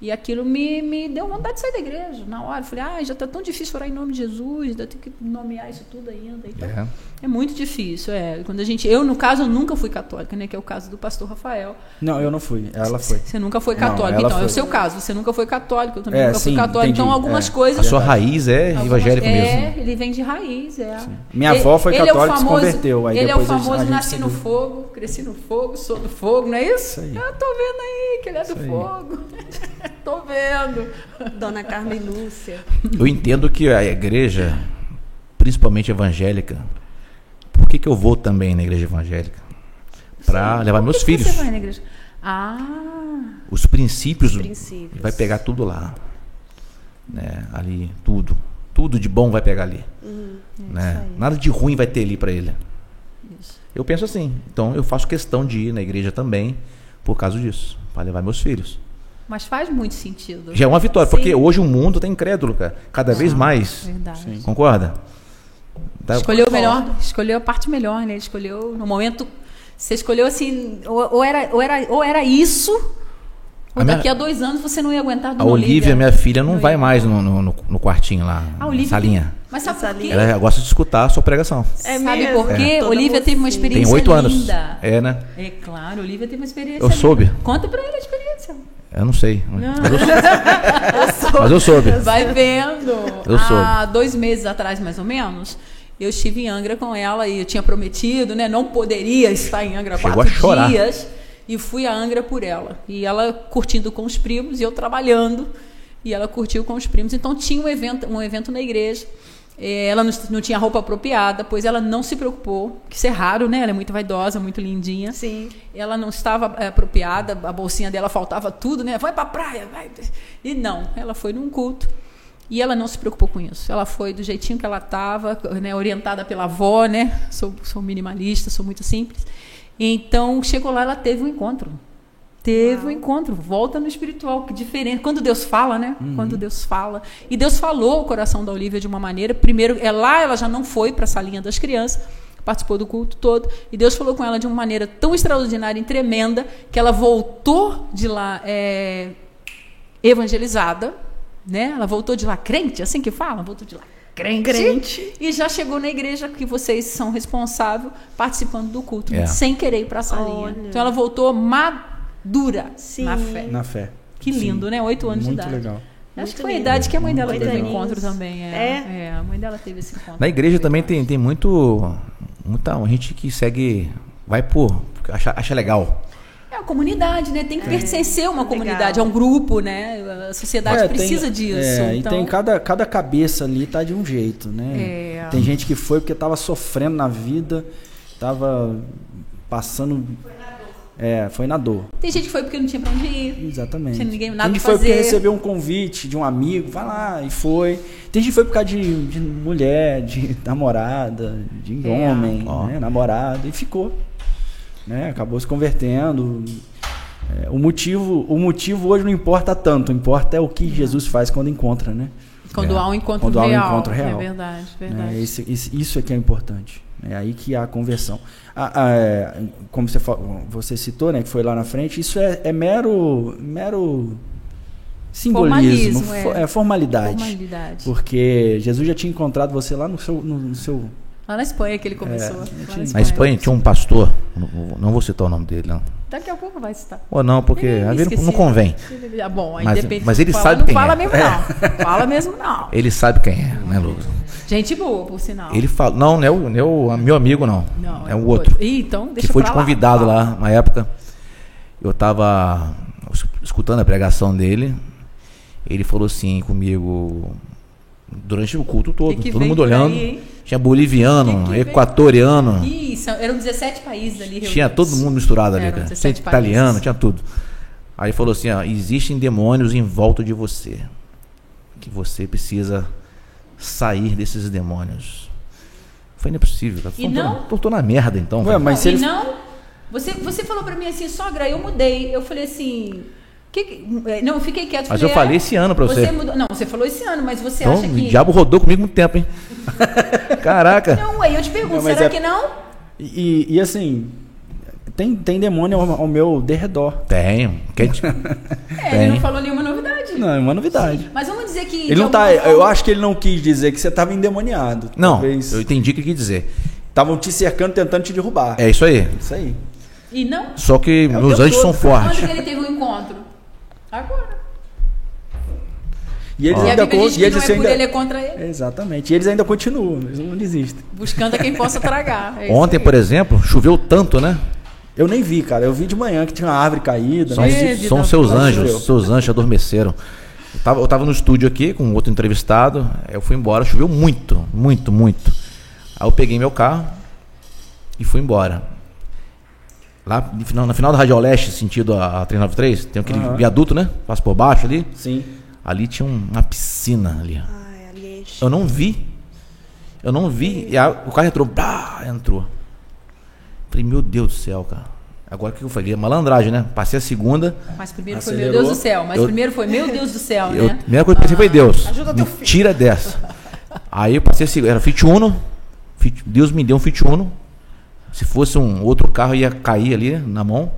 S3: E aquilo me, me deu vontade de sair da igreja na hora. Eu falei, ah, já está tão difícil orar em nome de Jesus, ainda tenho que nomear isso tudo ainda. Então,
S1: É.
S3: é muito difícil, é. Quando a gente, eu no caso eu nunca fui católica, né? Que é o caso do pastor Rafael.
S2: Não, eu não fui. Ela foi.
S3: Você nunca foi
S2: Não,
S3: católico,
S2: ela
S3: então é
S2: foi.
S3: o seu caso. Você nunca foi católico, eu também
S2: É,
S3: nunca
S2: sim,
S3: fui católico.
S2: entendi,
S3: Então algumas
S2: é.
S1: A
S3: coisas.
S1: sua raiz é
S3: algumas-
S1: evangélico
S3: é,
S1: mesmo.
S3: ele vem de raiz, é.
S2: Minha
S3: Ele-
S2: avó foi
S3: ele é o
S2: católica e se
S3: famoso-
S2: converteu, aí
S3: ele
S2: depois
S3: é o
S2: a gente- a
S3: famoso
S2: gente
S3: nasci no
S2: seguiu.
S3: fogo, cresci no fogo, sou do fogo, não é
S2: Isso
S3: isso?
S2: aí.
S3: Eu tô vendo aí que ele é do
S2: aí.
S3: fogo. (laughs) tô vendo.
S4: Dona Carmen Lúcia.
S1: Eu entendo que a igreja, principalmente evangélica, por que, que eu vou também na igreja evangélica? Para levar
S3: Por
S1: meus
S3: que
S1: filhos.
S3: Você vai na igreja? Ah,
S1: Os princípios,
S4: princípios.
S1: vai pegar tudo lá. Né? Ali, tudo. Tudo de bom vai pegar ali.
S3: É Hum.
S1: né? Nada de ruim vai ter ali para ele.
S3: isso.
S1: Eu penso assim. Então eu faço questão de ir na igreja também por causa disso. Para levar meus filhos.
S3: Mas faz muito sentido.
S1: Já é uma vitória,
S3: Sim. É.
S1: porque hoje o mundo tá incrédulo, cara. Cada vez mais.
S3: Verdade.
S1: Concorda? Tá-
S3: Escolheu o melhor, escolheu a parte melhor, né? Ele escolheu no momento. Você escolheu assim, ou, ou era, ou, era, ou era isso, ou
S1: A minha-
S3: daqui a dois anos você não ia aguentar do
S1: A Olivia, é minha filha, não
S3: Não
S1: vai
S3: ia.
S1: mais no, no, no- no quartinho lá,
S3: A
S1: na
S3: Olivia-
S1: salinha.
S3: Mas sabe por quê?
S4: Salinha.
S1: Ela gosta de escutar a sua pregação.
S4: É
S3: sabe
S4: mesmo?
S3: por quê?
S4: Toda
S3: Olivia teve uma
S4: mocinha.
S1: Tem
S3: experiência
S1: oito anos.
S3: linda.
S1: É, né?
S3: É claro, Olivia teve uma experiência
S1: Eu
S3: linda.
S1: soube.
S3: Conta pra ele a experiência.
S1: Eu não sei. Mas, eu soube. Mas eu soube.
S3: (laughs) Vai vendo.
S1: Eu
S3: Há dois meses atrás, mais ou menos, eu estive em Angra com ela e eu tinha prometido, né? Não poderia estar em Angra
S1: Chegou a
S3: quatro
S1: chorar.
S3: dias. E fui a Angra por ela. E ela curtindo com os primos e eu trabalhando. E ela curtiu com os primos. Então tinha um evento, um evento na igreja. Eh, Ela não, não tinha roupa apropriada, pois ela não se preocupou, que isso é raro, né? Ela é muito vaidosa, muito lindinha.
S4: Sim.
S3: Ela não estava eh, apropriada, a bolsinha dela faltava tudo, né? Vai pra praia, vai. E não, ela foi num culto. E ela não se preocupou com isso. Ela foi do jeitinho que ela estava, né, orientada pela avó, né? Sou, sou minimalista, sou muito simples. Então, chegou lá, ela teve um encontro. Teve um encontro, volta no espiritual, que diferente. Quando Deus fala, né? Quando Deus fala. E Deus falou o coração da Olivia de uma maneira. Primeiro, é lá ela já não foi para a salinha das crianças, participou do culto todo. E Deus falou com ela de uma maneira tão extraordinária e tremenda que ela voltou de lá é, evangelizada, né? Ela voltou de lá crente, assim que fala, voltou de lá crente.
S4: Crente.
S3: E já chegou na igreja que vocês são responsáveis participando do culto,
S1: É.
S3: sem querer ir para a salinha.
S4: Olha.
S3: Então ela voltou madura
S4: Sim.
S3: na fé.
S2: Na fé.
S3: Que lindo, né? Oito anos
S2: Muito
S3: de idade.
S2: legal.
S3: Acho que
S4: Muito
S3: foi a
S4: lindo.
S3: idade que a mãe dela
S4: Muito
S3: teve
S4: legal.
S3: encontro também. É,
S4: É?
S3: É, a mãe dela teve esse encontro.
S1: Na igreja também tem, tem muito. Muita gente que segue. Vai por. porque Acha, acha legal.
S3: É a comunidade, né?
S4: É.
S3: Tem que pertencer a uma
S4: Legal.
S3: comunidade, a um grupo, né? A sociedade
S2: É, tem-
S3: precisa disso.
S2: É,
S3: então,
S2: e tem cada, cada cabeça ali tá de um jeito, né?
S3: É.
S2: Tem gente que foi porque tava sofrendo na vida, tava passando. É, foi na dor.
S3: tem gente que foi porque não tinha pra onde ir.
S2: Exatamente.
S3: Tinha ninguém- nada
S2: Tem gente
S3: pra
S2: que foi porque
S3: fazer.
S2: recebeu um convite de um amigo, vai lá, e foi. Tem gente que foi por causa de, de mulher, de (laughs) namorada, de
S3: É.
S2: homem,
S1: Ó.
S2: né, namorado, e ficou. Né, acabou se convertendo. É, o, motivo, o motivo hoje não importa tanto, importa é o que Jesus faz quando encontra, né?
S3: Quando
S1: É.
S3: há um encontro
S2: Quando há um
S3: real.
S2: encontro real.
S3: É verdade,
S2: Né?
S3: verdade.
S2: Esse- esse- isso é que é importante. É aí que há a conversão. A- a- é, como você, fa- você citou, né, que foi lá na frente, isso é, é mero, mero simbolismo,
S3: Formalismo, é.
S2: fo- formalidade.
S3: Formalidade.
S2: Porque Jesus já tinha encontrado você lá no seu. No, no seu
S3: Lá na Espanha que ele começou. lá
S2: tinha-
S3: na
S1: Na Espanha tinha um pastor, não vou- não vou citar o nome dele, não.
S3: Daqui a pouco vai citar.
S1: Ou não, porque
S3: Ih,
S1: a vida
S3: É, esqueci.
S1: não convém.
S3: Ah, bom, aí
S1: Mas-
S3: depende.
S1: mas
S3: do que
S1: ele
S3: fala.
S1: sabe
S3: não
S1: quem (laughs)
S3: fala
S1: é.
S3: mesmo, não. Fala mesmo, não.
S1: Ele sabe quem é, né, Lucas?
S3: Gente boa, por sinal.
S1: Ele fala. Não, não é o, não é o meu amigo, não.
S3: Não,
S1: é o outro.
S3: Ih, então, deixa
S1: que foi
S3: pra
S1: de
S3: lá.
S1: convidado
S3: Fala.
S1: lá, na época. Eu tava es- escutando a pregação dele. Ele falou assim comigo durante o culto todo,
S3: Que que
S1: todo
S3: vem
S1: mundo
S3: por aí,
S1: olhando.
S3: hein?
S1: tinha boliviano,
S3: Que que vem?
S1: equatoriano,
S3: Ih, são- eram 17 países ali reunidos.
S1: tinha todo mundo misturado ali,
S3: Eram
S1: cara. Tinha
S3: 17
S1: italiano,
S3: países.
S1: tinha tudo. Aí ele falou assim, ó, existem demônios em volta de você. Que você precisa sair desses demônios. Foi impossível, cara.
S3: E
S1: Tô-
S3: não?
S1: Tô, tô na merda então.
S2: Ué,
S1: velho.
S2: mas se
S3: e
S2: ele-
S3: não, você, você falou pra mim assim, sogra, eu mudei. Eu falei assim. que que- eh, não, eu fiquei quieto.
S1: Mas eu falei esse ano pra você.
S3: mudou- não, você falou esse ano, mas você
S1: Então,
S3: acha que.
S1: o diabo rodou comigo muito tempo,
S3: (laughs)
S1: hein? Caraca.
S3: Não, aí eu te pergunto,
S2: Não, mas
S3: será
S2: é-
S3: que não?
S2: e, e, assim, tem, tem demônio ao, ao meu derredor.
S1: Tenho. Quem te-
S3: É,
S1: Tem.
S3: ele não falou nenhuma novidade.
S2: Não, é uma novidade.
S3: Mas vamos dizer que. de
S2: Ele não
S3: alguma
S2: tá. Eu
S3: forma-
S2: acho que ele não quis dizer que você estava endemoniado.
S1: Não,
S2: Talvez
S1: eu entendi o que quer dizer.
S2: Estavam te cercando, tentando te derrubar.
S1: É isso aí.
S2: Isso aí.
S3: E não?
S1: Só que
S2: o
S1: meus
S2: tempo
S1: anjos
S2: todo,
S1: são
S2: cara.
S1: fortes.
S3: Quando que ele teve um encontro? Agora.
S1: Ah.
S2: E eles
S3: E a
S2: ainda
S3: Bíblia diz
S2: con- e
S3: que
S2: eles
S3: não é por
S2: ainda-
S3: ele, é contra ele.
S2: Exatamente. E eles ainda continuam, eles não desistem.
S3: Buscando a quem possa tragar. É isso
S1: Ontem,
S3: aí.
S1: por exemplo, choveu tanto, né?
S2: Eu nem vi, cara. Eu vi de manhã que tinha uma árvore caída. né?
S1: São,
S2: mas-
S3: Ele
S1: Então, são
S3: tá-
S1: seus
S2: mas
S1: anjos,
S2: choveu.
S1: seus anjos adormeceram. Eu tava, eu tava no estúdio aqui com outro entrevistado, eu fui embora, choveu muito, muito, muito. Aí eu peguei meu carro e fui embora. Lá no final, na final da Rádio Leste, sentido a, a 393, tem aquele
S2: Aham.
S1: viaduto, né? Passa por baixo ali.
S2: Sim.
S1: Ali tinha um- uma piscina ali.
S4: Ai, ali enche.
S1: Eu não vi. Eu não vi. E a- o carro entrou. Bah, entrou. Falei, meu Deus do céu, cara. Agora o que eu falei? É Malandragem, né? Passei a segunda.
S3: Mas primeiro foi
S2: Acelerou.
S3: meu Deus do céu. Mas
S1: Eu-
S3: primeiro foi meu Deus do céu,
S1: Eu, a
S3: né?
S1: primeira coisa que eu pensei foi Deus.
S5: ajuda
S1: me
S5: teu filho."
S1: tira dessa. Aí eu passei a segunda. Era Fit Uno. Fit- Deus me deu um Fit Uno. Se fosse um outro carro, ia cair ali né, na mão.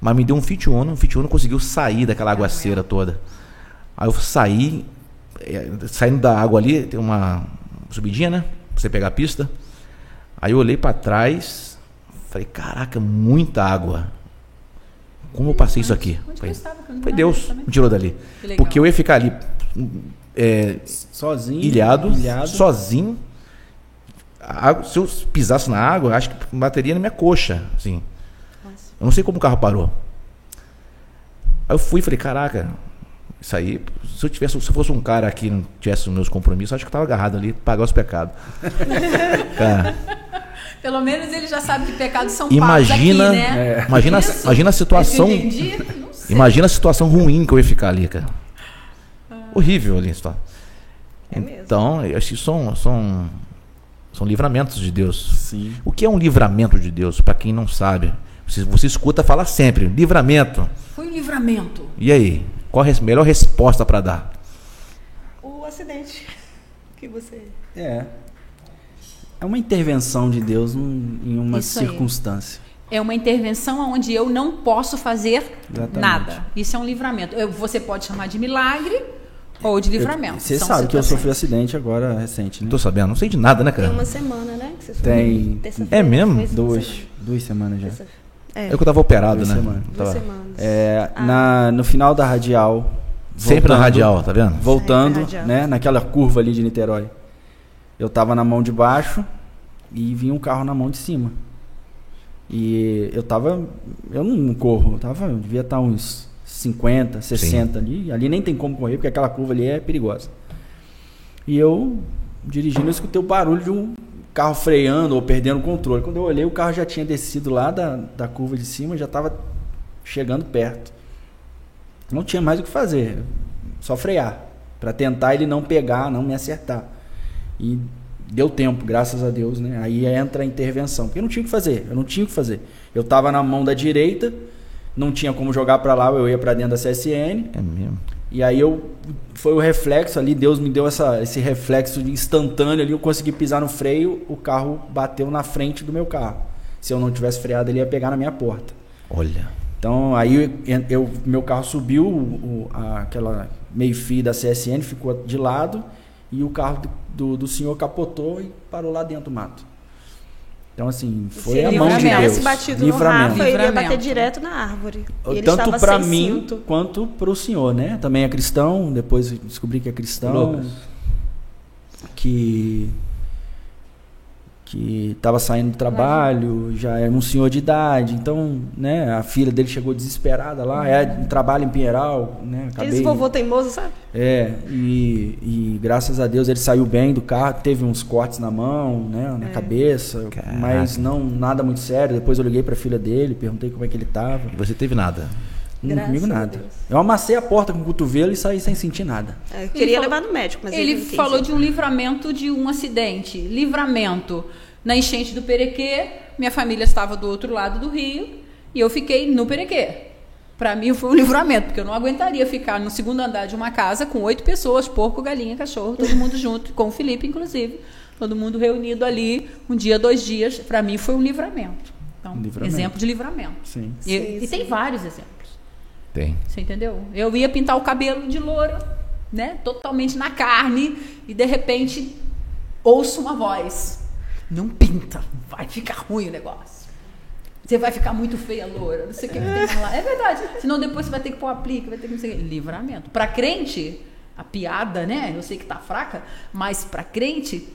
S1: Mas me deu um Fit Uno. O Fit Uno conseguiu sair daquela aguaceira toda. Aí eu saí. eh, Saindo da água ali, tem uma subidinha, né? Pra você pegar a pista. Aí eu olhei pra trás. Falei, caraca, muita água. Como eu passei isso aqui?
S3: Onde que eu
S1: Falei,
S3: estava? Que eu não
S1: foi
S3: tava
S1: Deus,
S3: também.
S1: me tirou dali.
S3: Que legal.
S1: Porque eu ia ficar ali é,
S2: Sozinho.
S1: ilhado,
S2: Ilhado.
S1: sozinho. A água- se eu pisasse na água, eu acho que bateria na minha coxa. Assim. Eu não sei como o carro parou. Aí eu fui e falei, caraca, isso aí, se eu tivesse, se eu fosse um cara que não tivesse os meus compromissos, eu acho que eu tava agarrado ali, pagar os
S3: (laughs)
S1: pecados. Cara,
S3: Pelo menos ele já sabe que pecados são
S1: imagina, é,
S3: pagos aqui, né?
S1: imagina,
S3: Isso.
S1: imagina a situação.
S3: Eu entendi, não sei.
S1: Imagina a situação ruim que eu ia ficar ali, cara. Horrível ali a situação.
S5: Ah. É mesmo.
S1: Então, eu acho que são, são, são livramentos de Deus.
S2: Sim.
S1: O que é um livramento de Deus, para quem não sabe? Você, você escuta falar sempre, livramento.
S3: Foi um livramento.
S1: E aí? Qual a res- melhor resposta para dar?
S5: O acidente que você.
S2: É. É uma intervenção de Deus num- em uma
S3: Isso aí.
S2: circunstância.
S3: É uma intervenção onde eu não posso fazer
S2: Exatamente.
S3: nada. Isso é um livramento. Eu- você pode chamar de milagre ou de livramento.
S2: Eu- Você
S3: São
S2: sabe que eu
S3: situações.
S2: sofri acidente agora recente, né?
S1: Não tô sabendo, não sei de nada, né,
S5: Tem
S1: cara?
S5: uma semana, né? Que você
S2: Tem.
S5: foi. Terça-feira,
S1: É mesmo?
S5: foi essa
S2: Duas,
S5: semana.
S2: duas semanas já.
S5: Terça- É,
S1: É que eu tava operado,
S2: Duas
S1: né?
S2: semanas.
S1: Eu
S5: duas
S1: tava-
S5: semanas.
S2: É, na, no final da radial.
S1: Sempre na
S2: voltando-
S1: radial, tá vendo?
S2: voltando,
S5: Sempre na radial.
S2: né, naquela curva ali de Niterói. Eu tava na mão de baixo e vinha um carro na mão de cima. E eu tava. Eu não corro, eu tava. Eu devia estar uns 50, 60 ali. Ali nem tem como correr, porque aquela curva ali é perigosa. E eu, dirigindo, eu escutei o barulho de um carro freando ou perdendo o controle. Quando eu olhei, o carro já tinha descido lá da, da curva de cima, já estava chegando perto. Não tinha mais o que fazer, só frear, para tentar ele não pegar, não me acertar. E deu tempo, graças a Deus, né? Aí entra a intervenção, porque eu não tinha o que fazer, eu não tinha o que fazer. Eu estava na mão da direita, não tinha como jogar para lá, eu ia para dentro da CSN,
S1: É mesmo.
S2: e aí eu foi o reflexo ali, Deus me deu essa, esse reflexo de instantâneo ali, eu consegui pisar no freio, o carro bateu na frente do meu carro. Se eu não tivesse freado, ele ia pegar na minha porta.
S1: Olha.
S2: Então aí eu, eu- meu carro subiu, o- a- aquela meio fio da CSN ficou de lado e o carro do, do, do senhor capotou e parou lá dentro do mato. Então assim, foi
S4: Se
S2: a
S4: ele
S2: mão de
S4: tivesse
S2: Deus.
S4: batido no Rafa, ele ia
S3: Livramento.
S4: bater direto na árvore. E ele
S2: Tanto
S4: estava
S2: pra
S4: sem
S2: mim
S4: cinto.
S2: quanto pro senhor, né? Também é cristão, depois descobri que é cristão. que que estava saindo do trabalho, já era um senhor de idade, então, né, a filha dele chegou desesperada lá, é um trabalho em Pinheiral, né, acabei...
S4: Esse vovô teimoso, sabe?
S2: É, e, e graças a Deus ele saiu bem do carro, teve uns cortes na mão, né,
S4: É.
S2: na cabeça,
S1: Caraca.
S2: mas não nada muito sério, depois eu liguei pra filha dele, perguntei como é que ele tava,
S1: E você teve nada.
S2: não
S4: Graças
S2: comigo
S4: a
S2: nada.
S4: Deus.
S2: Eu amassei a porta com o cotovelo e saí sem sentir nada.
S4: É, eu queria
S3: falou-
S4: levar no médico, mas ele,
S3: ele
S4: não quis.
S3: falou de um livramento de um acidente. Livramento na enchente do Perequê. Minha família estava do outro lado do rio e eu fiquei no Perequê. Para mim foi um (laughs) livramento, porque eu não aguentaria ficar no segundo andar de uma casa com oito pessoas, porco, galinha, cachorro, todo
S4: (laughs)
S3: mundo junto, com o Felipe inclusive, todo mundo reunido ali, um dia, dois dias. Para mim foi um livramento. Então,
S2: Um livramento.
S3: exemplo de livramento.
S2: Sim.
S3: E-
S4: Sim,
S3: e
S4: sim.
S3: tem vários exemplos.
S1: Tem.
S3: Você entendeu? Eu ia pintar o cabelo de loura, né? Totalmente na carne, e de repente ouço uma voz. Não pinta, vai ficar ruim o negócio. Você vai ficar muito feia, loura. Não sei o que, não tem que falar. É verdade. Senão depois você vai ter que pôr aplique, vai ter que não sei o que. Livramento. Pra crente, a piada, né? Eu sei que tá fraca, mas pra crente,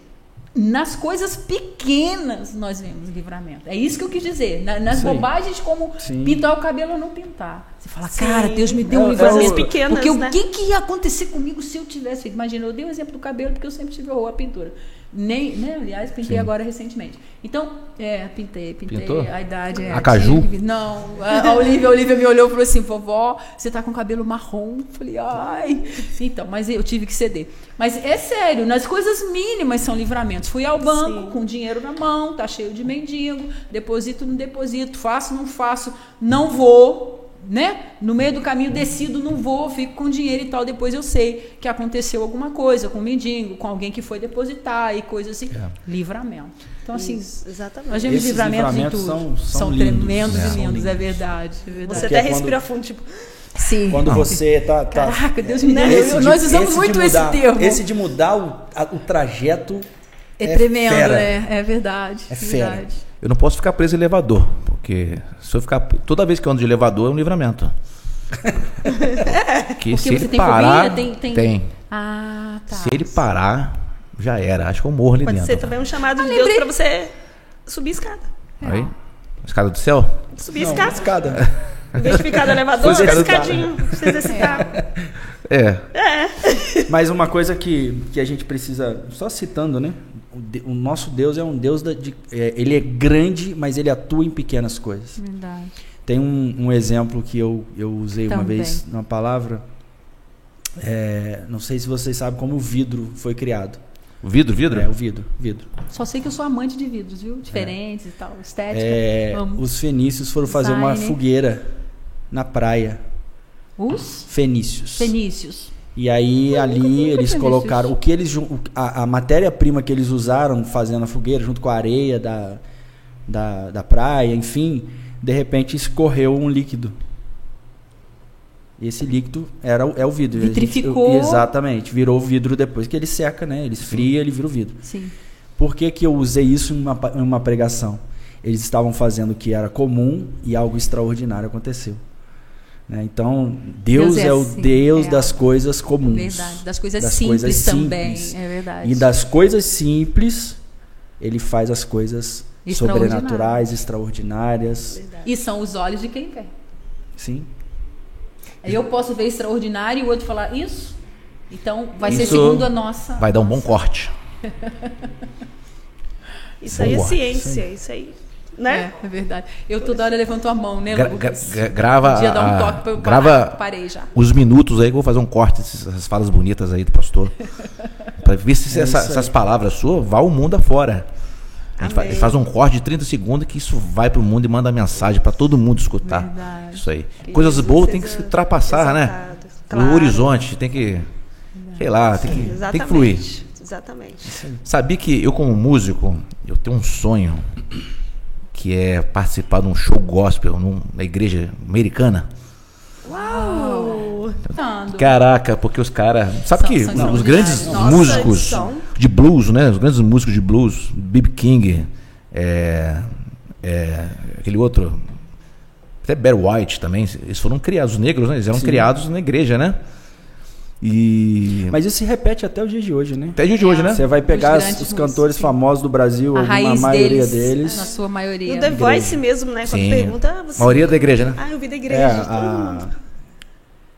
S3: nas coisas pequenas nós vemos livramento. É isso que eu quis dizer. Na- nas
S2: Sim.
S3: bobagens como
S2: Sim.
S3: pintar pintar o cabelo ou não pintar. Você fala,
S4: Sim.
S3: cara, Deus me deu
S2: É,
S3: um livramento.
S2: coisas
S4: pequenas,
S3: porque
S4: né?
S3: o que, que ia acontecer comigo se eu tivesse feito? Imagina, eu dei o exemplo do cabelo, porque eu sempre tive horror à pintura. Nem, né? Aliás, pintei agora recentemente. Então, é, pintei, pintei.
S1: Pintou?
S3: A idade é.
S1: A caju?
S3: tive- Não, a, a Olivia, a Olivia me olhou e falou assim: vovó, você tá com cabelo marrom. Eu Falei, ai. Então, mas eu tive que ceder. Mas é sério, nas coisas mínimas são livramentos. Fui ao banco
S4: Sim.
S3: com dinheiro na mão, tá cheio de mendigo, deposito, não deposito, faço, não faço, não vou, né? No meio do caminho decido, não vou, fico com dinheiro e tal. Depois eu sei que aconteceu alguma coisa com o mendigo, com alguém que foi depositar e coisa assim. Livramento. Então, assim,
S4: Isso,
S3: nós
S4: Exatamente.
S3: vemos
S2: É. Esses
S3: livramentos em
S2: livramentos
S3: tudo.
S2: são- são lindos,
S3: tremendos
S2: né?
S3: e
S2: São
S3: lindos, é
S2: lindos.
S3: verdade. É verdade.
S4: Você
S2: Que
S4: até
S2: é quando-
S4: respira fundo, tipo,
S3: Sim.
S2: Quando você tá, tá-
S3: Caraca, Deus me
S2: Esse
S3: livre. Eu-
S2: de-
S3: Nós usamos
S2: esse de
S3: muito
S2: mudar-
S3: esse termo.
S2: Esse de mudar o, a- o trajeto
S3: é tremendo,
S2: fera.
S3: né? É verdade.
S2: É fera.
S3: verdade.
S1: Eu não posso ficar preso em elevador, porque se eu ficar toda vez que eu ando de elevador é um
S3: (laughs)
S1: livramento. que
S3: Porque
S1: se
S3: você
S1: ele
S3: tem
S1: parar,
S3: fobia? Tem- tem-
S1: tem.
S3: Ah, tá.
S1: Se ele parar, já era. Acho que eu morro ali
S4: pode
S1: dentro.
S4: ser também um chamado
S3: Ah,
S4: de Deus
S3: lembrei-
S4: pra você subir a escada.
S1: Aí, escada do céu?
S4: Subir a
S2: Não,
S4: escada.
S2: (laughs) escada.
S4: Em vez de ficar no elevador,
S2: Pois é,
S4: uma
S2: cara.
S4: escadinho. Precisa exercitar.
S1: É.
S2: Mas uma coisa que, que a gente precisa, só citando, né? O, de- o nosso Deus é um Deus da, de, é, ele é grande, mas ele atua em pequenas coisas.
S3: Verdade.
S2: Tem um, um exemplo que eu, eu usei uma
S3: Também.
S2: vez numa palavra. É, não sei se vocês sabem como o vidro foi criado.
S1: Vidro, vidro?
S2: É, o vidro, vidro.
S3: Só sei que eu sou amante de vidros, viu? Diferentes e tal, estética.
S2: É,
S3: Amo.
S2: os fenícios foram fazer uma
S3: Design.
S2: fogueira na praia.
S3: Os
S2: Fenícios.
S3: fenícios.
S2: E aí
S3: nunca vi
S2: ali eles
S3: fenícios.
S2: colocaram o que eles ju- o- a, a matéria-prima que eles usaram fazendo a fogueira junto com a areia da, da, da praia, enfim, de repente escorreu um líquido. E esse líquido era o- é o vidro. E a gente-
S3: Vitrificou.
S2: eu- exatamente, virou o vidro depois que ele seca, né? Ele esfria, ele vira o vidro.
S3: Sim.
S2: Por que, que eu usei isso em uma, pa- em uma pregação? Eles estavam fazendo o que era comum e algo extraordinário aconteceu. Né? Então, Deus,
S3: Deus é
S2: é, o
S3: assim,
S2: Deus
S3: é.
S2: das coisas comuns.
S3: Verdade. Das coisas
S2: Das
S3: simples
S2: coisas
S3: também.
S2: simples.
S3: É verdade.
S2: E das coisas simples, Ele faz as coisas
S3: Extraordinário.
S2: sobrenaturais, extraordinárias.
S3: E são os olhos de quem vê.
S2: Sim.
S3: Aí eu posso ver extraordinário e o outro falar isso. Então vai ser
S1: Isso
S3: segundo a nossa.
S1: Vai dar um bom corte.
S4: Isso aí é
S1: Boa.
S4: ciência, isso aí. Né?
S3: É, é verdade. Eu toda hora levanto a mão, né,
S1: Gra-
S3: Lucas?
S1: gra- gra- grava
S3: Podia dar um
S1: a-
S3: toque pra eu
S1: grava-
S3: parar, parei já.
S1: Os minutos aí que eu vou fazer um corte dessas essas falas bonitas aí do pastor. Pra ver se essa-
S2: isso aí.
S1: essas palavras suas vão o mundo afora. A gente fa-
S4: Amém.
S1: faz um corte de 30 segundos que isso vai pro mundo e manda mensagem pra todo mundo escutar.
S3: Verdade.
S1: Isso aí. Coisas boas tem que se ultrapassar, né?
S4: Exaltado, claro.
S1: O horizonte tem que. Sei lá, tem que, tem que fluir.
S4: Exatamente. Exatamente.
S1: Sabia que eu, como músico, eu tenho um sonho que é participar de um show gospel num- na igreja americana.
S3: Tando.
S1: Caraca, porque os caras. Sabe
S3: São-
S1: que
S3: são
S1: os
S3: extraordinários.
S1: grandes
S4: Nossa,
S1: músicos
S4: são.
S1: de blues, né? Os grandes músicos de blues, B.B. King, é, é, aquele outro. Até Bear White também. Eles foram criados, os negros, né? Eles eram
S2: Sim.
S1: criados na igreja, né? E.
S2: Mas isso se repete até o dia de hoje, né?
S1: até dia de hoje, né?
S3: é
S2: Você vai pegar
S3: Os
S2: as- os,
S3: grandes
S2: cantores
S3: músicos, sim.
S2: famosos do Brasil,
S3: A
S2: alguma
S3: raiz
S2: maioria
S3: deles,
S2: deles.
S3: Na sua
S4: No
S3: maioria.
S4: The Voice mesmo, né? Quando
S1: Sim.
S4: pergunta, ah, você...
S1: maioria da igreja, né?
S4: Ah, eu vi da igreja,
S2: É,
S4: de todo mundo.
S2: a.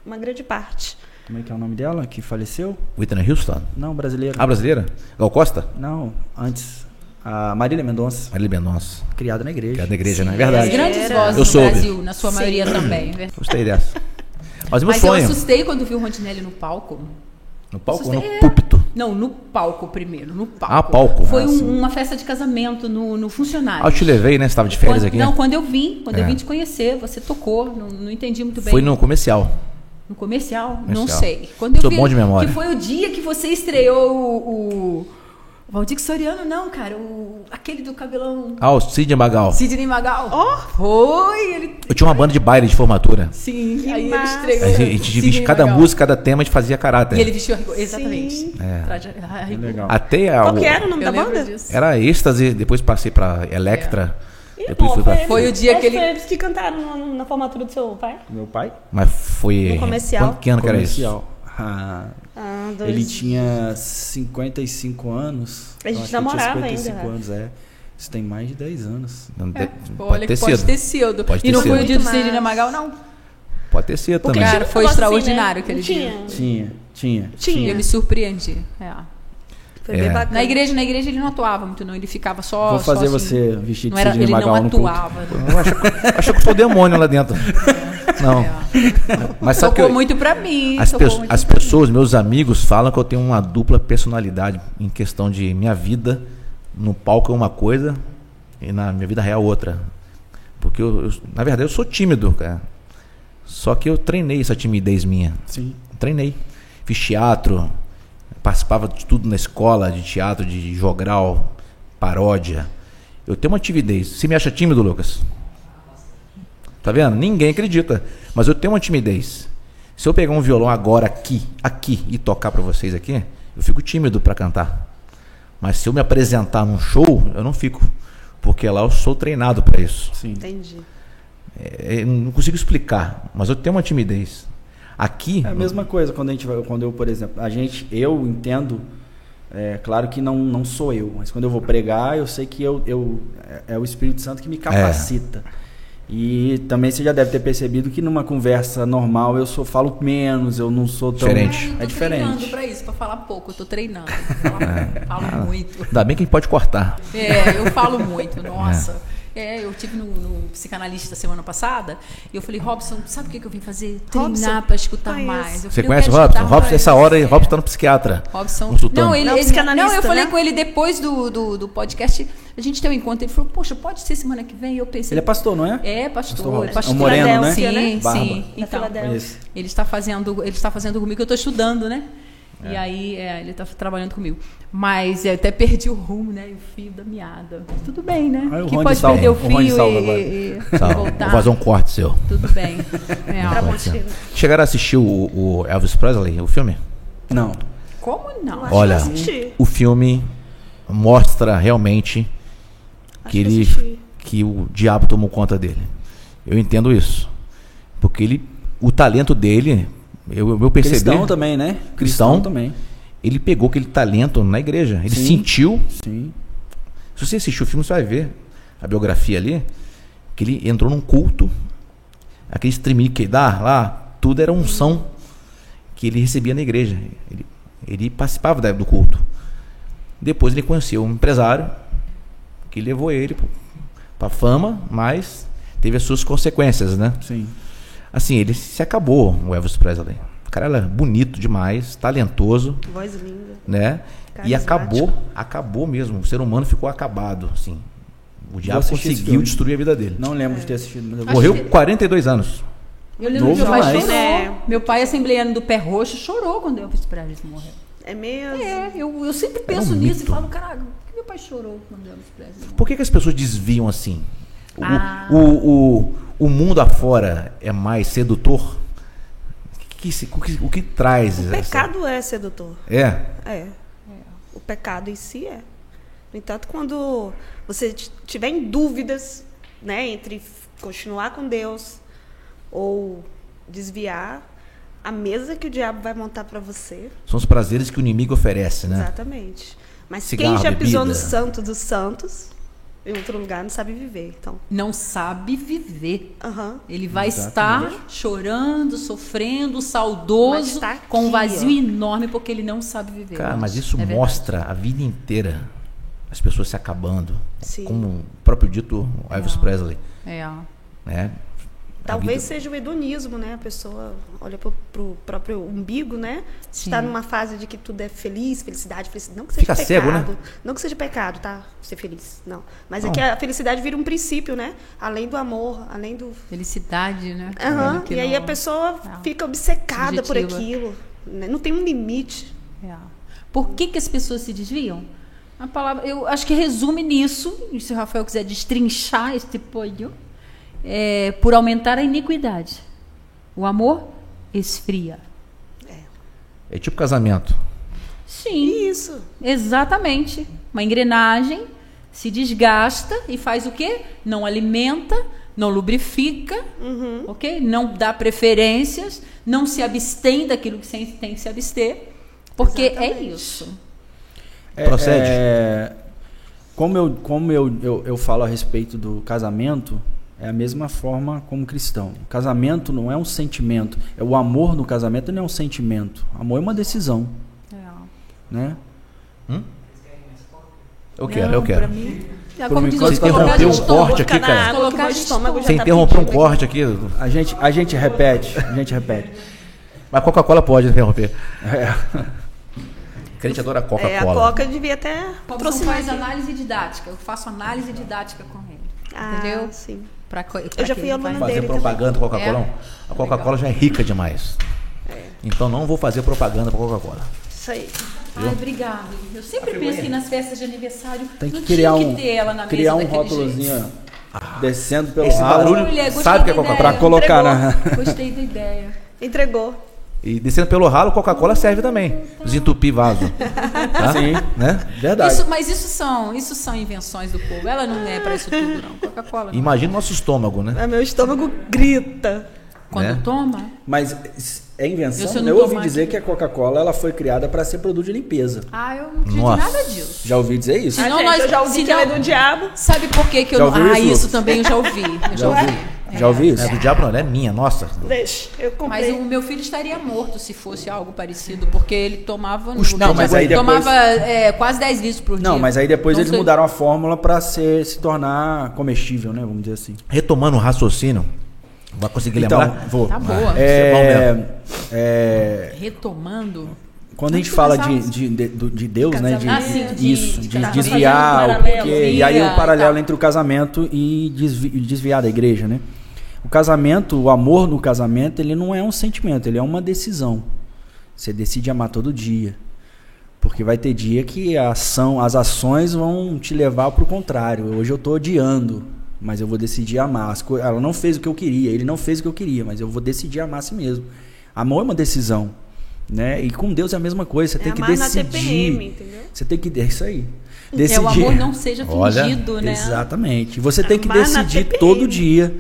S4: Uma grande parte.
S2: Como é que é o nome dela? Que faleceu?
S1: Whitney Houston.
S2: Não, brasileira.
S1: A brasileira? Gal Costa?
S2: Não, antes. A Marília Mendonça,
S1: Marília Mendonça.
S2: criada na igreja.
S1: Que é da igreja, né? É
S3: As
S1: verdade.
S3: grandes
S4: Era.
S1: Eu
S3: vozes do
S1: soube.
S3: Brasil, na sua maioria também. é verdade.
S1: Gostei dessa. Mas meu
S3: Mas eu
S1: sonho.
S3: assustei quando vi o Rondinelli no palco.
S1: No palco ou no
S3: assustei.
S1: púlpito?
S3: Não, no palco primeiro, no palco.
S1: Ah, palco.
S3: Foi
S1: Ah,
S3: um-
S1: sim.
S3: uma festa de casamento no, no funcionário.
S1: Ah, eu te levei, né? Você tava de férias
S3: Quando-
S1: aqui.
S3: Não, quando eu vim, quando eu
S1: É.
S3: vim te conhecer, você tocou, não, não entendi muito bem.
S1: Foi no comercial.
S3: No comercial, não
S1: Comercial.
S3: sei. Quando eu
S1: Sou
S3: vi,
S1: bom de memória.
S3: Que foi o dia que você estreou o. o Valdir Soriano, não, cara. O, aquele do cabelão.
S1: Ah, o Cid Magal.
S3: Sidney Magal.
S4: Ó!
S3: Foi! Ele,
S1: Eu tinha uma banda de baile de formatura.
S3: sim, aí
S4: massa!
S3: ele
S1: A
S3: estreou.
S1: gente, a gente
S3: Sidney
S1: vestia cada
S3: Magal.
S1: música, cada tema, a gente fazia caráter.
S3: E ele vestiu a rigor. Exatamente.
S4: Sim.
S1: É.
S3: Traje (laughs) a rigor.
S2: Legal.
S1: Até a,
S4: Qual que
S1: Ah, o-
S4: era o nome
S3: Eu
S4: da
S3: lembro
S4: banda?
S3: disso.
S1: Era êxtase, depois passei pra Electra.
S5: Ih,
S1: Depois
S5: pô,
S1: fui pra.
S3: É. Foi o dia
S5: acho
S3: que ele-
S5: Foi eles que cantaram na, na formatura do seu pai?
S2: Meu pai?
S1: Mas foi.
S4: No comercial.
S1: Quando- Que ano que era isso?
S2: comercial. Ah,
S5: Ah, dois.
S2: ele tinha 55 anos.
S5: A
S2: Eu
S5: gente
S2: acho que ele tinha
S5: namorava ainda,
S2: 55
S5: né?
S2: anos, é. Isso tem mais de 10 anos.
S1: Não, de-
S3: Olha, que É, pode ter sido.
S1: Pode
S3: e
S1: ter
S3: não foi
S1: sido.
S3: o dia do
S4: Muito
S3: Sidney
S4: mais.
S3: Magal, não.
S1: Pode ter sido
S5: Porque
S1: também.
S3: Cara,
S5: tinha um
S3: foi
S5: negócio
S3: extraordinário
S5: assim, né?
S3: aquele
S5: Não Tinha.
S2: Tinha, tinha.
S4: Tinha.
S3: Eu me surpreendi. é.
S4: Foi
S1: É.
S4: bem bacana.
S3: Na igreja, na igreja ele não atuava muito, não. Ele ficava só.
S2: Vou
S3: só
S2: fazer
S3: assim.
S2: você vestir de
S3: Não era,
S2: Sidney
S3: ele
S2: Magal
S3: não
S2: no culto.
S3: atuava. né?
S1: Eu Achou, que- achou que foi o demônio lá
S3: (laughs)
S1: dentro. Não. Mas sabe que
S3: É. Tocou
S1: eu-
S3: muito pra mim.
S1: As,
S3: tocou
S1: pe-
S3: muito
S1: as
S3: pra mim.
S1: pessoas, meus amigos, falam que eu tenho uma dupla personalidade em questão de minha vida. No palco é uma coisa e na minha vida real outra. Porque, eu, eu- na verdade, eu sou tímido, cara. Só que eu treinei essa timidez minha.
S2: Sim.
S1: Treinei. Fiz teatro, participava de tudo na escola, de teatro, de jogral, paródia. Eu tenho uma timidez. Você me acha tímido, Lucas? Tá vendo? Ninguém acredita. Mas eu tenho uma timidez. Se eu pegar um violão agora aqui, aqui e tocar pra vocês aqui, eu fico tímido pra cantar. Mas se eu me apresentar num show, eu não fico, porque lá eu sou treinado pra isso.
S2: Sim.
S4: Entendi.
S1: É, eu não consigo explicar, mas eu tenho uma timidez. Aqui,
S2: É a mesma coisa quando a gente vai, quando eu, por exemplo, a gente, eu entendo, é, claro que não, não sou eu, mas quando eu vou pregar, eu sei que eu, eu é, é o Espírito Santo que me capacita. E também você já deve ter percebido que numa conversa normal eu sou falo menos, eu não sou tão
S1: Diferente.
S3: Eu
S2: é
S3: tô treinando
S2: diferente.
S3: pra isso, pra falar pouco. Eu tô treinando. Eu
S1: (laughs) É.
S3: falo-
S1: Ah,
S3: falo muito.
S1: ainda bem que a gente pode cortar.
S3: É, eu falo
S1: (laughs)
S3: muito, nossa. É, eu tive no, no psicanalista semana passada e eu falei, Robson, sabe o que, que eu vim fazer?
S4: Robson,
S3: Treinar pra escutar
S4: conheço.
S3: mais. Eu
S1: Você
S3: falei, eu
S1: conhece o
S3: quero
S1: Robson?
S3: escutar
S1: Robson,
S3: mais.
S1: essa hora, aí, Robson tá no psiquiatra. um.
S3: Robson.
S2: Um
S1: Consultando.
S3: Não, ele,
S4: Não,
S3: ele-
S4: psicanalista,
S3: não, eu falei
S4: né?
S3: com ele depois do, do, do podcast. A gente tem um encontro. Ele falou, poxa, pode ser semana que vem? Eu pensei.
S2: Ele é pastor, não é?
S3: É, pastor.
S2: Pastor Robson.
S3: é pastor.
S2: É um moreno, né?
S3: Sim,
S4: Filadélfia, né?
S2: Barba.
S3: sim. Então,
S4: Filadélfia.
S2: Isso.
S3: ele está fazendo, ele está fazendo comigo, eu estou estudando, né? E aí, é, ele está trabalhando comigo. Mas é, eu até perdi o rumo, né? E o fio da meada. Tudo bem, né?
S2: Ah, o
S3: que
S2: Rony
S3: pode
S2: salva.
S3: perder o
S2: O Rony
S3: fio
S2: salva
S3: e,
S2: agora.
S3: e- e
S1: Tá,
S3: voltar.
S1: vou fazer um corte seu.
S3: Tudo bem.
S2: (laughs)
S3: É, ó.
S4: Tramontina.
S1: Chegaram a assistir o, o Elvis Presley, o filme?
S2: Não.
S3: Como não?
S4: Acho que
S1: Olha.
S4: eu assisti.
S1: O filme mostra realmente que,
S4: Acho que eu
S1: ele,
S4: assisti.
S1: que o diabo tomou conta dele. Eu entendo isso. Porque ele, o talento dele, eu, eu percebi,
S2: Cristão também, né? Cristão, também.
S1: ele pegou aquele talento na igreja. Ele
S2: Sim.
S1: sentiu
S2: Sim.
S1: Se você assistir o filme, você vai ver. a biografia ali, que ele entrou num culto, aquele streaming que dá lá, tudo era unção que ele recebia na igreja. Ele, ele participava da- do culto. Depois ele conheceu um empresário que levou ele para fama, mas teve as suas consequências, né?
S2: Sim.
S1: Assim, ele se acabou, o Elvis Presley. O cara era bonito demais, talentoso,
S4: Voz linda.
S1: né? E
S4: Carismático.
S1: acabou, acabou mesmo. O ser humano ficou acabado, assim. O diabo
S2: assistir esse
S1: conseguiu
S2: filme.
S1: destruir a vida dele.
S2: Não lembro de ter assistido, mas eu vou.
S3: Acho
S1: Morreu
S3: que-
S1: 42 anos.
S3: Eu lembro
S2: Novo
S3: que meu pai
S2: demais.
S3: chorou.
S4: É.
S3: Meu pai, assembleiano do pé roxo, chorou quando eu fiz Presley morreu.
S4: É mesmo?
S3: É, eu, eu sempre
S1: Era
S3: penso
S1: um
S3: nisso e
S1: mito.
S3: falo, caraca, por que meu pai chorou quando Elvis Presley morreu?
S1: Por que, que as pessoas desviam assim? O,
S3: Ah.
S1: o, o, o mundo afora é mais sedutor? O que, se- o que, o que traz?
S4: O
S1: essa-
S4: pecado é sedutor.
S1: É.
S4: É. O pecado em si é. No entanto, quando você t- tiver em dúvidas, né, entre f- continuar com Deus ou desviar, a mesa que o diabo vai montar para você,
S1: São os prazeres que o inimigo oferece, né?
S4: exatamente. Mas
S1: Cigarro,
S4: quem já pisou no
S1: bebida.
S4: santo dos santos, em outro lugar, não sabe viver. Então,
S3: Não sabe viver.
S4: aham.
S3: Ele vai
S2: Exatamente.
S3: estar chorando, sofrendo,
S4: Mas
S3: saudoso,
S4: está aqui,
S3: com um vazio
S4: ó.
S3: enorme porque ele não sabe viver.
S1: Cara,
S3: gente.
S1: mas isso
S3: É verdade.
S1: mostra a vida inteira as pessoas se acabando.
S4: Sim.
S1: Como o próprio dito Elvis Presley,
S3: É.
S1: né? A
S4: Talvez
S1: vida-
S4: seja o hedonismo, né? A pessoa olha pro, pro próprio umbigo, né?
S3: Sim.
S4: Está numa fase de que tudo é feliz, felicidade, felicidade. Não que seja
S1: Fica
S4: pecado.
S1: cego, né?
S4: Não que seja pecado, tá? Ser feliz, não. Mas
S1: Não.
S4: é que a felicidade vira um princípio, né? Além do amor, além do.
S3: Felicidade, né?
S4: Aham.
S3: Que
S4: E aí a
S3: não-
S4: pessoa
S3: não.
S4: fica obcecada por
S3: Subjetiva.
S4: aquilo. né? Não tem um limite.
S3: É. Por que, que as pessoas se desviam? A palavra, eu acho que resume nisso, e se o Rafael quiser destrinchar este polho, é, por aumentar a iniquidade. O amor esfria.
S1: É tipo casamento.
S3: Sim,
S4: E isso.
S3: exatamente. Uma engrenagem se desgasta e faz o quê? Não alimenta, não lubrifica, ok? Não dá preferências, não se abstém daquilo que se- tem que se abster, porque é
S4: Exatamente.
S3: isso.
S2: É,
S1: Procede.
S2: é, como eu, como eu, eu, eu falo a respeito do casamento, é a mesma forma como cristão. O casamento não é um sentimento. É o amor no casamento não é um sentimento. Amor é uma decisão,
S3: É.
S2: né?
S1: Eu quero, eu quero.
S3: Já
S2: Por
S3: como
S2: um
S3: diz
S2: enquanto,
S3: outro,
S2: você
S3: colocar
S1: interrompeu
S3: de
S1: o
S3: todo.
S1: corte aqui,
S4: Colocar na
S1: cara.
S4: água que
S3: Colocar
S4: meu
S3: de
S4: estômago
S3: todo.
S4: já
S1: Você
S4: tá
S1: interrompeu um
S4: pedindo aqui.
S1: corte aqui.
S2: A gente, a gente repete, a gente repete.
S1: Mas Coca-Cola pode interromper. É. (laughs) Crente adora
S4: É, a
S1: Coca-Cola.
S4: coca devia até
S3: Robson
S4: aproximar.
S3: faz análise didática. Eu faço análise didática com ele.
S4: Ah,
S3: entendeu?
S4: sim.
S3: Pra co- pra
S4: já
S3: que
S4: fui
S3: ele
S4: aluna
S3: vai-
S1: fazer
S4: dele
S1: propaganda com a Coca-Cola.
S3: É?
S1: não. A Coca-Cola já é rica demais. Então não vou fazer propaganda para Coca-Cola.
S4: Isso aí.
S3: Ai, obrigado. Eu sempre penso que nas festas de aniversário
S2: Tem que
S3: não
S2: criar
S3: tinha
S2: um,
S3: que ter ela na
S2: criar um
S3: mesa daquele jeito.
S2: rótulozinho ó, descendo pelo
S1: Esse
S2: ralo
S1: barulho-
S3: Olha, gostei
S1: Sabe o que é
S3: da
S1: Coca-Cola?
S2: pra
S3: ideia.
S2: colocar na.
S3: Gostei da ideia.
S4: Entregou.
S1: E descendo pelo ralo, Coca-Cola serve também. Desentupir vaso. Tá?
S2: (laughs) Sim.
S1: Né?
S2: (laughs) Verdade.
S3: Isso- mas isso são, isso são invenções do povo. Ela não é pra isso
S2: (laughs)
S3: tudo, não. Coca-Cola. não.
S1: Imagina o nosso estômago, né?
S4: Ah, Meu estômago grita.
S3: Quando
S1: né?
S3: toma,
S2: Mas é invenção?
S3: Eu, se eu
S2: Eu,
S3: não
S2: ouvi
S3: tomar
S2: dizer
S3: aqui-
S2: que a Coca-Cola ela foi criada para ser produto de limpeza.
S3: ah, eu não acredito em
S1: Nossa.
S3: nada disso.
S2: Já ouvi dizer isso?
S3: Ah,
S4: Ah,
S3: Senão
S4: gente,
S3: nós-
S4: eu já ouvi que
S3: senão-
S4: ela é do diabo.
S3: Sabe por que, que eu
S2: Já
S3: não.
S2: ouviu
S3: Ah,
S2: isso,
S3: isso
S2: Lucas?
S3: também eu já ouvi.
S2: (laughs)
S3: Eu já
S2: Já
S3: ouvi.
S2: ouvi. Já ouvi isso?
S1: É do diabo, não, ela é minha, nossa.
S4: Deixa,
S3: Mas
S4: eu
S3: um-
S4: comprei.
S3: o meu filho estaria morto se fosse algo parecido, porque ele tomava.
S1: Os- não,
S3: ele
S1: mas
S2: aí depois-
S3: tomava é, quase 10 litros por dia.
S2: Não, mas aí depois
S3: Então,
S2: eles
S3: se-
S2: mudaram a fórmula para se tornar comestível, né? Vamos dizer assim.
S1: Retomando o raciocínio, vai conseguir
S2: Então,
S1: lembrar?
S2: vou.
S3: Tá boa.
S1: Isso é bom
S2: É, é,
S3: Retomando.
S2: quando a gente
S3: Antes de
S2: fala de,
S3: começar-
S2: de, de- do- de Deus, né? De,
S3: Ah, sim, de-
S2: isso,
S3: de
S2: de,
S3: casamento.
S2: desviar.
S4: Fazendo um
S2: o porquê,
S4: paralelo.
S2: e aí
S3: Desviar
S2: o
S3: e
S2: paralelo
S3: tal.
S2: entre o casamento e desvi- e desviar da igreja, né? O casamento, o amor no casamento, ele não é um sentimento, ele é uma decisão. Você decide amar todo dia. Porque vai ter dia que a ação, as ações vão te levar pro contrário. Hoje eu tô odiando, mas eu vou decidir amar. As co- Ela não fez o que eu queria, ele não fez o que eu queria, mas eu vou decidir amar a si mesmo. Amor é uma decisão, né? E com Deus é a mesma coisa, você
S4: É
S2: tem que
S4: amar na
S2: decidir.
S4: TPM, entendeu?
S2: Você tem que é isso aí.
S3: É o amor não
S2: se
S3: seja
S1: Olha,
S3: fingido, né?
S2: Exatamente. Você tem que
S4: Amar na
S2: decidir
S4: TPM.
S2: todo dia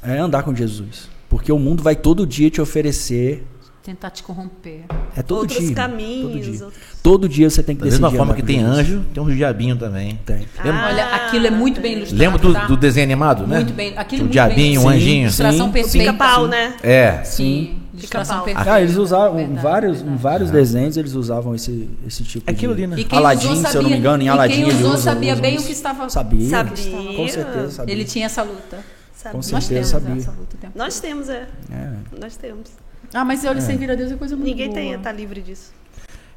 S2: é, andar com Jesus, porque o mundo vai todo dia te oferecer
S3: Tentar te corromper.
S2: É todo
S4: outros
S2: dia.
S4: caminhos.
S2: Todo dia.
S4: outros-
S2: Todo dia você tem que
S1: Da mesma
S2: decidir.
S1: forma
S2: andar
S1: que
S2: com
S1: tem
S2: Jesus.
S1: anjo, tem um diabinho também.
S2: Tem.
S1: Lembra,
S3: Olha, aquilo é muito bem ilustrado.
S1: lembra do,
S3: tá?
S1: do desenho animado, né?
S3: Muito bem. Aquilo
S1: Tinha um
S3: muito bem
S1: diabinho, um
S3: ilustrado.
S1: anjinho.
S3: Ilustração
S2: Sim.
S3: perfeita.
S4: Pica-pau, né?
S1: É.
S3: Sim.
S4: Pica-pau.
S3: Ilustração perfeita.
S2: Ah, eles usavam em
S3: Verdade,
S2: vários, em
S3: verdade.
S2: vários desenhos eles usavam esse, esse tipo
S1: É aquilo
S2: de...
S1: ali, né?
S3: E quem
S2: Aladdin,
S3: usou,
S2: se eu não
S3: sabia-
S2: me engano, em
S3: e
S2: Aladdin
S3: Quem
S2: ele
S3: usou
S2: usa-
S3: sabia
S2: usa
S3: bem
S2: isso.
S3: o que estava.
S2: Sabia.
S4: Sabia.
S2: Com certeza sabia.
S3: Ele tinha essa luta.
S4: Sabe?
S2: Com
S3: Nós
S2: certeza
S3: temos
S2: sabia.
S3: essa luta o tempo
S4: Nós
S3: todo.
S4: temos, é.
S2: É.
S4: Nós temos.
S3: Ah, mas olha, servir a Deus é coisa muito
S4: Ninguém
S3: boa.
S4: tem, tá livre disso.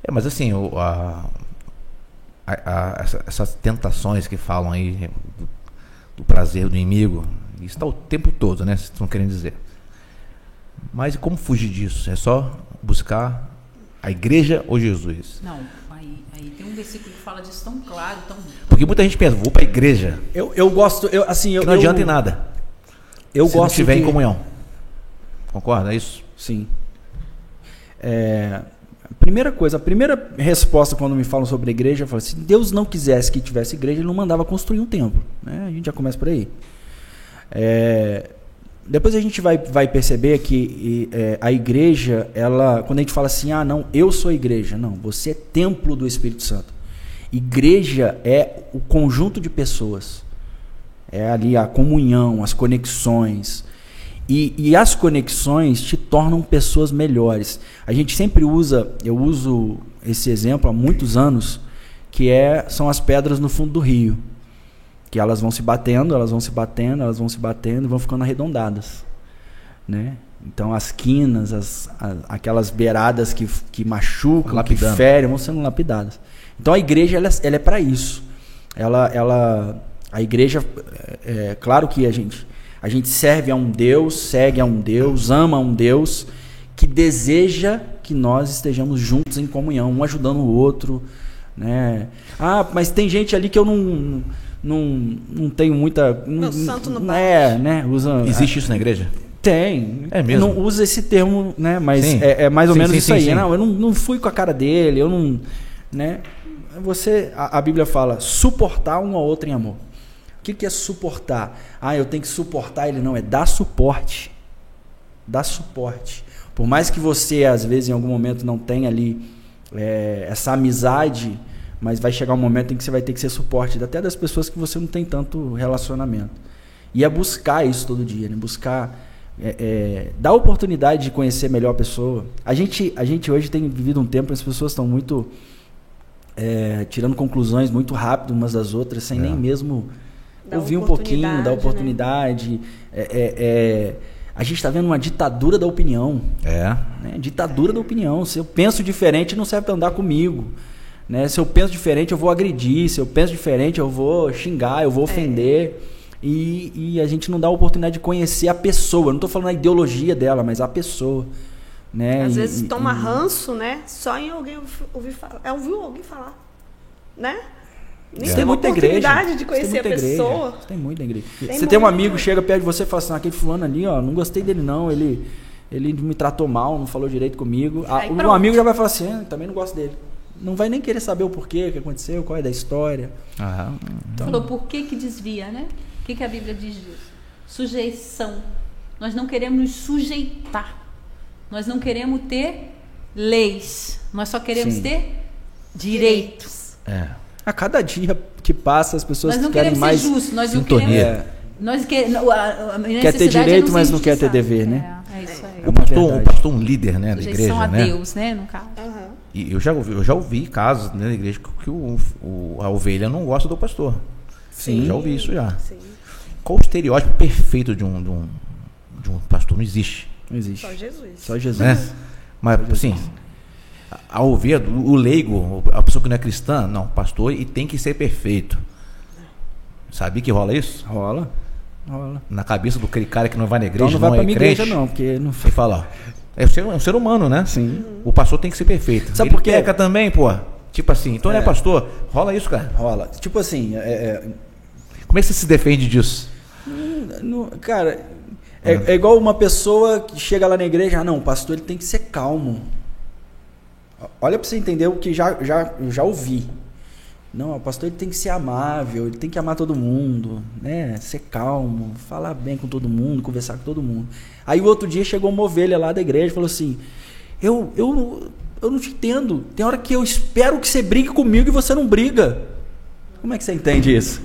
S1: É, mas assim, o- a- a- a- essa- essas tentações que falam aí do, do prazer do inimigo, isso está o tempo todo, né? Vocês estão querendo dizer. Mas como fugir disso? É só buscar a igreja ou Jesus?
S3: Não, aí, aí tem um versículo que fala disso tão claro, tão.
S1: Porque muita gente pensa, vou para a igreja,
S2: Eu, eu gosto, eu, assim... Eu,
S1: que não
S2: eu,
S1: adianta em nada.
S2: Eu
S1: se
S2: gosto
S1: não estiver
S2: de...
S1: em comunhão. Concorda? É isso?
S2: Sim. É, a primeira coisa, a primeira resposta quando me falam sobre igreja, eu falo assim, se Deus não quisesse que tivesse igreja, ele não mandava construir um templo. Né? A gente já começa por aí. É, depois a gente vai, vai perceber que e, é, a igreja, ela, quando a gente fala assim, ah, não, eu sou a igreja. Não, você é templo do Espírito Santo. Igreja é o conjunto de pessoas. É ali a comunhão, as conexões. E, e as conexões te tornam pessoas melhores. A gente sempre usa, eu uso esse exemplo há muitos anos, que é, são as pedras no fundo do rio. Que elas vão se batendo, elas vão se batendo, elas vão se batendo e vão ficando arredondadas. Né? Então as quinas, as, a- aquelas beiradas que, que machucam, que
S1: Lapidando.
S2: ferem, vão sendo lapidadas. Então a igreja ela, ela é para isso. Ela, ela, a igreja, é, é, claro que a gente, a gente serve a um Deus, segue a um Deus, ama a um Deus que deseja que nós estejamos juntos em comunhão, um ajudando o outro, né? Ah, mas tem gente ali que eu não não, não tenho muita
S4: Meu santo não
S2: é, né? Usa
S1: Existe isso na igreja?
S2: tem.
S1: É mesmo?
S2: Não usa esse termo, né? Mas
S1: Sim.
S2: é, é mais ou
S1: Sim,
S2: menos
S1: sim,
S2: isso
S1: sim,
S2: aí.
S1: sim.
S2: Não, eu não, não fui com a cara dele, eu não. Né? Você, a, a Bíblia fala, suportar um ao outro em amor. O que, que é suportar? Ah, eu tenho que suportar ele. Não, é dar suporte. Dar suporte. Por mais que você, às vezes, em algum momento não tenha ali é, essa amizade, mas vai chegar um momento em que você vai ter que ser suporte, até das pessoas que você não tem tanto relacionamento. E é buscar isso todo dia, né? Buscar é, é, dar oportunidade de conhecer melhor a pessoa. A gente, a gente hoje tem vivido um tempo em que as pessoas estão muito é, tirando conclusões muito rápido umas das outras, sem
S1: É.
S2: nem mesmo
S4: Dar
S2: ouvir um pouquinho,
S4: oportunidade,
S2: dar
S4: né?
S2: oportunidade. É, é, é, a gente está vendo uma ditadura da opinião.
S1: É.
S2: Né? Ditadura da opinião. Se eu penso diferente, não serve para andar comigo. Né? Se eu penso diferente, eu vou agredir. Se eu penso diferente, eu vou xingar,
S4: É.
S2: eu vou ofender. E, e a gente não dá a oportunidade de conhecer a pessoa. Eu não estou falando a ideologia dela, mas a pessoa. Né?
S4: Às
S2: E-
S4: vezes
S2: e-
S4: toma
S2: e-
S4: ranço, né? Só em alguém ouvir, ouvir falar. É ouvir alguém falar. Né?
S2: Isso
S4: Nem teve
S2: tem muita igreja.
S4: oportunidade
S2: Isso
S4: de
S2: tem
S4: conhecer a
S2: muita igreja.
S4: pessoa.
S2: Isso tem muita igreja.
S4: Tem
S2: você tem um
S4: muita.
S2: amigo, chega perto de você e fala assim, aquele fulano ali, ó, não gostei dele não, ele, ele me tratou mal, não falou direito comigo. Ah,
S4: Aí
S2: o meu
S4: pronto.
S2: amigo já vai falar assim, "Ah, também não gosto dele. Não vai nem querer saber o porquê, o que aconteceu, qual é da história.
S1: Aham.
S2: Então.
S3: Falou por que, que desvia, né? O que, que a Bíblia diz disso? Sujeição. Nós não queremos nos sujeitar. Nós não queremos ter leis. Nós só queremos
S2: Sim.
S3: ter direitos.
S1: É.
S2: A cada dia que passa, as pessoas
S3: Nós não
S2: querem
S3: queremos
S2: mais...
S3: ser justos. Nós
S1: sintonia.
S3: não queremos.
S2: É,
S3: Nós que, a- a, a
S2: quer ter
S3: necessidade
S2: direito,
S3: é
S2: mas
S3: se
S2: não quer ter
S3: injustiçar.
S2: dever, né?
S3: É, é isso aí.
S1: O pastor,
S2: verdade.
S1: o pastor é um líder, né, da
S3: Sujeição
S1: igreja,
S3: a
S1: né?
S3: Deus, né? No caso.
S4: Aham.
S1: E eu já ouvi, eu já ouvi casos né, na igreja que, que o, o- a ovelha não gosta do pastor.
S2: Sim.
S1: Já ouvi isso já.
S4: Sim.
S1: Qual o estereótipo perfeito de um, de um, de um pastor? Não existe.
S2: Não existe.
S4: Só Jesus.
S2: Só Jesus.
S1: Né? Mas, assim, a- ao ouvir o leigo, a pessoa que não é cristã, não, pastor, e tem que ser perfeito. Sabia que rola isso?
S2: Rola, rola.
S1: Na cabeça do aquele cara que não vai na
S2: Então
S1: igreja,
S2: não vai
S1: não,
S2: pra
S1: é
S2: minha
S1: crente.
S2: igreja não, porque não...
S1: E fala, ó, é um ser, é um ser humano, né?
S2: Sim.
S1: O pastor tem que ser perfeito.
S2: Sabe
S1: Ele
S2: por quê?
S1: peca também, pô. Tipo assim, então não é
S2: É.
S1: pastor. Rola isso, cara.
S2: Rola. Tipo assim, é- é,
S1: Como é que você se defende disso?
S2: Não, cara, é, é igual uma pessoa que chega lá na igreja, ah, não, o pastor ele tem que ser calmo. O- Olha pra você entender o que já, já, eu já ouvi. Não, o pastor ele tem que ser amável, ele tem que amar todo mundo, né? Ser calmo, falar bem com todo mundo, conversar com todo mundo. Aí o outro dia chegou uma ovelha lá da igreja e falou assim: Eu, eu, eu não te entendo. Tem hora que eu espero que você brigue comigo e você não briga. Como é que você entende isso?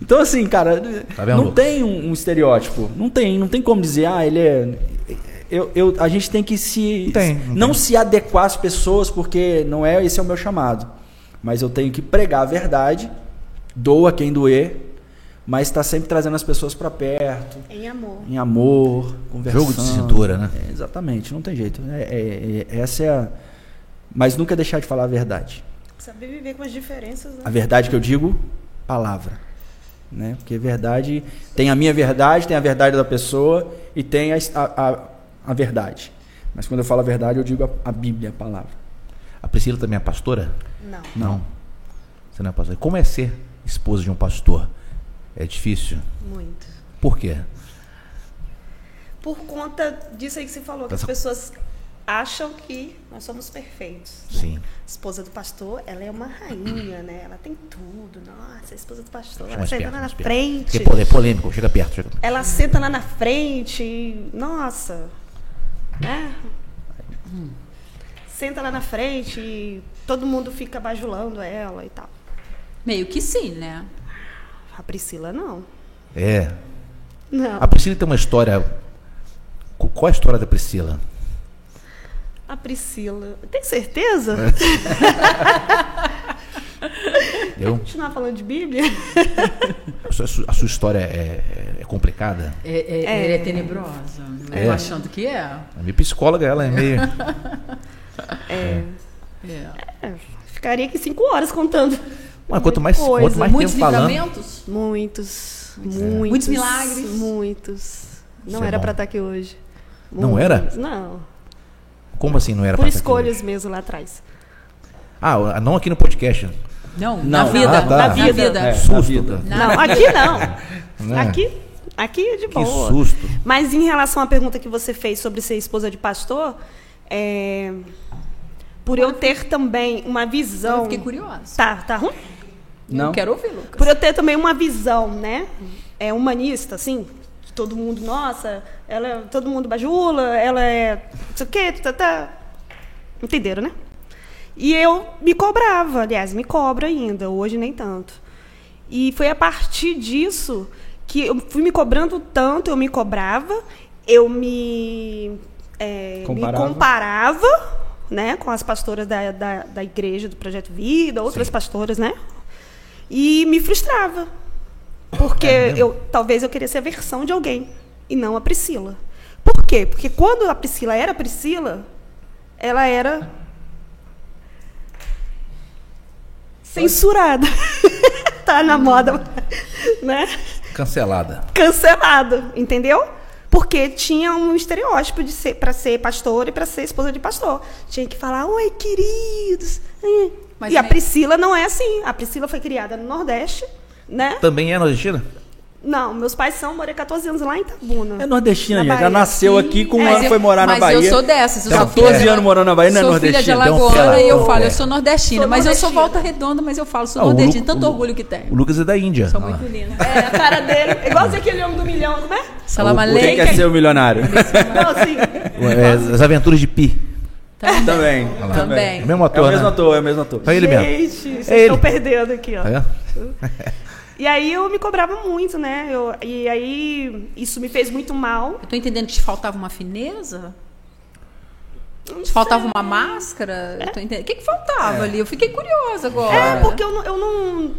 S2: Então, assim, cara,
S1: Tá vendo,
S2: não
S1: Lucas?
S2: tem um, um estereótipo. Não tem, não tem como dizer, ah, ele é. Eu, eu, a gente tem que se.
S1: Tem, não
S2: não
S1: tem.
S2: se adequar às pessoas, porque não é esse é o meu chamado. Mas eu tenho que pregar a verdade, doa quem doer, mas está sempre trazendo as pessoas para perto,
S4: Em amor.
S2: em amor, conversando.
S1: Jogo de cintura, né?
S2: É, exatamente, não tem jeito. É- é- é- essa é a... Mas nunca deixar de falar a verdade.
S5: Saber viver com as diferenças, né?
S2: A verdade que eu digo, palavra. Né? Porque verdade tem a minha verdade, tem a verdade da pessoa e tem a, a, a- a verdade. Mas quando eu falo a verdade, eu digo a, a Bíblia, a palavra.
S1: A Priscila também é pastora?
S4: Não.
S1: Não. Você não é pastora. Como é ser esposa de um pastor? É difícil.
S4: Muito.
S1: Por quê?
S4: Por conta disso aí que você falou, que as
S1: Dessa-
S4: pessoas acham que nós somos perfeitos. né?
S1: Sim.
S4: A esposa do pastor, ela é uma rainha, né? Ela tem tudo. Nossa, a esposa do pastor,
S1: Chega
S4: ela
S1: mais
S4: senta
S1: perto,
S4: lá tá na
S1: mais perto.
S4: frente.
S1: Porque pô, é polêmico, chega perto. Chega...
S4: Ela senta lá na frente e, nossa, né? Senta lá na frente e todo mundo fica bajulando ela e tal.
S3: Meio que sim, né?
S4: A Priscila não.
S1: É.
S4: Não.
S1: A Priscila tem uma história. Qu- Qual é a história da Priscila?
S4: A Priscila. Tem certeza?
S1: Eu,
S4: Continuar falando de Bíblia?
S1: a, sua, a sua história é, é complicada?
S3: É, é,
S4: É.
S3: Ela é tenebrosa.
S1: É.
S3: Eu achando que é.
S1: A minha psicóloga, ela é meio.
S4: É.
S3: é.
S4: É, Ficaria aqui cinco horas contando.
S1: Mas quanto mais,
S4: Coisa.
S1: quanto mais
S3: Muitos
S1: tempo falando.
S3: livramentos?
S4: Muitos, muitos.
S3: Muitos milagres.
S4: Muitos. Não
S1: é. Isso é
S4: era
S1: bom.
S4: pra estar aqui hoje.
S1: Não
S4: Muitos.
S1: era?
S4: Não.
S1: Como assim não era
S4: Por
S1: pra estar aqui
S4: escolhas
S1: hoje?
S4: mesmo lá atrás.
S1: Ah, não aqui no podcast.
S3: Não, na
S2: Não,
S3: vida.
S1: ah, tá.
S3: Na vida.
S2: É, na
S1: Susto.
S2: vida.
S1: cara.
S3: Na-
S4: Não, aqui
S1: (laughs)
S4: não.
S1: Né?
S4: Aqui, aqui é de
S1: Que
S4: boa.
S1: susto.
S4: Mas em relação à pergunta que você fez sobre ser esposa de pastor, é, por eu ter também uma
S3: Eu
S2: Então,
S4: visão.
S3: fiquei curiosa.
S4: Tá, tá ruim?
S3: Eu
S2: Não?
S3: quero ouvir, Lucas.
S4: Por eu ter também uma visão, né? É humanista, assim. que Todo mundo, nossa, ela, é-", todo mundo bajula, ela é. não sei o quê, tá, tá. Entenderam, né? E eu me cobrava, aliás, me cobra ainda, hoje nem tanto. E foi a partir disso que eu fui me cobrando tanto, eu me cobrava, eu me, é,
S2: Comparava.
S4: me comparava né, com as pastoras da, da, da igreja, do Projeto Vida, outras pastoras, né? E me frustrava. Porque
S1: É mesmo?
S4: eu talvez eu queria ser a versão de alguém e não a Priscila. Por quê? Porque quando a Priscila era Priscila, ela era censurada. (laughs) tá na moda, né?
S1: Cancelada.
S4: Cancelada, entendeu? Porque tinha um estereótipo de ser para ser pastor e para ser esposa de pastor. Tinha que falar: "Oi, queridos". hum.
S3: Mas
S4: e a
S3: nem-
S4: Priscila não é assim. A Priscila foi criada no Nordeste, né?
S1: Também é nordestina?
S4: Não, meus pais são, morei 14 anos lá em Itabuna.
S2: É nordestina,
S4: Na
S2: gente. Ela
S4: Bahia.
S2: nasceu aqui, com um
S3: É, Mas
S2: ano
S3: eu-
S2: foi morar na
S3: mas
S2: Bahia.
S3: eu sou dessas. Eu
S1: Então,
S3: sou filha
S1: 14
S3: de-
S2: anos morando na Bahia, não é
S3: sou
S2: nordestina,
S3: filha de
S1: então,
S3: Alagoana e eu
S1: pela-
S3: falo, eu
S1: é.
S3: sou nordestina.
S4: Sou
S3: mas eu sou
S4: nordestina.
S3: volta redonda, mas eu falo, sou
S1: Ah, o
S3: nordestina.
S1: Lu-
S3: Tanto
S1: o-
S3: orgulho que tenho.
S1: O Lucas é da Índia.
S3: Sou
S1: Ah,
S3: muito linda.
S4: É, a
S2: (laughs)
S4: cara dele. Igualzinho aquele homem do milhão, como é?
S3: Salam
S2: Quem
S3: aleikum.
S2: quer ser o milionário?
S4: Não, assim.
S1: é, as aventuras de Pi.
S3: tá
S2: (laughs) Também.
S1: É
S3: Também.
S1: o mesmo
S2: É o
S1: ator,
S2: mesmo
S1: né?
S2: ator, é o mesmo É ator.
S1: Tá ele mesmo.
S4: Gente, vocês
S1: ele.
S4: estão perdendo aqui, ó.
S1: Tá vendo?
S4: E aí eu me cobrava muito, né? Eu, e aí isso me fez muito mal.
S3: Eu tô entendendo que te faltava uma fineza? Te faltava uma
S2: É.
S3: máscara? Eu tô entendendo. O que, que faltava ali? Eu fiquei curiosa agora.
S4: É, porque eu não. Eu não,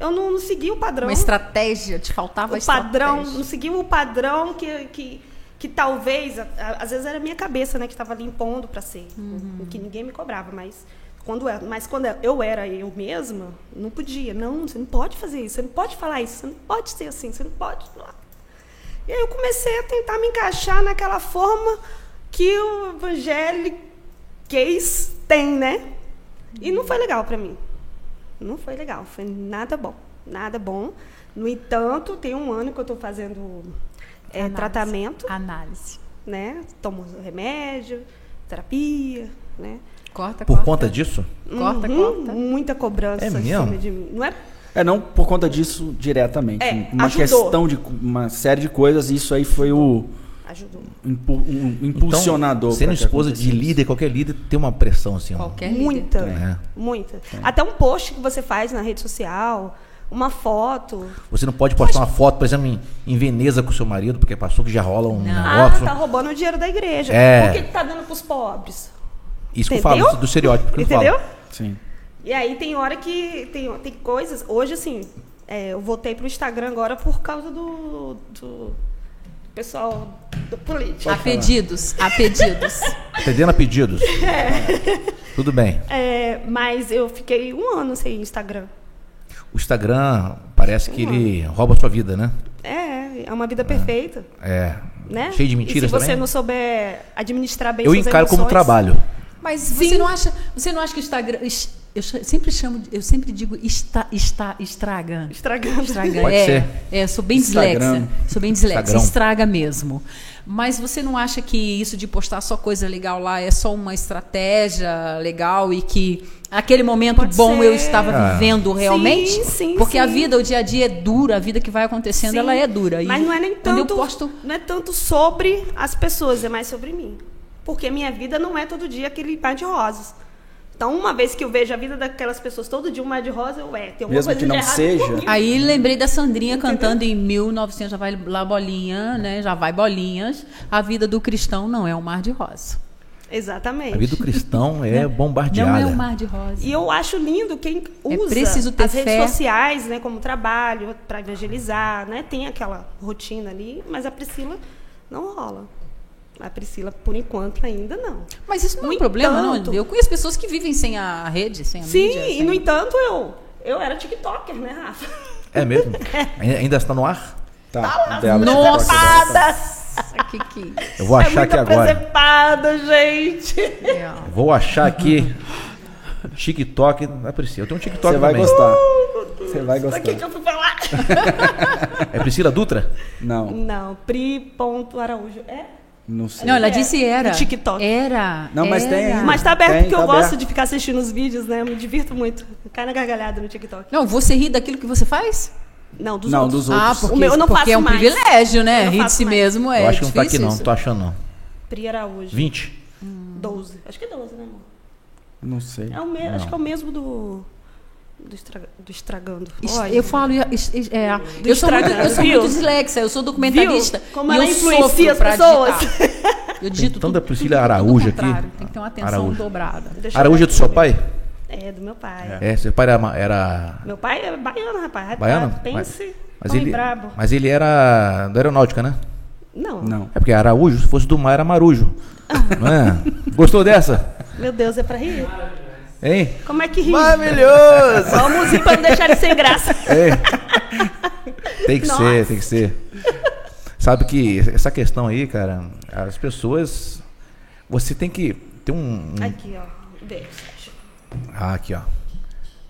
S4: eu não, não segui o padrão.
S3: Uma estratégia, te faltava
S4: o padrão,
S3: estratégia.
S4: não segui o padrão que, que, que talvez, a- a- às vezes era a minha cabeça, né, que estava ali impondo para ser, o que ninguém me cobrava, mas quando, eu- mas quando é, eu era eu mesma, não podia, não, você não pode fazer isso, você não pode falar isso, você não pode ser assim, você não pode. E aí eu comecei a tentar me encaixar naquela forma que o evangeliquez tem, né? E não foi legal para mim. Não foi legal, foi nada bom, nada bom. No entanto, tem um ano que eu estou fazendo é,
S3: Análise.
S4: tratamento,
S3: Análise.
S4: né? Tomo remédio, terapia, né?
S3: Corta,
S1: Por
S3: corta.
S1: conta disso? então,
S3: Corta,
S4: Uhum,
S3: corta.
S4: Muita cobrança
S1: É
S4: em
S1: mesmo?
S4: cima de mim. Não é
S2: É, não por conta disso diretamente.
S4: É,
S2: uma
S4: ajudou.
S2: questão de uma série de coisas, e isso aí foi o,
S4: Ajudou.
S2: impu- um impulsionador.
S1: Então, sendo
S2: pra que
S1: esposa de
S2: acontecesse.
S1: líder, qualquer líder tem uma pressão assim. ó.
S3: Qualquer líder.
S4: Muita,
S1: É.
S4: muita. Até um post que você faz na rede social, uma foto.
S1: Você não pode postar uma foto, por exemplo, em, em Veneza com seu marido, porque passou que já rola um negócio.
S4: Ah, tá roubando o dinheiro da igreja.
S1: É.
S4: Por que que tá dando pros pobres?
S1: Isso que eu
S4: Entendeu?
S1: falo, do estereótipo que eu falo.
S4: Entendeu?
S2: Sim.
S4: E aí tem hora que tem, tem coisas. Hoje, assim, é, eu voltei pro Instagram agora por causa do, do pessoal do político.
S3: A pedidos, a
S4: (laughs)
S3: pedidos.
S1: Atendendo a pedidos. Tudo bem.
S4: É, mas eu fiquei um ano sem Instagram.
S1: O Instagram parece que ele rouba a sua vida, né?
S4: É, é uma vida perfeita,
S1: É.
S4: né?
S1: Ah. Cheio de
S4: E
S1: mentiras
S4: se você
S1: também.
S4: não souber administrar bem
S1: eu
S4: suas
S1: encaro como
S4: emoções-
S1: trabalho.
S3: Mas você não acha, você não acha que o Instagram, es- eu cha- sempre chamo, de- eu sempre digo está está
S4: tá
S3: estraga.
S4: Estragando.
S3: Estraga.
S1: Pode
S3: é,
S1: ser.
S3: é, sou bem
S2: Instagram.
S3: dislexa. Sou bem dislexa.
S1: Instagram.
S3: Estraga mesmo. Mas você não acha que isso de postar só coisa legal lá é só uma estratégia legal e que aquele momento
S4: Pode
S3: bom eu
S4: ser.
S3: estava
S1: Ah.
S3: vivendo realmente?
S4: Sim, sim,
S3: Porque a
S4: sim.
S3: vida, o dia a dia é dura, a vida que vai acontecendo,
S4: Sim,
S3: ela é dura. E
S4: Mas não é nem
S3: quando
S4: tanto,
S3: eu posto
S4: não é tanto sobre as pessoas, é mais sobre mim. Porque minha vida não é todo dia aquele par de rosas. Então, uma vez que eu vejo a vida daquelas pessoas todo dia um mar de rosa, eu é, tem alguma
S2: Mesmo
S4: coisa
S2: que
S4: de
S2: não
S4: errado
S2: seja.
S4: comigo.
S3: Aí lembrei da Sandrinha cantando em 1900, já vai lá bolinha, né? Já vai bolinhas. A vida do cristão não é um mar de rosa.
S1: A vida
S4: Exatamente.
S1: do cristão é bombardeada.
S3: Não é um mar de rosa.
S4: E eu acho lindo quem usa
S3: É preciso ter
S4: as redes
S3: fé.
S4: sociais, né, como trabalho, para evangelizar, né? Tem aquela rotina ali, mas a Priscila não rola. A Priscila, por enquanto, ainda não.
S3: Mas isso não
S4: No
S3: é um problema,
S4: entanto-
S3: não. Eu conheço pessoas que vivem sem a rede, sem a
S4: Sim,
S3: mídia.
S4: e
S3: sem-
S4: no entanto, eu, eu era TikToker, né, Rafa?
S1: É mesmo? Ainda- Ainda está no ar?
S2: Tá. Dela,
S3: Nossa!
S2: TikTok dela, tá.
S3: Nossa, que
S4: (laughs)
S3: que...
S1: Eu vou achar
S4: é
S1: aqui
S4: muita
S1: agora.
S4: presepada, gente.
S3: É, ó.
S1: Vou achar aqui. TikTok. Não é Priscila. Eu tenho um TikTok
S2: Você vai
S1: também.
S2: gostar. Você vai
S4: Pra que, que
S2: gostar.
S4: eu fui falar?
S1: É Priscila Dutra?
S2: Não,
S4: (laughs) Não, pri.araújo. É?
S2: não sei.
S3: Não, ela disse era.
S4: No TikTok.
S3: Era.
S2: Não, mas tem-
S3: era.
S4: Mas tá aberto
S2: Tem,
S4: porque eu
S2: tá
S4: gosto
S2: aberto.
S4: de ficar assistindo os vídeos, né? Eu me divirto muito. Cai na gargalhada no TikTok.
S3: Não, você ri daquilo que você faz?
S4: Não, dos
S2: Não,
S4: outros.
S2: dos outros.
S3: Ah, porque,
S4: O meu eu não
S3: porque
S4: faço
S3: é um
S4: mais.
S3: privilégio,
S4: Eu
S3: né?
S4: não
S3: Rir de
S4: faço
S3: si
S4: mais.
S3: mesmo é
S1: eu acho que não tá aqui
S3: difícil
S1: não.
S3: isso.
S1: Não tô achando não.
S4: Pri Araújo.
S1: 20.
S4: 12. Acho que é 12, né, amor?
S2: Não sei.
S4: É o me... Acho que é o mesmo do. Do, estra- do estragando.
S3: Es-
S4: Olha.
S3: Eu falo, es- es- é, eu, sou muito,
S4: estragado,
S3: eu sou
S4: viu?
S3: muito dislexa, eu sou documentalista.
S4: Viu? Como
S3: e
S4: ela
S3: eu sofro
S4: influencia as
S3: pra
S4: pessoas.
S3: digitar. (laughs) Eu digito
S1: tanta
S3: tudo-
S1: Então, Priscila
S3: tudo ao
S1: Araújo aqui.
S3: contrário, Tem que ter uma atenção
S1: Araújo.
S3: dobrada.
S4: Deixa eu
S1: Araújo é
S4: ver
S1: do seu
S4: aqui.
S1: pai?
S4: É, do meu pai.
S1: É, seu pai era. ma- era
S4: Meu pai é baiano, rapaz.
S1: baiano?
S4: Pense.
S1: Mas
S4: homem
S1: ele,
S4: brabo.
S1: mas ele era da aeronáutica, né?
S4: Não.
S2: Não.
S1: É porque Araújo, se fosse do mar, era Marujo.
S4: Ah.
S1: Não é? Gostou dessa?
S4: Meu Deus, é pra rir.
S1: Hein?
S4: Como é que ri?
S1: Maravilhoso!
S4: Vamos ir pra não deixar ele sem graça.
S1: É. Tem que
S4: Nossa.
S1: ser, tem que ser. Sabe que essa questão aí, cara, as pessoas. Você tem que ter um. um-
S4: Aqui, ó. Beijo.
S1: ah, aqui, ó.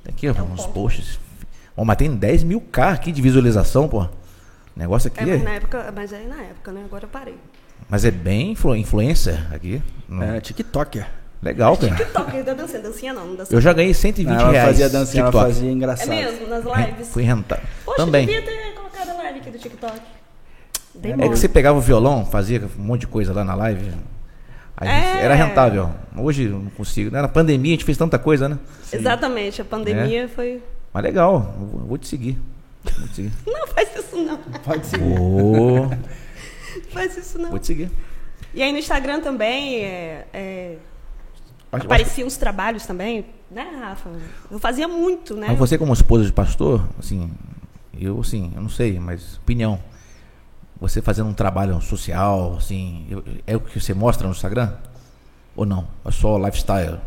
S1: Tem aqui
S4: É um
S1: ó, uns posts. Ó, mas tem 10 mil K aqui de visualização, pô. O negócio
S4: É,
S1: aqui
S4: mas, na
S1: é.
S4: época, mas aí na época, né? Agora eu parei.
S1: Mas é bem influ- influencer aqui. Não-
S2: É, TikToker.
S1: Legal, cara.
S4: TikTok, ele tá dançando. Dancinha não, não dança.
S1: Eu já ganhei 120
S2: Não, ela
S1: reais.
S2: fazia dancinha, ela
S1: TikTok.
S2: fazia
S4: É
S2: engraçado.
S4: mesmo, nas
S1: Ren-
S4: lives.
S1: Fui rentar.
S4: Poxa,
S1: Também.
S4: devia ter colocado a live aqui do TikTok.
S1: É
S4: Demora.
S1: que você pegava o violão, fazia um monte de coisa lá na live. Aí
S4: É.
S1: Era rentável. Hoje eu não consigo. né? Na pandemia a gente fez tanta coisa, né?
S4: Exatamente, a pandemia foi.
S1: Mas legal, eu vou- eu vou te seguir. Vou te seguir.
S4: Não faz isso não. (laughs)
S2: Pode seguir.
S1: Vou,
S4: Faz isso não.
S1: vou te seguir.
S4: E aí no Instagram também é, é,
S1: Acho- acho-
S4: apareciam os trabalhos também, né, Rafa? Eu fazia muito, né?
S1: Mas você como esposa de pastor, assim, eu assim, eu não sei, mas opinião. Você fazendo um trabalho social, assim, eu- é o que você mostra no Instagram? Ou não? É só lifestyle?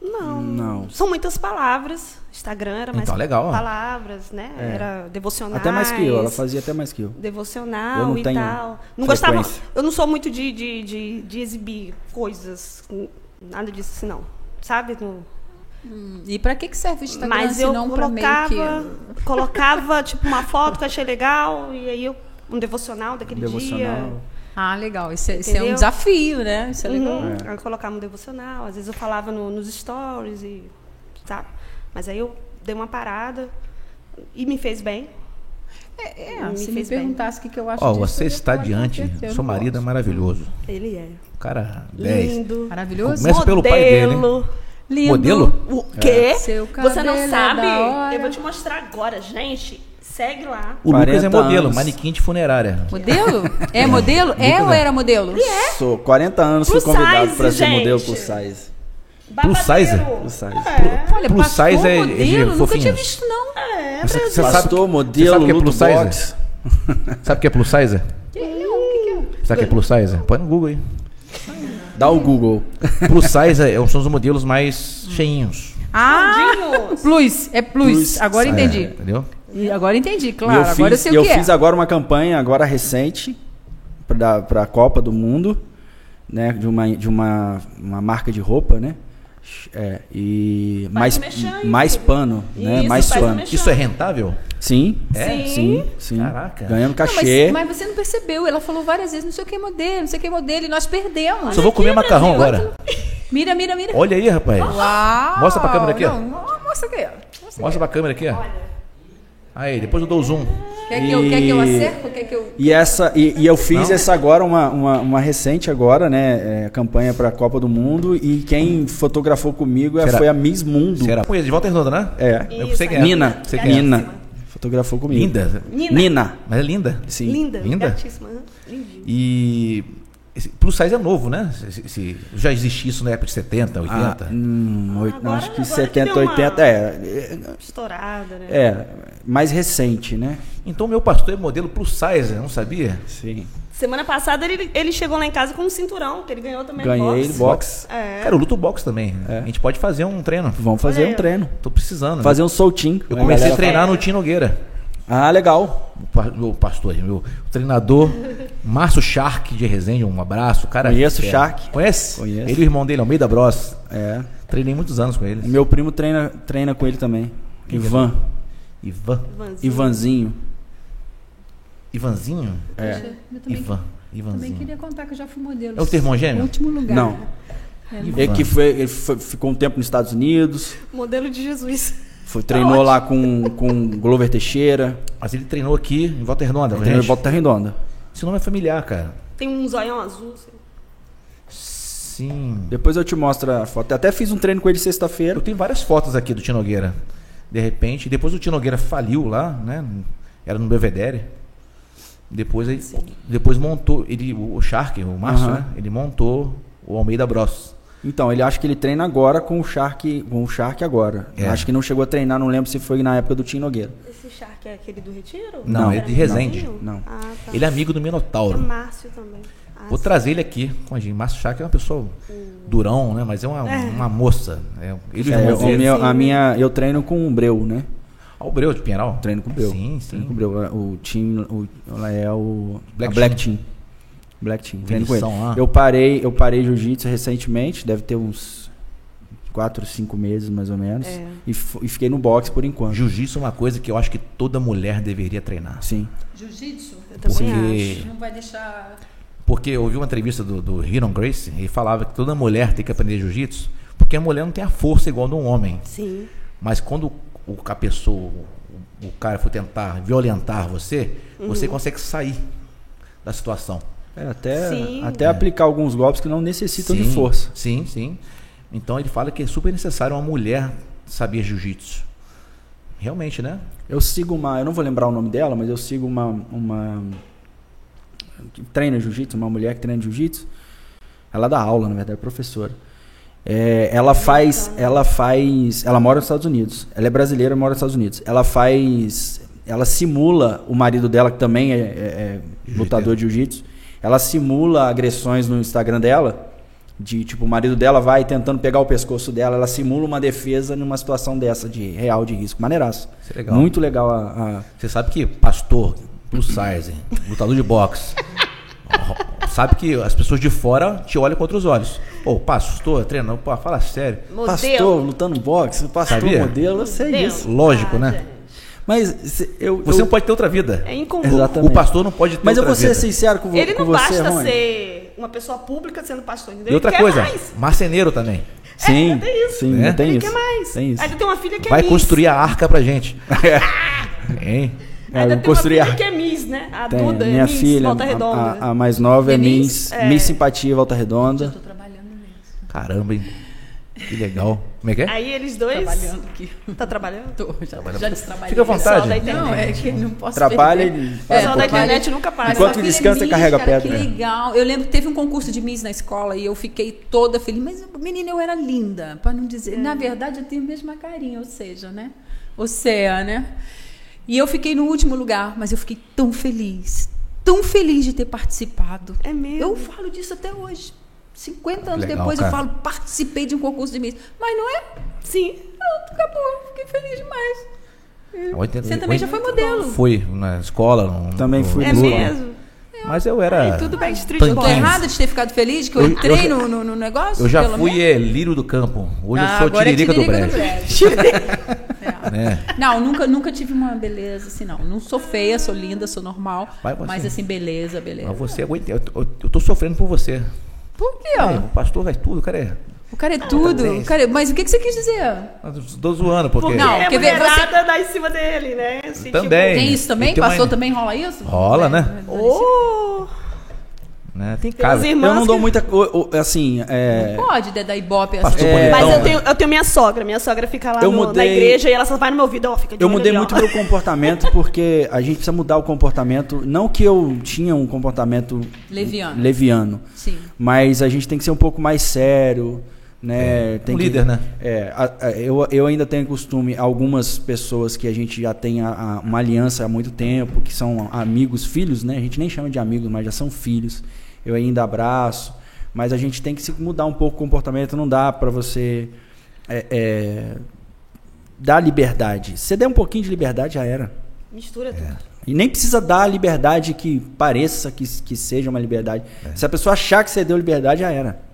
S4: Não.
S2: Não.
S4: São muitas palavras. Instagram era mais
S1: Então, legal.
S4: palavras, né?
S2: É.
S4: Era devocionais.
S2: Até mais que eu, ela fazia até mais que eu.
S4: Devocional
S2: Eu não
S4: e
S2: tenho
S4: tal. Não gostava.
S2: frequência.
S4: Eu não sou muito de, de, de, de exibir coisas, n- nada disso assim, não. Sabe? Não-
S3: E pra que, que serve o Instagram
S4: Mas
S3: se
S4: eu
S3: não pra meio
S4: colocava,
S3: que...
S4: colocava tipo uma foto que eu achei legal e aí eu um devocional daquele
S2: Devocional.
S4: dia.
S3: Ah, legal. Isso, é- isso é um
S4: Entendeu?
S3: desafio, né? Isso é legal.
S4: Uhum. Aí Eu colocava um devocional, às vezes eu falava no- nos stories e sabe. Mas aí eu dei uma parada e me fez bem.
S3: É,
S4: Me
S3: se me
S4: fez bem.
S3: perguntasse o que, que eu acho
S1: Ó,
S3: disso,
S1: você
S3: eu ia
S1: está
S3: falar que eu
S1: diante,
S3: não sei, eu
S1: seu
S3: não
S1: marido é
S3: gosto.
S1: maravilhoso.
S4: Ele é
S1: O cara 10.
S4: lindo.
S3: Maravilhoso?
S1: Começa pelo pai dele, hein?
S4: Modelo.
S3: Lindo.
S1: Modelo? É.
S4: O quê?
S3: Seu
S4: Você
S3: cabelo é
S4: não sabe?
S3: da hora.
S4: Eu vou te mostrar agora, gente. Segue lá.
S1: O Lucas é
S2: 40
S1: modelo,
S2: anos.
S1: manequim de funerária.
S3: Modelo? É modelo? É ou era modelo?
S2: Sou 40 anos, fui
S4: É? Plus
S2: convidado
S4: size,
S2: para ser
S4: gente.
S2: modelo plus size.
S1: Plus size?
S2: Plus size.
S4: É.
S3: Olha,
S1: Plus
S3: pastor,
S1: size é- é de
S3: modelo, nunca
S1: fofinho.
S3: tinha visto, não.
S4: É,
S1: Você, você
S2: Pastor,
S1: você
S2: modelo,
S1: sabe o que é
S2: luto
S1: plus size?
S2: box.
S1: Sabe o que é plus size? Sabe o que é plus size? Põe no
S2: (laughs)
S1: Google aí.
S2: Dá o Google.
S1: Plus size é- são os modelos mais cheinhos.
S3: Ah,
S4: Mundinhos.
S3: plus. É plus.
S2: Plus
S3: agora
S1: É,
S3: entendi.
S1: entendeu?
S3: E agora entendi,
S2: E
S3: claro.
S2: eu fiz,
S3: agora eu sei
S2: eu
S3: o que é.
S2: fiz agora uma campanha agora recente para a Copa do Mundo, né, de uma de uma, uma marca de roupa, né? É, e
S4: Faz
S2: mais
S4: o merchan aí,
S2: mais
S4: filho.
S2: pano, né?
S4: Isso,
S2: mais
S4: faz o
S2: pano.
S4: merchan.
S1: Isso é rentável?
S2: Sim.
S1: É?
S2: Sim, sim.
S1: Caraca.
S2: Ganhando
S3: Não, mas-
S2: cachê.
S3: mas, você não percebeu. Ela falou várias vezes, não sei o que é modelo, não sei o que é modelo. E nós perdemos.
S1: Só vou comer macarrão agora.
S3: Mira, mira, mira.
S1: Olha aí, rapaz.
S3: Uau.
S1: Mostra pra câmera aqui, ó.
S3: Não, ó, mostra aqui, ó. Mostra
S1: Mostra pra câmera aqui, ó. Aí, depois eu dou o zoom.
S3: aqui. Quer que eu, quer que eu acerco? Quer que eu...
S2: E essa e, e eu fiz
S1: Não?
S2: essa agora uma, uma, uma recente agora, né? é, campanha para a Copa do Mundo e quem fotografou comigo é-
S1: Será-
S2: foi a Miss Mundo.
S1: Será? Põe de volta redonda, né?
S2: É.
S1: Eu sei quem é.
S2: Nina,
S1: Sei quem é.
S2: Nina fotografou comigo.
S1: Linda.
S4: Nina.
S2: Nina.
S1: Mas é linda.
S2: Sim.
S4: Linda.
S1: Linda.
S4: Gatíssima. né? Lindinha.
S1: E. Esse plus size é novo, né? Esse- esse- já existia isso na época de 70,
S2: Ah,
S1: 80.
S2: hum, oito- não,
S4: Agora-
S2: acho que
S4: agora que
S2: 70,
S4: deu uma-
S2: 80. É,
S4: Estourada, né?
S2: é, é, mais recente, né?
S1: Então meu pastor é modelo plus size, eu não sabia?
S2: Sim.
S4: Semana passada ele, ele chegou lá em casa com um cinturão, que ele ganhou também.
S2: Ganhei
S4: boxe.
S2: box. box.
S4: É.
S1: Cara, eu luto box também.
S2: É.
S1: A gente pode fazer um treino.
S2: Vamos fazer
S4: Olha aí,
S2: um
S4: ó.
S2: treino.
S1: Tô precisando. né?
S2: Fazer um soltinho.
S1: Eu
S2: né,
S1: comecei a
S2: galera?
S1: treinar no Tim Nogueira.
S2: Ah, legal.
S1: O pa- Meu pastor, meu treinador, Márcio Shark de Resende, um abraço. Cara,
S2: Conheço o
S1: é.
S2: Shark.
S1: Conhece?
S2: Conheço.
S1: Ele e o irmão dele, Almeida Bros.
S2: É.
S1: Treinei muitos anos com eles.
S2: O meu primo treina, treina com ele também.
S1: Quem que é?
S2: Ivan.
S1: Ivan.
S4: Ivanzinho.
S2: Ivanzinho.
S1: Ivanzinho?
S2: É.
S3: Eu também,
S1: Ivan.
S3: também
S1: Ivanzinho.
S3: queria contar que eu já fui modelo.
S1: É o termogêmeo?
S3: Último lugar.
S2: Não.
S1: Ivan.
S2: Ele que foi, ele foi- ficou um tempo nos Estados Unidos.
S4: Modelo de Jesus.
S2: Foi, treinou lá com, com Glover Teixeira.
S1: Mas ele treinou aqui em Volta Redonda. com a
S2: Treinou em
S1: gente.
S2: Volta Redonda.
S1: Esse nome é familiar, cara.
S4: Tem um zoião azul. assim.
S1: Sim.
S2: Depois eu te mostro a foto. Eu até fiz um treino com ele sexta-feira.
S1: Eu tenho várias fotos aqui do Tino Nogueira. De repente, depois o Tino Nogueira faliu lá, né? Era no Belvedere. Depois aí, depois montou ele o Shark, o Márcio,
S2: Aham.
S1: né? Ele montou o Almeida Bros.
S2: Então, ele acha que ele treina agora com o Shark, com o Shark agora.
S1: É.
S2: Acho que não chegou a treinar, não lembro se foi na época do Tim Nogueira.
S4: Esse Shark é aquele do Retiro?
S1: Não,
S2: Não,
S1: é de Resende.
S2: não.
S4: Ah, tá.
S1: Ele é amigo do
S4: É
S1: Minotauro.
S4: Márcio também. Ah,
S1: Vou trazer ele aqui com a gente. Márcio Shark é uma pessoa durão, né? Mas é uma, uma moça. É, ele
S2: É,
S1: é,
S2: o meu- a minha, eu treino com o Breu, né?
S1: Ah, o Breu de Pinheiral?
S2: Treino com o Breu.
S1: Sim, sim.
S2: Treino com o Breu. O Tim, o, ela é o
S1: Black
S2: Black, Black Team. Black Team. Treino com ele.
S1: Vinição lá.
S2: Eu parei, eu parei jiu-jitsu recentemente, deve ter uns 4, 5 meses mais ou menos.
S4: É.
S2: E, f- e fiquei no boxe por enquanto.
S1: Jiu-jitsu é uma coisa que eu acho que toda mulher deveria treinar.
S2: Sim.
S3: Jiu-jitsu?
S4: Eu também
S1: Porque,
S3: Não vai deixar...
S1: porque eu ouvi uma entrevista do, do Hiron Grace e falava que toda mulher tem que aprender jiu-jitsu porque a mulher não tem a força igual de um homem.
S4: acho. Sim.
S1: Mas quando o, a pessoa, o, o cara for tentar violentar você,
S2: Uhum.
S1: você consegue sair da situação.
S2: É, até
S4: Sim.
S2: até aplicar alguns golpes que não necessitam de
S1: Sim,
S2: força.
S1: Sim, sim. Então ele fala que é super necessário uma mulher saber jiu-jitsu. Realmente, né?
S2: Eu sigo uma, eu não vou lembrar o nome dela, mas eu sigo uma uma que treina jiu-jitsu, uma mulher que treina jiu-jitsu. Ela dá aula, na verdade, é professora. É, ela faz, ela faz, ela mora nos Estados Unidos. Ela é brasileira, mora nos Estados Unidos. Ela faz, ela simula o marido dela que também é, é- é lutador de jiu-jitsu. Ela simula agressões no Instagram dela. De tipo, o marido dela vai tentando pegar o pescoço dela, ela simula uma defesa numa situação dessa, de real de risco. Maneiraço.
S1: Isso é legal.
S2: Muito legal a. a-
S1: Você sabe que pastor, plus size, lutador de
S2: (laughs)
S1: boxe, ó, sabe que as pessoas de fora te olham com outros olhos. Ô, pastor, treinando, pô, fala sério.
S4: Modelo.
S2: Pastor lutando boxe, pastor
S1: Sabia?
S2: modelo, eu sei
S4: Modelo.
S2: disso.
S1: Lógico, né?
S2: Mas se- eu.
S1: Você
S2: eu-
S1: não pode ter outra vida.
S4: É incomum.
S2: Exatamente.
S1: O pastor não pode ter
S2: Mas eu
S1: outra
S2: vou ser
S1: vida.
S2: sincero com, vo
S4: Ele
S2: com
S4: não
S2: você,
S4: basta
S2: Rony.
S4: ser uma pessoa pública sendo pastor, entendeu?
S1: E outra
S4: ele
S1: coisa,
S4: quer mais.
S1: marceneiro também.
S2: Sim,
S4: ainda tem isso.
S2: sim,
S1: Né?
S2: ainda tem
S4: Ele
S2: isso.
S4: quer mais.
S2: Tem isso.
S4: Aí tu tem uma filha que é
S1: Vai
S4: Miss.
S1: construir a arca pra gente. hein?
S5: Ainda
S2: É, eu
S5: tem uma
S2: construí a-
S5: filha que é Miss, né? A
S2: Tem,
S5: Duda é
S2: minha
S5: Miss,
S2: filha,
S5: Volta
S2: a-
S5: Redonda.
S4: né?
S2: A, a mais nova é
S5: Denise,
S2: Miss,
S5: é.
S2: Miss Simpatia Volta Redonda.
S3: Estou trabalhando nisso.
S1: Caramba, hein? Que legal. Como é que é?
S5: Aí eles dois.
S3: Trabalhando aqui.
S5: Tá trabalhando?
S3: Tô, já, já destrabalhei.
S1: Fica à vontade.
S5: Pessoal da
S3: Não,
S5: internet.
S3: é que não posso
S2: Trabalha
S3: perder.
S2: e
S5: O
S4: É,
S2: para
S5: pessoal
S2: um
S5: da
S2: pouquinho.
S5: internet nunca para.
S3: Mas minha
S2: Enquanto
S5: né?
S3: filha
S2: descansa,
S3: Miss,
S2: carrega
S3: cara,
S2: pedra.
S3: Que legal. Eu lembro que teve um concurso de Miss na escola e eu fiquei toda feliz. Mas, menina, eu era linda, para não
S4: É.
S3: dizer. Na verdade, eu tenho a mesma carinha, ou seja, né? Oceia, né? E eu fiquei no último lugar, mas eu fiquei tão feliz. Tão feliz de ter participado.
S4: É mesmo?
S3: Eu falo disso até hoje. 50 anos
S1: Legal,
S3: depois
S1: cara.
S3: eu falo, participei de um concurso de Miss. Mas não é?
S4: Sim.
S3: Pronto, acabou. Fiquei feliz demais.
S1: Oitenta-
S3: Você também já foi modelo.
S1: Fui na escola. no-
S2: Também
S1: no
S2: fui
S4: É
S2: Lula.
S1: clube,
S4: mesmo.
S1: Mas eu
S2: É.
S1: era.
S4: E tudo bem, street
S1: Tanquinho.
S3: Tô
S1: Sim.
S3: errada de ter ficado feliz que eu,
S1: Eu- eu já-
S3: entrei no, no- no negócio?
S1: Eu já
S3: pelo
S1: fui
S3: menos?
S1: é, lírio do campo. Hoje
S3: Ah,
S1: eu sou
S3: agora
S1: tiririca,
S3: é
S1: do brejo.
S3: É.
S1: Né?
S3: Não, nunca, nunca tive uma beleza assim, não. Não sou feia, sou linda, sou normal.
S1: Vai você.
S3: Mas assim, beleza, beleza.
S1: Mas você aguenta. Eu, eu, eu tô sofrendo por você.
S3: Por quê?
S1: É,
S3: ó?
S1: o pastor vai tudo, cara. é-
S3: O cara é tudo.
S1: beleza.
S3: O cara é- Mas o que, que você quis dizer?
S1: Eu Tô zoando, porque.
S3: Não,
S5: É,
S3: porque vê,
S5: mulherada dá em cima dele, né? Assim,
S1: Também.
S3: Tem isso também?
S1: eu tenho
S3: Passou
S1: uma-
S3: também? Rola isso?
S1: Rola, né?
S4: Oh,
S1: né? Tem
S5: as
S1: casa.
S5: irmãs-
S2: Eu não dou
S5: que-
S2: muita. co- o- Assim, é,
S3: Pode, Dedé e Ibope. Assim.
S1: Pastor
S2: É,
S1: bonitão.
S4: mas eu,
S1: né?
S4: tenho, eu tenho minha sogra. Minha sogra fica lá
S2: Eu
S4: no- na
S2: mudei-
S4: igreja e ela só vai no meu ouvido. Ó, fica de
S2: Eu
S4: olho
S2: mudei
S4: ali, ó.
S2: muito meu comportamento porque a gente precisa mudar o comportamento. Não que eu tinha um comportamento
S3: Leviano.
S2: leviano,
S3: Sim.
S2: mas a gente tem que ser um pouco mais sério, né?
S1: É,
S2: Tem
S1: um
S2: que-
S1: líder, né?
S2: É, a- a- eu, eu ainda tenho costume, algumas pessoas que a gente já tem a- a- uma aliança há muito tempo, que são amigos, filhos, né? A gente nem chama de amigos, mas já são filhos. Eu ainda abraço, mas a gente tem que se mudar um pouco o comportamento. Não dá pra você é, é, dar liberdade. Se der um pouquinho de liberdade, já era.
S4: Mistura tudo.
S2: E nem precisa dar a liberdade que pareça que, que seja uma liberdade. Se a pessoa achar que você deu liberdade, já era.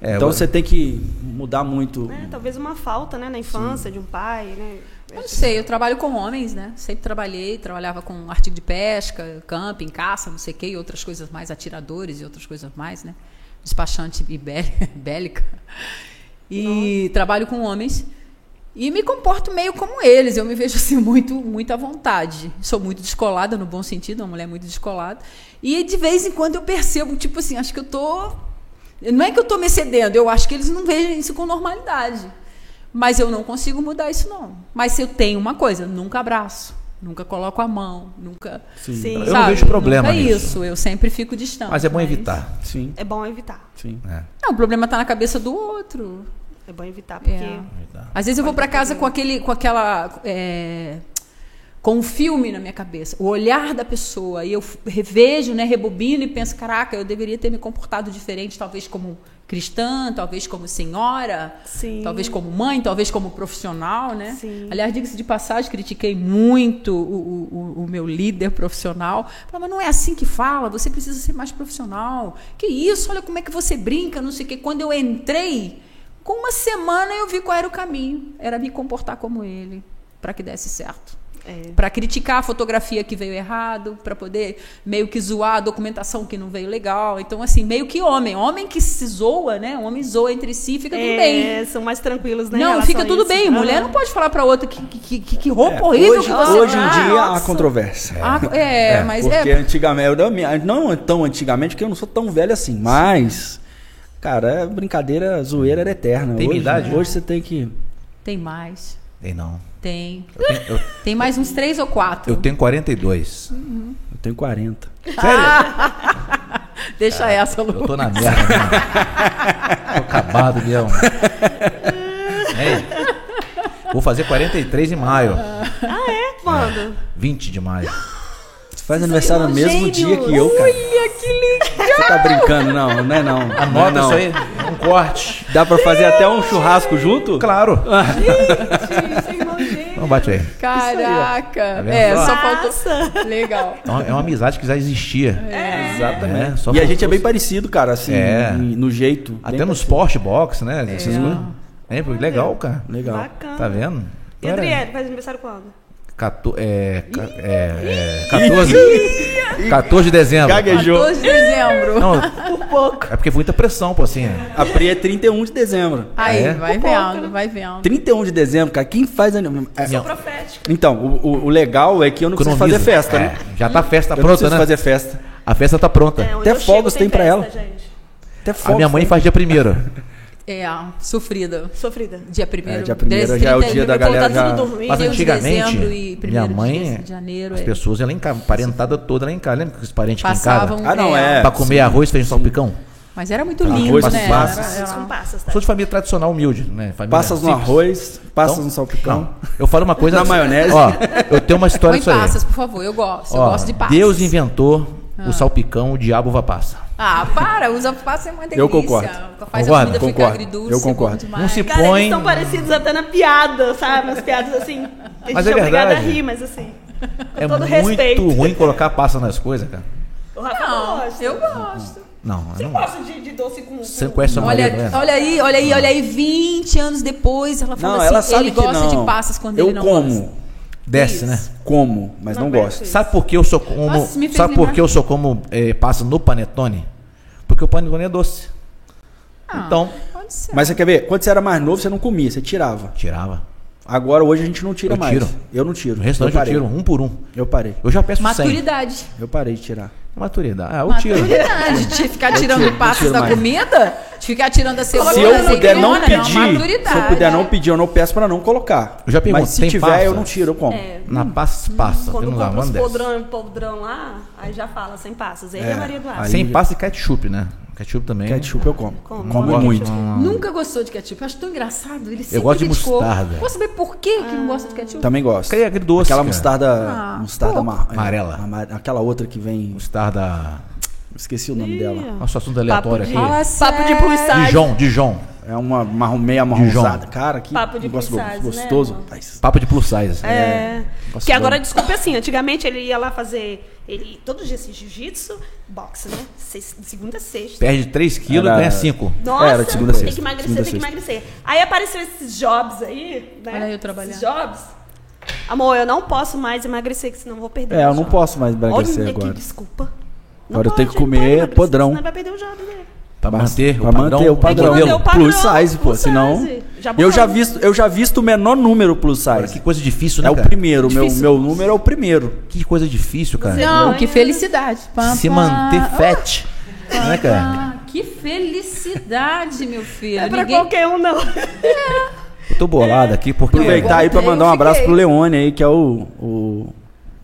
S1: É,
S2: então
S1: eu-
S2: você tem que mudar muito.
S4: É, talvez uma falta, né? Na infância, de um pai, né?
S3: Eu não sei, eu trabalho com homens, né? Sempre trabalhei, trabalhava com artigo de pesca, camping, caça, não sei o quê, e outras coisas mais, atiradores e outras coisas mais, né? Despachante e bé- (laughs) bélica. E trabalho com homens. E me comporto meio como eles. Eu me vejo assim muito, muito à vontade. Sou muito descolada, no bom sentido, uma mulher muito descolada. E de vez em quando eu percebo, tipo assim, acho que eu tô. Não é que eu tô me excedendo, eu acho que eles não vejam isso com normalidade. Mas eu não consigo mudar isso, não. Mas se eu tenho uma coisa, nunca abraço, nunca coloco a mão, nunca.
S4: Sim.
S1: Eu não vejo problema
S3: nunca
S1: nisso.
S3: É isso, eu sempre fico distante.
S1: Mas é bom evitar.
S2: Sim,
S4: É bom evitar.
S2: sim.
S1: né?
S3: Não, o problema tá na cabeça do outro.
S4: É bom evitar, porque.
S3: É.
S1: Evitar.
S3: Às vezes eu vou para casa com aquele, com aquela, é, com um filme na minha cabeça, o olhar da pessoa e eu f- revejo, né, rebobino e penso, caraca, eu deveria ter me comportado diferente, talvez como cristã, talvez como senhora,
S4: Sim.
S3: talvez como mãe, talvez como profissional, né?
S4: Sim.
S3: Aliás, diga-se de passagem, critiquei muito o, o- o- o meu líder profissional. Falava, mas não é assim que fala, você precisa ser mais profissional. Que isso, olha como é que você brinca, não sei o quê. Quando eu entrei, com uma semana eu vi qual era o caminho. Era me comportar como ele, para que desse certo.
S4: É.
S3: Para criticar a fotografia que veio errado, para poder meio que zoar a documentação que não veio legal. Então, assim, meio que homem. Homem que se zoa, né? Homem zoa entre si, fica tudo bem.
S4: É, são mais tranquilos, né? em
S3: Não,
S4: relação
S3: fica
S4: a
S3: tudo
S4: isso. Ah.
S3: bem.
S4: Aham.
S3: Mulher não pode falar pra outra que, que, que- que, que roupa
S2: É,
S3: horrível
S2: hoje,
S3: que você
S2: hoje em
S3: tá.
S2: dia há
S3: Nossa.
S2: controvérsia.
S3: Ah, é, mas
S2: porque
S3: é.
S2: antigamente, eu não me- não tão antigamente, porque eu não sou tão velho assim, mas, cara, a brincadeira, a zoeira era eterna.
S1: Tem
S2: hoje,
S1: minha idade? né?
S2: hoje você tem que...
S3: Tem mais.
S1: Tem não.
S3: Tem.
S1: Eu tenho, eu-
S3: Tem mais uns três ou quatro.
S1: eu tenho 42.
S2: Eu tenho 40.
S1: Sério?
S3: Deixa essa, Lu.
S1: Eu tô na merda. mesmo. tô acabado, Leão. Ei, Vou fazer 43 em maio.
S4: É, Quando?
S1: 20 de maio.
S2: Você
S3: é
S2: faz aniversário no
S3: irmãos
S2: mesmo dia
S3: gêmeos.
S2: que eu, cara. Você tá brincando? Não, não é não. não, é
S1: Anota
S2: não.
S1: isso aí. Um corte.
S2: Dá pra fazer até um churrasco junto?
S1: Claro.
S4: é
S1: Não bate aí.
S3: Caraca.
S1: Tá vendo
S3: é,
S1: só?
S3: só faltou. Legal.
S1: É uma, é uma amizade que já existia. É, exatamente.
S2: E a gente é bem parecido, cara, assim,
S1: É.
S2: em- no jeito.
S1: Até
S2: Bem
S1: nos Porsche Box, né? Essas coisas. É, pô, legal, cara.
S2: Legal.
S4: Bacana.
S1: Tá vendo?
S4: E
S1: Então era-
S4: Adriele, faz aniversário quando?
S1: Cato- é, ca- é, é, 14, 14 de dezembro.
S2: Gaguejou.
S3: 14 de dezembro.
S1: Não,
S4: Por pouco.
S1: é porque foi muita pressão, pô, assim. é.
S2: A Pri é 31 de dezembro.
S3: Aí,
S1: É?
S3: vai
S4: né?
S3: vendo, vai vendo.
S2: 31 de dezembro, cara, quem faz aniversário?
S1: Não,
S5: Profética.
S2: Então, o, o- o legal é que eu não preciso É, fazer
S1: economiza.
S2: festa,
S1: É,
S2: né?
S1: Já tá a festa
S2: Eu não
S1: pronta,
S2: preciso
S1: né?
S2: fazer festa.
S1: A festa tá pronta.
S4: É, onde
S2: Até
S4: eu chego
S2: fogos tem pra
S4: festa, gente.
S2: Até
S1: a
S2: foto
S1: minha mãe
S2: tem.
S1: faz dia primeiro.
S3: É, sofrida.
S4: Sofrida.
S3: Dia 1
S2: É, dia primeiro já é o dia da galera já-
S1: Mas antigamente,
S3: dezembro e
S1: minha
S3: primeiro
S1: mãe,
S3: de janeiro,
S1: as
S3: é.
S1: pessoas iam lá em casa, parentada toda lá em casa. Lembra que os parentes aqui em casa?
S3: passavam
S2: Ah, não,
S3: é,
S2: é.
S1: Pra comer arroz, feijão, salpicão?
S3: Mas era muito lindo,
S2: arroz,
S3: né?
S2: passas.
S3: Era- era-
S4: São passas, tá?
S1: Sou de família tradicional humilde, né? Família
S2: Passas no
S1: simples.
S2: arroz, passas
S1: Então,
S2: no salpicão.
S1: Não, eu falo uma coisa. assim,
S2: Na maionese.
S1: Ó, eu tenho uma história
S3: Põe
S1: disso aí.
S3: passas, por favor. Eu gosto. eu
S1: Ó,
S3: gosto de Ah. passas.
S1: Deus inventou o salpicão, o diabo uva passa.
S3: Ah, para. Usa passa é uma delícia.
S2: concordo.
S3: Faz
S1: Concordo,
S3: a comida ficar
S2: concordo.
S3: agridulce.
S2: Eu concordo.
S3: é bom
S1: Não se
S3: demais.
S4: Cara,
S1: põe.
S4: eles são parecidos até na piada, sabe? As piadas assim. A gente
S1: Mas é
S4: obrigada a
S1: verdade.
S4: rir, mas assim. Com
S1: É
S4: todo
S1: muito
S4: respeito.
S1: ruim colocar passa nas coisas, cara.
S4: O Rafa não,
S3: Não,
S4: gosta.
S3: eu gosto.
S1: Não, eu
S4: Você
S1: não.
S4: gosta de, de doce com. com-
S1: Você não conhece sua
S3: Olha,
S2: é.
S1: mulher, né?
S3: olha aí, olha aí, olha aí, 20 anos depois, ela
S2: Não,
S3: falou assim,
S2: ela sabe
S3: ele
S2: que
S3: gosta
S2: não.
S3: de passas quando
S2: eu
S3: ele não
S2: como,
S3: gosta.
S1: Desce, né?
S2: como, mas não,
S4: Não
S2: gosto.
S4: aguento
S1: Sabe por que eu sou como.
S3: Nossa, isso me fez
S1: sabe por
S3: lembrar.
S1: que eu sou como eh, passa no panetone? Porque o panetone é doce.
S3: Ah,
S1: Então,
S3: pode ser.
S2: Mas você quer ver? Quando você era mais novo, você não comia, você tirava.
S1: tirava.
S2: Agora hoje a gente não tira
S1: Eu
S2: mais.
S1: tiro.
S2: Eu não tiro.
S1: No restaurante
S2: eu
S1: eu,
S2: parei.
S1: tiro um por um.
S2: Eu parei.
S1: Eu já peço 100.
S3: Maturidade.
S2: Eu parei de tirar.
S1: Maturidade. Ah, eu tiro.
S3: Maturidade. De ficar tirando
S2: tiro, eu
S3: passas
S2: tiro
S3: da
S2: mais.
S3: comida? De ficar tirando a cebola,
S2: Se eu
S3: da
S2: puder não
S3: azeitona, é uma
S2: pedir, se eu
S3: maturidade. né?
S2: puder não pedir, eu não peço pra não colocar.
S1: Eu já pergunto,
S2: Mas se
S1: tem
S2: tiver,
S1: passa?
S2: eu não tiro, eu como.
S4: É.
S1: Na passa,
S3: Hum,
S1: passa.
S4: Quando
S2: um
S1: não dá,
S4: compra os
S1: manda desce.
S4: podrão, podrão lá, aí já fala sem passas. Ele é,
S2: É,
S4: a Maria do Ar.
S2: aí-
S1: Sem passa e ketchup, né? Ketchup também.
S2: Ketchup eu como.
S4: Como?
S2: Como
S4: Como
S2: muito.
S4: ketchup?
S3: É. Nunca gostou de ketchup. Eu acho tão engraçado. Ele sempre
S1: gosto de
S3: criticou.
S1: mostarda.
S3: Posso saber por que que não gosta de ketchup?
S2: Também gosto.
S1: Porque é agridoce,
S2: Aquela
S1: cara.
S2: mostarda.
S3: Ah,
S2: mostarda
S3: pouco.
S2: amar- é,
S1: Amarela.
S2: amar- Aquela outra que vem.
S1: Mostarda.
S2: Esqueci o nome dela.
S1: Nosso assunto aleatório
S4: de-
S1: aqui.
S3: Fala
S4: Papo de
S3: É sério.
S4: plus size.
S1: Dijon, Dijon.
S2: É uma marrom, meia marronzada.
S1: Dijon.
S2: Cara, que
S4: Papo de
S2: negócio
S4: plus size, né,
S2: gostoso.
S4: irmão?
S2: rapaz.
S1: Papo de plus size.
S4: É.
S1: Gosto
S4: Que agora,
S1: bom.
S4: desculpa assim, antigamente ele ia lá fazer. Ele, todo dia assim, jiu-jitsu, boxe, né? Seis- segunda a sexta.
S1: Perde 3 quilos e
S2: Era-
S1: ganha 5.
S4: Nossa,
S2: Era de segunda a
S4: tem
S2: sexta,
S4: que emagrecer,
S2: segunda a
S4: tem que
S2: sexta.
S4: emagrecer. Aí apareceu esses jobs aí, né?
S3: Olha eu trabalhando.
S4: Esses jobs. Amor, eu não posso mais emagrecer, que senão eu vou perder.
S2: É,
S4: o
S2: eu não
S4: job.
S2: posso mais emagrecer
S4: Olha
S2: agora.
S4: que desculpa.
S2: Agora eu tenho que
S4: pode,
S2: comer
S4: pode emagrecer,
S2: podrão.
S4: Senão vai perder o job né? dele.
S1: Pra
S2: Mas-
S1: manter
S2: pra
S1: o padrão.
S2: manter o padrão.
S1: modelo.
S4: Tem que manter o padrão.
S2: Plus size, pô.
S4: Plus
S2: senão.
S4: size. Já
S2: Eu já,
S4: botamos.
S2: visto, eu já visto o menor número plus
S1: Cara,
S2: size.
S1: que coisa difícil, né,
S2: É o
S1: cara?
S2: primeiro. Meu,
S4: Difícil.
S2: meu número é o primeiro.
S1: Que coisa
S2: É
S1: difícil, cara.
S3: Não, que felicidade. Pá,
S1: Se
S3: pá.
S1: manter fat. Né, cara?
S3: Ah, que felicidade, meu filho.
S4: É pra
S3: Ninguém-
S4: qualquer um, não.
S1: Eu tô bolado aqui
S4: É,
S1: porque...
S2: Aproveitar aí pra
S3: voltei,
S2: mandar um
S3: eu
S2: abraço
S3: fiquei.
S2: pro Leone aí, que é o. o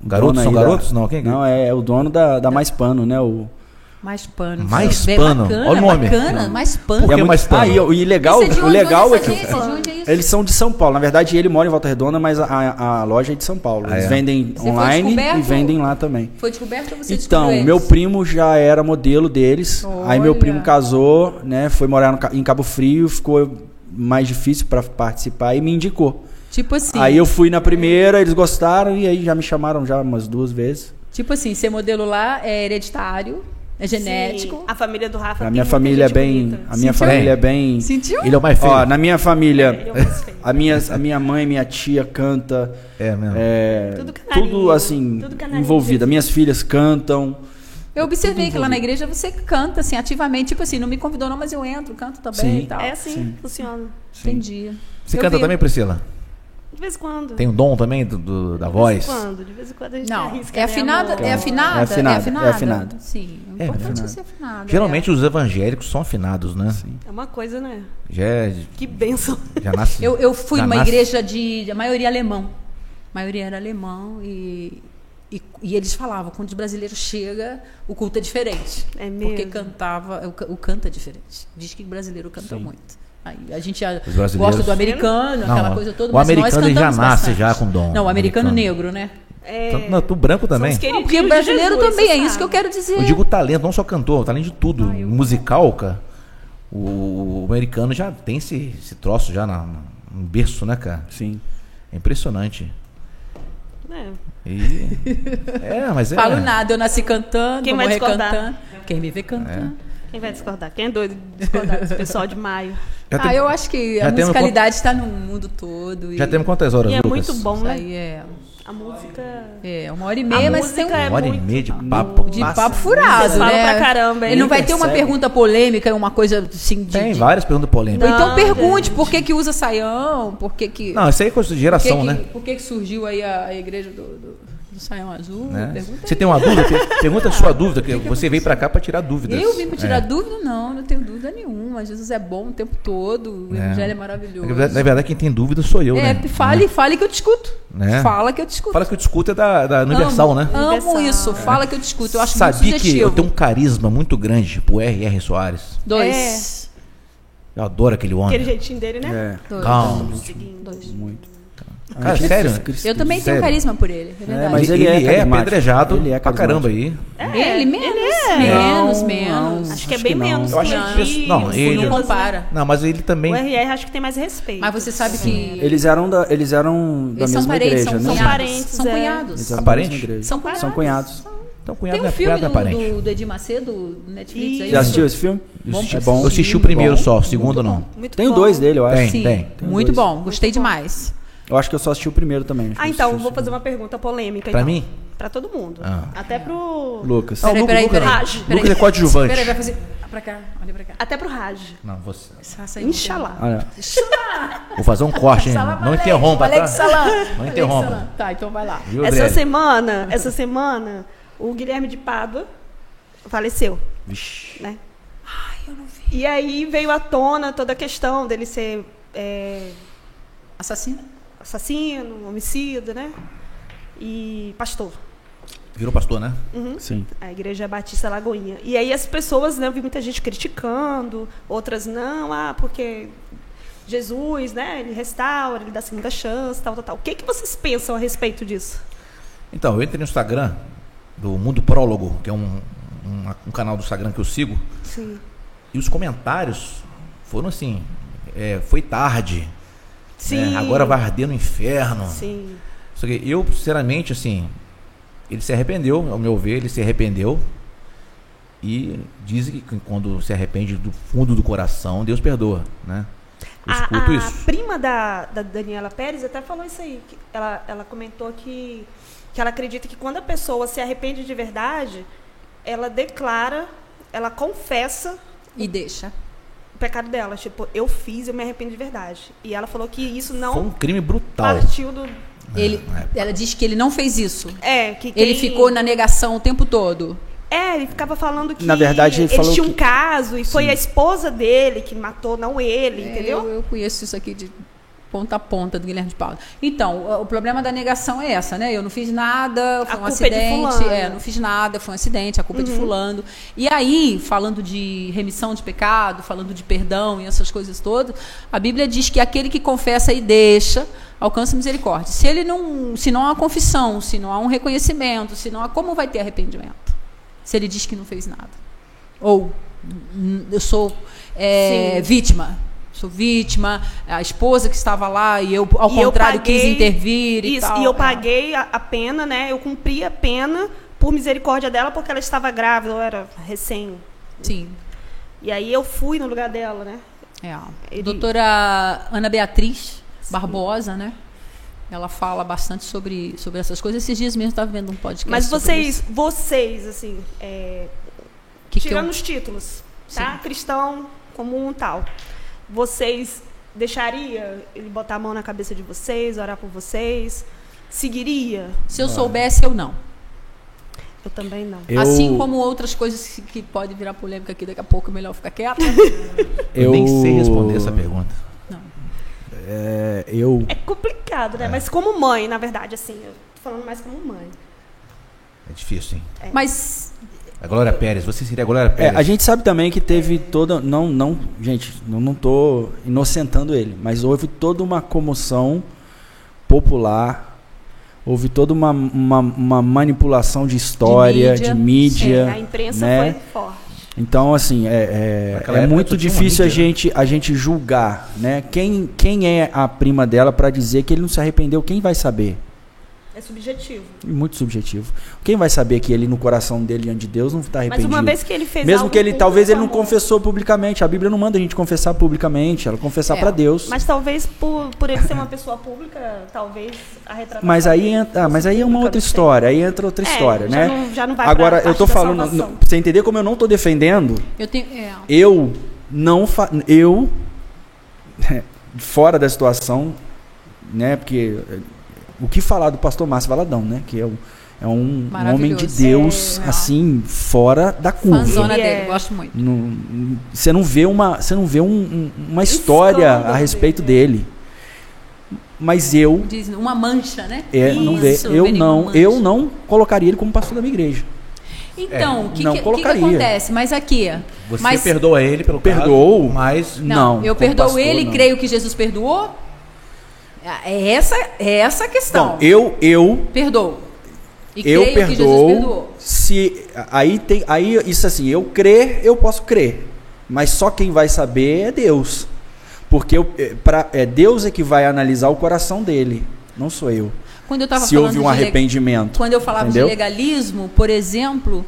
S2: o
S1: Garotos
S2: dono
S1: são
S2: aí da-
S1: garotos? Não, quem-
S2: Não, é, é o dono da, da Mais Pano, né? O,
S3: Mais pano.
S1: Mais
S3: Bem
S1: pano.
S3: Bacana,
S1: Olha o nome.
S3: Bacana, mais pano.
S1: Por que
S2: é
S1: Mais Pano?
S2: Ah, e, o- e legal,
S3: Isso é de
S2: o
S3: onde?
S2: legal
S3: Onde
S2: é
S3: essa
S2: que.
S3: agência? De onde é isso?
S2: Eles são de São Paulo. Na verdade, ele mora em Volta Redonda, mas a, a loja é de São Paulo.
S1: Ah,
S2: Eles
S1: é?
S2: vendem
S3: Você foi
S2: online e
S3: descoberto?
S2: vendem lá também.
S3: Foi descoberto ou você descobriu
S2: Então,
S3: eles?
S2: meu primo já era modelo deles. Aí meu
S3: Olha.
S2: primo casou, né? Foi morar no Ca- em Cabo Frio, ficou mais difícil pra participar e me indicou.
S3: Tipo assim,
S2: Aí eu fui na primeira, eles gostaram e aí já me chamaram já umas duas vezes.
S3: tipo assim, ser modelo lá é hereditário, é genético.
S4: Sim, A família do Rafa.
S2: A
S4: tem
S2: minha
S4: muita
S2: família é
S4: gente
S2: bem,
S4: bonita.
S2: a minha
S3: Sentiu?
S2: família é bem
S3: Sentiu?
S1: Ele é o mais feio.
S2: Ó, na minha
S4: Ele é
S2: família,
S4: o
S2: (laughs)
S4: mais feio.
S2: a minha, a minha mãe, minha tia canta.
S1: É mesmo.
S2: é, tudo,
S4: Tudo canarinho,
S3: né?
S2: assim,
S4: tudo canarinho.
S2: envolvida. Minhas filhas cantam.
S3: Eu observei que lá na igreja você canta assim ativamente, tipo assim, não me convidou não, mas eu entro, canto também
S2: Sim.
S3: e tal.
S4: É assim, que funciona.
S3: Entendi.
S1: Você
S3: Eu
S1: canta
S3: vi.
S1: também, Priscila?
S4: De vez em quando.
S1: Tem o dom também do- do- da
S4: De
S1: voz?
S4: vez em quando, de vez em quando a gente
S3: Não,
S4: arrisca.
S3: é
S4: né,
S3: afinada,
S4: amor?
S3: é afinada,
S2: É afinada, é afinada.
S3: Sim, o
S1: É
S3: importante é,
S1: afinada.
S3: ser afinada.
S1: Geralmente os evangélicos são afinados, né?
S4: É uma coisa, né?
S1: Já, é-
S4: Que benção.
S1: já nasce.
S3: é. Eu, eu fui
S1: já
S3: numa
S1: nasce-
S3: igreja de, a maioria alemão. A maioria era alemão e, e, e eles falavam, quando os brasileiros chega, o culto é diferente.
S4: É mesmo.
S3: Porque cantava, o, ca- o canto é diferente. Diz que o brasileiro canta muito. Aí, a gente já
S1: Os brasileiros-
S3: gosta do americano,
S1: Não,
S3: aquela coisa toda,
S1: o
S3: mas nós
S1: americano, ele já
S3: cantamos
S1: nasce
S3: bastante.
S1: já com dom.
S3: Não, o americano,
S1: Americano.
S3: negro, né?
S4: É...
S1: Tanto- Não, tu branco também.
S4: Somos
S3: Não,
S4: queridos
S3: porque o
S4: de
S3: brasileiro
S4: Jesus,
S3: também,
S4: você
S3: é isso que eu
S4: sabe.
S3: quero dizer.
S1: Eu digo talento, não só cantor, talento de tudo.
S3: Ah,
S1: musical, cara. O, o americano já tem esse, esse troço já na, na- no berço, né, cara?
S2: Sim.
S1: É impressionante.
S4: É.
S1: E...
S3: (laughs)
S1: É, mas é.
S3: Falo nada, eu nasci cantando,
S4: Quem
S3: vou
S4: vai
S3: morrer
S4: discordar?
S3: cantando. Quem
S1: É.
S3: me vê cantando.
S4: Quem vai discordar? Quem é doido de discordar desse pessoal de maio?
S1: Já,
S3: ah,
S1: tem-
S3: eu acho que
S1: já
S3: a
S1: temos
S3: musicalidade está no mundo todo. E
S1: já temos quantas horas,
S4: E é
S1: Lucas?
S4: muito bom,
S3: Isso
S4: né?
S3: aí é.
S4: A música.
S3: É, uma hora e meia, mas tem um
S4: música é
S1: Uma hora e
S4: muito-
S1: meia de papo. Ah,
S3: de
S1: Passa.
S3: papo furado,
S4: Fala
S3: né?
S4: pra caramba,
S3: Ele
S4: hein?
S3: não vai ter uma
S2: Persegue.
S3: pergunta polêmica, uma coisa assim de...
S1: Tem
S3: de-
S1: várias perguntas polêmicas.
S3: Então
S4: Não,
S3: pergunte por que que usa saião, por que que...
S1: Não, isso aí é coisa de
S3: por que
S1: geração,
S3: que-
S1: né?
S3: Por que que surgiu aí a, a igreja do, do, do saião azul?
S1: Né?
S3: Pergunta
S1: Você
S3: aí.
S1: tem uma dúvida?
S3: (laughs)
S1: Per- Pergunta a sua dúvida, que você veio pra cá pra tirar dúvidas.
S3: Eu vim para tirar
S1: É.
S3: dúvida? Não, não tenho dúvida nenhuma. Jesus é bom o tempo todo, o
S1: É.
S3: evangelho é maravilhoso.
S1: Na verdade- Na verdade, quem tem dúvida sou eu,
S3: é,
S1: né?
S3: fale, fale que eu te escuto.
S1: Né?
S3: Fala que eu te escuto.
S1: Fala que o discuto é da, da Universal,
S3: amo,
S1: né?
S3: Amo
S4: Universal.
S3: isso, fala que eu te escuto. Eu acho
S1: Sabia
S3: muito
S1: que eu
S3: sugestivo.
S1: tenho um carisma muito grande pro R.R. Soares.
S3: Dois.
S1: Eu adoro aquele homem.
S4: Aquele jeitinho dele, né?
S2: É,
S3: Dois.
S1: Calma.
S3: Dois.
S2: muito.
S1: Cara, sério?
S3: Eu também
S1: Sério?
S3: tenho carisma por ele, é verdade. É,
S2: mas
S1: ele,
S2: ele é
S1: ele é
S2: carismático.
S1: apedrejado
S2: Ele é
S1: pra
S2: carismático.
S1: caramba aí.
S3: Ele menos, menos, menos.
S4: Acho que é
S2: Acho
S4: bem
S2: que não.
S4: menos.
S1: Eu acho
S4: que
S1: que isso- não,
S4: o
S1: ele-
S4: Nicolas,
S3: Não
S4: né?
S3: compara.
S1: Não, mas ele também.
S4: O RR acho que tem mais respeito.
S3: Mas você sabe que
S1: é
S2: Eles eram da, eles eram da
S3: eles
S2: mesma
S3: são parentes, é.
S2: igreja,
S3: são
S2: né?
S3: cunhados.
S4: São
S2: Eles
S3: São
S4: parentes,
S3: cunhados.
S2: eram da
S1: Aparente?
S2: mesma igreja.
S3: São cunhados.
S2: São cunhados.
S1: Então,
S3: Tem
S1: cunhado
S3: um
S1: é
S3: filme
S1: cunhado é parente.
S3: do, do, do Edir Macedo, do Netflix. aí.
S2: Já assistiu esse filme? É bom.
S1: Eu assisti o
S3: Muito
S1: primeiro
S3: bom.
S1: só, o segundo não.
S3: é
S4: Muito
S2: Tem
S4: bom.
S2: dois né? dele, eu acho.
S1: Tem.
S3: Sim,
S1: tem
S3: muito
S2: dois.
S3: bom. Gostei demais.
S2: Eu acho que eu só assisti o primeiro também.
S4: Ah, então, vou fazer uma pergunta polêmica.
S1: Pra
S4: então.
S1: mim?
S4: Pra todo mundo.
S1: Ah.
S4: Até pro.
S2: Lucas.
S3: Então,
S1: Não, o Lucas- Lucas não.
S4: peraí.
S1: Lucas é coadjuvante.
S3: Peraí, vai fazer... Ah, Pra cá, olha pra cá.
S4: Até pro Raj.
S1: Não, você.
S3: Essa aí não tem.
S1: Ah,
S4: Inxalá.
S2: Olha,
S1: Vou fazer um corte, hein?
S3: Salam
S1: Não
S3: aleikum,
S1: interrompa,
S3: aleikum
S1: tá?
S3: salam.
S1: Não
S3: Aleikum
S1: interrompa.
S3: salam. Tá, então vai lá.
S1: Viu,
S4: Essa
S1: Adriele?
S4: semana, essa semana, o Guilherme de Pádua faleceu, né? E aí veio à tona toda a questão dele ser é,
S3: Assassina?
S4: assassino, homicida, né? E pastor.
S1: Virou pastor, né?
S3: Hum?
S2: sim.
S4: a Igreja Batista Lagoinha. E aí as pessoas, né, eu vi muita gente criticando, outras não, ah, porque Jesus, né, ele restaura, ele dá segunda chance, tal, tal, tal. O que, que vocês pensam a respeito disso?
S1: Então, eu entrei no Instagram do Mundo Prólogo, que é um, um, um canal do Instagram que eu sigo,
S4: Sim.
S1: e os comentários foram assim: é, foi tarde,
S4: Sim.
S1: né? agora vai arder no inferno.
S4: Sim.
S1: Só que eu, sinceramente, assim, ele se arrependeu, ao meu ver, ele se arrependeu. E dizem que quando se arrepende do fundo do coração, Deus perdoa, né? Eu
S4: A,
S1: escuto
S4: a
S1: isso.
S4: prima da, da Daniela Pérez até falou isso aí. que ela, ela comentou que, que ela acredita que quando a pessoa se arrepende de verdade, ela declara, ela confessa
S3: E deixa.
S4: o pecado dela. Tipo, eu fiz, eu me arrependo de verdade. E ela falou que isso não
S1: Foi um crime brutal.
S4: partiu do.
S3: Ele,
S1: é.
S3: ela diz que ele não fez isso.
S4: É, que
S3: Ele
S4: quem-
S3: ficou na negação o tempo todo.
S4: É, ele ficava falando que.
S2: Na verdade, ele
S4: eles
S2: falou
S4: tinham um
S2: que-
S4: caso e foi a esposa dele que matou, não ele, entendeu?
S3: É, Eu, eu conheço isso aqui de ponta a ponta do Guilherme de Paula. Então, o- o problema da negação é essa, né? Eu não fiz nada, foi
S4: A
S3: um
S4: culpa é de
S3: acidente.
S4: fulano. Uhum.
S3: não fiz nada, foi um acidente, a culpa é de fulano. E aí, falando de remissão de pecado, falando de perdão e essas coisas todas, a Bíblia diz que aquele que confessa e deixa alcança misericórdia. Se ele não, se não há confissão, se não há um reconhecimento, se não há como vai ter arrependimento? Se ele diz que não fez nada. Ou "Hum, eu sou é,
S4: Sim.
S3: vítima. Sou vítima, a esposa que estava lá e eu, ao
S4: E eu
S3: contrário, quis
S4: paguei-
S3: intervir e
S4: Isso,
S3: tal.
S4: e eu
S3: É.
S4: paguei a, a pena, né? Eu cumpri a pena por misericórdia dela, porque ela estava grávida, eu era recém.
S3: Sim.
S4: E aí eu fui no lugar dela, né?
S3: É.
S4: Ele-
S3: Doutora Ana Beatriz Barbosa, né? Ela fala bastante sobre, sobre essas coisas. Esses dias mesmo eu estava vendo um podcast.
S4: Mas
S3: sobre
S4: vocês,
S3: isso.
S4: vocês, assim, é,
S3: Que que eu-
S4: tirando os títulos, tá? Cristão, comum tal. Vocês deixaria ele botar a mão na cabeça de vocês, orar por vocês? Seguiria?
S3: Se eu soubesse, eu não.
S4: Eu também não.
S2: Ah. Eu,
S3: Assim como outras coisas que- que pode virar polêmica aqui daqui a pouco, é melhor ficar
S4: (laughs)
S3: quieta.
S1: Eu... nem sei responder essa pergunta.
S2: É, eu
S4: É complicado, né? Mas como mãe, na verdade, assim, eu tô falando mais como mãe.
S1: É difícil, hein?
S3: Mas
S1: A Glória Pérez, você seria a Glória
S2: É,
S1: Pérez?
S2: a gente sabe também que teve toda. Não, não, gente, eu não tô inocentando ele, mas houve toda uma comoção popular, houve toda uma, uma, uma manipulação de história,
S3: De mídia.
S2: de mídia.
S4: É, a imprensa
S2: né?
S4: foi forte.
S2: Então, assim, é, é,
S1: Naquela
S2: é
S1: época
S2: muito
S1: só tinha uma
S2: difícil a
S1: mídia, né?
S2: gente, a gente julgar, né? Quem, quem é a prima dela para dizer que ele não se arrependeu, quem vai saber?
S4: É subjetivo.
S2: Muito subjetivo. Quem vai saber que ele no coração dele diante de Deus não está
S4: Mas
S2: arrependido?
S4: uma vez que ele fez
S2: Mesmo
S4: algo tá
S2: que ele
S4: com
S2: talvez
S4: muito
S2: ele não
S4: amor,
S2: confessou publicamente, a Bíblia não manda a gente confessar publicamente, ela confessar
S3: É,
S2: pra Deus. Mas,
S4: Mas talvez por, por ele ser uma pessoa pública, talvez a retratação.
S2: aí
S4: dele
S2: entra, ah,
S4: fosse
S2: mas aí é uma
S4: pública,
S2: outra
S4: não sei.
S2: história, aí entra outra
S4: É,
S2: história,
S4: já
S2: né?
S4: não- já não vai pra
S2: Agora eu
S4: parte
S2: tô
S4: da
S2: falando,
S4: salvação.
S2: pra você entender como eu não tô defendendo,
S3: Eu tenho. É.
S2: eu não fa eu (laughs) fora da situação, né? Porque eh, o que falar do pastor Márcio Valadão, né? Que é um, é um homem de
S3: Maravilhoso.
S2: Deus
S4: É,
S3: não.
S2: assim fora da curva.
S3: Fanzona
S4: Ele é-
S3: dele, gosto muito.
S2: Não- Você não vê uma, você não vê um- um- uma história a
S4: Escândalo
S2: respeito
S4: dele.
S2: dele. Mas eu,
S3: Diz uma mancha, né?
S2: é, não vê,
S3: Isso,
S2: eu
S3: Benigno,
S2: não,
S3: mancha.
S2: eu não colocaria ele como pastor da minha igreja.
S3: Então, o que,
S2: não
S3: que- que que
S2: colocaria.
S3: acontece? Mas aqui.
S1: Você
S3: mas,
S1: perdoa ele pelo caso,
S2: Perdoo.
S1: mas
S3: Não, eu
S2: como
S3: perdoo
S2: pastor,
S3: ele e
S2: não.
S3: creio que Jesus perdoou? É essa, é essa a questão.
S2: Não, eu, eu,
S3: Perdoo. E
S2: eu
S3: creio que Jesus
S2: perdoo.
S3: perdoou.
S2: Se aí tem, aí isso assim, eu crer, eu posso crer, mas só quem vai saber é Deus, porque eu, é, pra- é Deus é que vai analisar o coração dele, não sou eu.
S3: Quando eu tava
S2: Se
S3: falando
S2: houve um
S3: de le-
S2: arrependimento,
S3: Quando eu falava
S2: entendeu?
S3: de legalismo, por exemplo,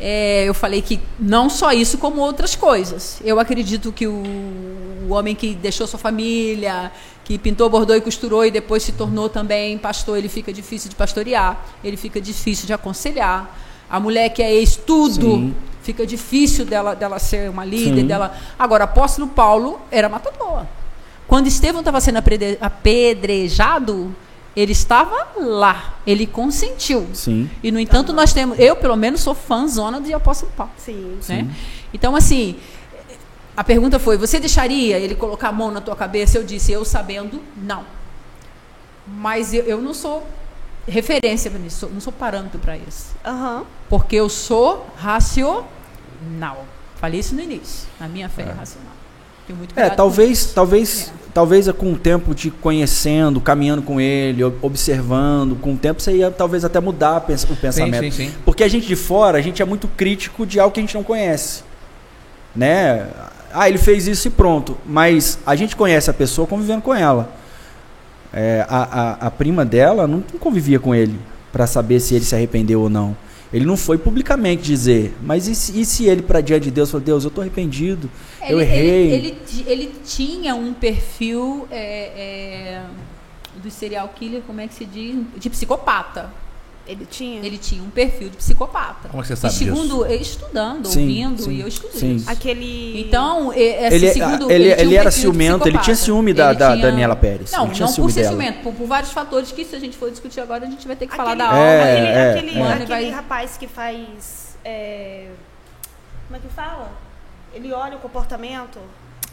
S3: é, eu falei que não só isso, como outras coisas. Eu acredito que o, o homem que deixou sua família, que pintou, bordou e costurou e depois se tornou também pastor, ele fica difícil de pastorear, ele fica difícil de aconselhar. A mulher que é ex-tudo,
S2: Sim.
S3: fica difícil dela, dela ser uma líder.
S2: Sim.
S3: Dela... Agora, apóstolo Paulo era matador. Quando Estevão estava sendo aprede- apedrejado, ele estava lá. Ele consentiu.
S2: Sim.
S3: E, no entanto, nós temos. Eu, pelo menos, sou fãzona de Apóstolo Paulo.
S4: Sim.
S3: Né? Então, assim, a pergunta foi: você deixaria ele colocar a mão na tua cabeça? Eu disse, eu sabendo, não. Mas eu, eu não sou referência para isso, não sou parâmetro para isso.
S4: Aham.
S3: Porque eu sou racional. Falei isso no início. A minha fé é, racional. Tenho muito
S2: É,
S3: cuidado com
S2: talvez,
S3: isso.
S2: talvez,
S3: É.
S2: talvez com o tempo te conhecendo, caminhando com ele, ob- observando, com o tempo você ia talvez até mudar a pens- o pensamento.
S1: sim, sim.
S2: Porque a gente de fora, a gente é muito crítico de algo que a gente não conhece. Né? Ah, ele fez isso e pronto. Mas a gente conhece a pessoa convivendo com ela. É, a, a- a prima dela não convivia com ele para saber se ele se arrependeu ou não. Ele não foi publicamente dizer. Mas e se, e se ele, para diante de Deus, falou: Deus, eu tô arrependido, eu errei.
S3: Ele, ti- ele tinha um perfil é, é, do serial killer, como é que se diz? De psicopata.
S4: Ele tinha.
S3: Ele tinha um perfil de psicopata.
S1: Como é que você sabe
S3: e segundo, eu estudando,
S2: Sim,
S3: ouvindo,
S2: sim,
S3: e eu estudo
S2: sim.
S3: isso.
S4: Aquele.
S3: Então, e- esse
S2: Ele- ah,
S3: segundo,
S2: ele-
S3: tinha
S2: ele
S3: um
S2: era
S3: perfil de
S2: ciumento, ele tinha
S3: psicopata.
S2: ciúme da-
S3: Ele
S2: da Daniela Pérez,
S3: Não,
S2: ele tinha
S3: não
S2: ciúme
S3: por ser
S2: dela.
S3: ciumento, por, por vários fatores que se a gente for discutir agora, a gente vai ter que falar
S4: aquele,
S3: da
S2: É,
S3: alma.
S4: aquele,
S2: é,
S4: aquele,
S2: é.
S4: aquele
S3: Vai-
S4: rapaz que faz. é, Como é que fala? Ele olha o comportamento.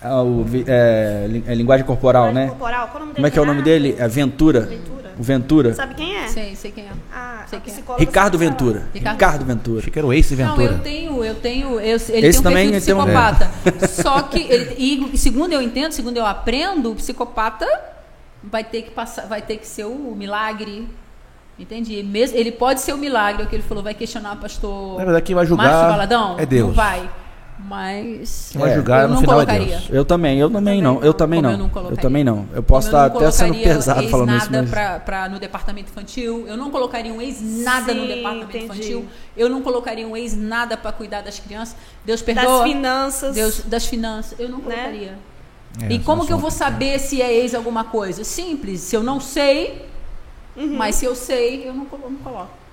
S2: Ah, o vi- é, li- é linguagem corporal,
S4: olha o
S2: né?
S4: Corporal. Qual o nome dele?
S2: Como é que é o nome dele? É Ventura.
S4: Ventura.
S2: O Ventura.
S4: Sabe quem é?
S3: Sei, sei quem é.
S4: Ah,
S3: Sei
S4: a
S3: quem é.
S4: psicóloga
S2: Ricardo
S4: sabe falar.
S2: Ventura.
S3: Ricardo-
S2: Ricardo Ventura.
S1: Achei que era o Ace
S3: Não,
S1: Ventura.
S3: eu tenho, eu tenho, eu, ele
S2: Esse
S3: tem um
S2: também
S3: perfil de
S2: tem um-
S3: psicopata.
S2: (laughs)
S3: Só que ele- e segundo eu entendo, segundo eu aprendo, o psicopata vai ter que passar, vai ter que ser o milagre. Entendi. Mesmo, ele pode ser o milagre, é o que ele falou, vai questionar o pastor.
S2: É,
S1: Na verdade, quem vai julgar
S3: Márcio Baladão?
S1: é Deus.
S3: Não vai. Mas
S1: Quem vai
S2: É.
S1: julgar
S3: eu
S1: no
S3: não
S1: final é
S3: colocaria.
S1: Deus.
S2: Eu também, eu também não. Eu também
S3: Como
S2: não.
S3: eu não
S2: Eu
S3: colocaria.
S2: também não. Eu posso
S3: eu não
S2: estar até sendo
S3: colocaria
S2: pesado
S3: ex
S2: falando isso,
S3: nada
S2: mas
S3: pra- pra- no departamento infantil. Eu não colocaria um ex nada no
S4: Sim,
S3: departamento
S4: entendi.
S3: infantil. Eu não colocaria um ex nada para cuidar das crianças. Deus
S4: Das
S3: perdoa.
S4: finanças.
S3: Deus das finanças. Eu não
S4: Né?
S3: colocaria.
S1: É,
S3: e
S1: esse
S3: como que eu
S1: assunto.
S3: vou saber se é ex alguma coisa? Simples. Se eu não sei, mas se eu sei, eu não, colo- não coloco.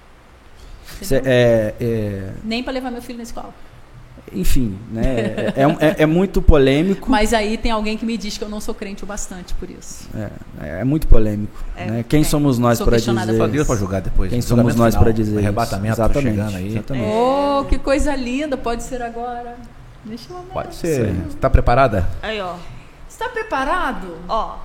S2: Cê- é- é-
S3: Nem para levar meu filho na escola.
S2: enfim, né? É, é um- é- é muito polêmico.
S3: Mas aí tem alguém que me diz que eu não sou crente o bastante por isso.
S2: É, é muito polêmico.
S4: É,
S2: né? Quem
S4: é.
S2: somos nós
S3: Sou
S2: para
S3: questionada
S2: dizer?
S3: por
S1: Só Deus para julgar depois.
S2: Quem
S1: O
S2: somos
S1: julgamento
S2: nós
S1: final,
S2: para dizer?
S1: o Arrebatamento tá
S2: Exatamente,
S1: chegando aí.
S2: exatamente.
S3: Oh, que coisa linda! Pode ser agora. Deixa eu ver.
S1: Pode ser. Tá preparada?
S4: Aí, ó.
S3: Está preparado?
S4: Ó.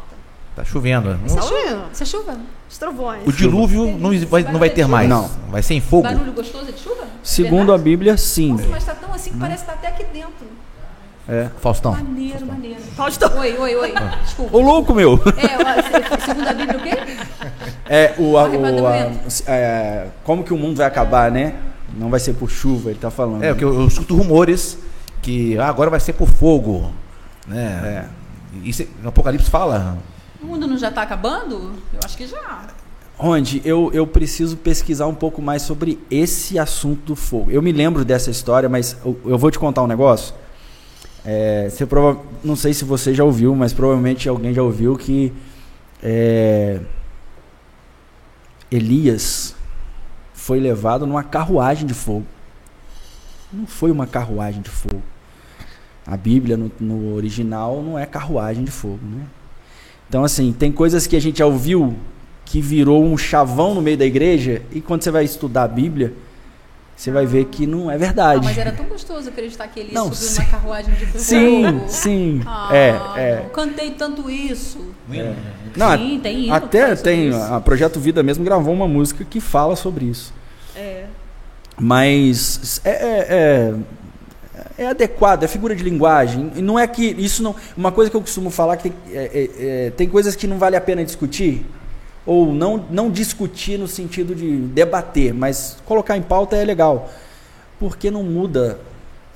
S1: Tá chovendo.
S4: Tá
S1: Não-
S4: ouvindo?
S3: Isso é chuva?
S4: Os trovões.
S1: O
S3: é
S1: dilúvio não vai, não vai ter mais.
S2: Não.
S1: Vai ser em fogo.
S3: Barulho gostoso é de chuva? É
S2: Segundo a
S3: verdade?
S2: Bíblia, sim.
S3: Nossa, mas está tão assim que parece que tá até aqui dentro.
S2: É.
S1: Faustão.
S3: Maneiro, maneiro.
S4: Faustão.
S3: Oi, oi, oi. Desculpa.
S2: Ô louco, meu!
S3: É, ó, se- segundo a Bíblia, o quê?
S2: É, o, a-
S3: Corre,
S2: o, a-
S3: Badomento.
S2: é, como que o mundo vai acabar, né? Não vai ser por chuva, ele tá falando.
S1: É, porque eu, eu escuto rumores que ah, agora vai ser por fogo. Né? Isso, no Apocalipse fala.
S3: O mundo não já está acabando? Eu tá acho que já.
S2: Onde eu, eu preciso pesquisar um pouco mais sobre esse assunto do fogo. Eu me lembro dessa história, mas eu, eu vou te contar um negócio. É, você prova... Não sei se você já ouviu, mas provavelmente alguém já ouviu que é, Elias foi levado numa carruagem de fogo. Não foi uma carruagem de fogo. A Bíblia no, no original não é carruagem de fogo, né? Então assim, tem coisas que a gente já ouviu que virou um chavão no meio da igreja e quando você vai estudar a Bíblia, você vai ver que não é verdade.
S3: Ah, mas era tão gostoso acreditar que ele
S2: Não,
S3: subiu
S2: sim.
S3: numa carruagem de fogo.
S2: Sim, sim.
S3: Ah,
S2: é, é.
S3: não Cantei tanto isso.
S1: um
S2: Não, é
S3: Sim, tem hino que
S2: Até
S3: fala sobre
S2: tem,
S3: isso.
S2: a Projeto Vida mesmo gravou uma música que fala sobre isso.
S4: É.
S2: Mas é, é, é, é adequado, é figura de linguagem. E não é que isso não. Uma coisa que eu costumo falar que tem, é, é, é, tem coisas que não vale a pena discutir. Ou não, não discutir no sentido de debater, mas colocar em pauta é legal. Porque não muda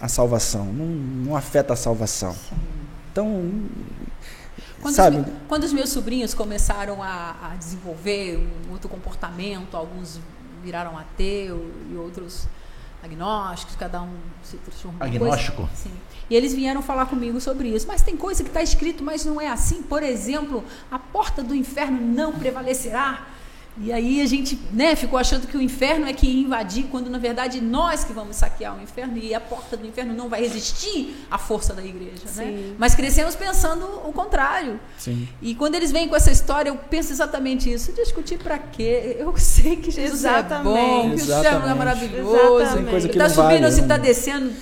S2: a salvação, não, não afeta a salvação. Então,
S3: Quando,
S2: sabe?
S3: os, me- quando os meus sobrinhos começaram a, a desenvolver um outro comportamento, alguns viraram ateu e outros agnósticos, cada um se transformou. em uma
S1: Agnóstico?
S3: Coisa. Sim. E eles vieram falar comigo sobre isso. Mas tem coisa que está escrito, mas não é assim. Por exemplo, a porta do inferno não prevalecerá. E aí a gente né, ficou achando que o inferno é que ia invadir, quando na verdade nós que vamos saquear o inferno e a porta do inferno não vai resistir à força da igreja. Né?
S4: Sim.
S3: Mas crescemos pensando o contrário.
S2: Sim.
S3: E quando eles vêm com essa história, eu penso exatamente isso. Discutir pra quê? Eu (laughs) sei que Jesus
S4: Exatamente.
S3: é bom, que o céu é
S2: Exatamente.
S3: maravilhoso.
S4: Tem coisa
S2: que
S3: tá
S2: não
S3: subindo,
S2: vale,
S3: se
S2: né?
S3: tá descendo.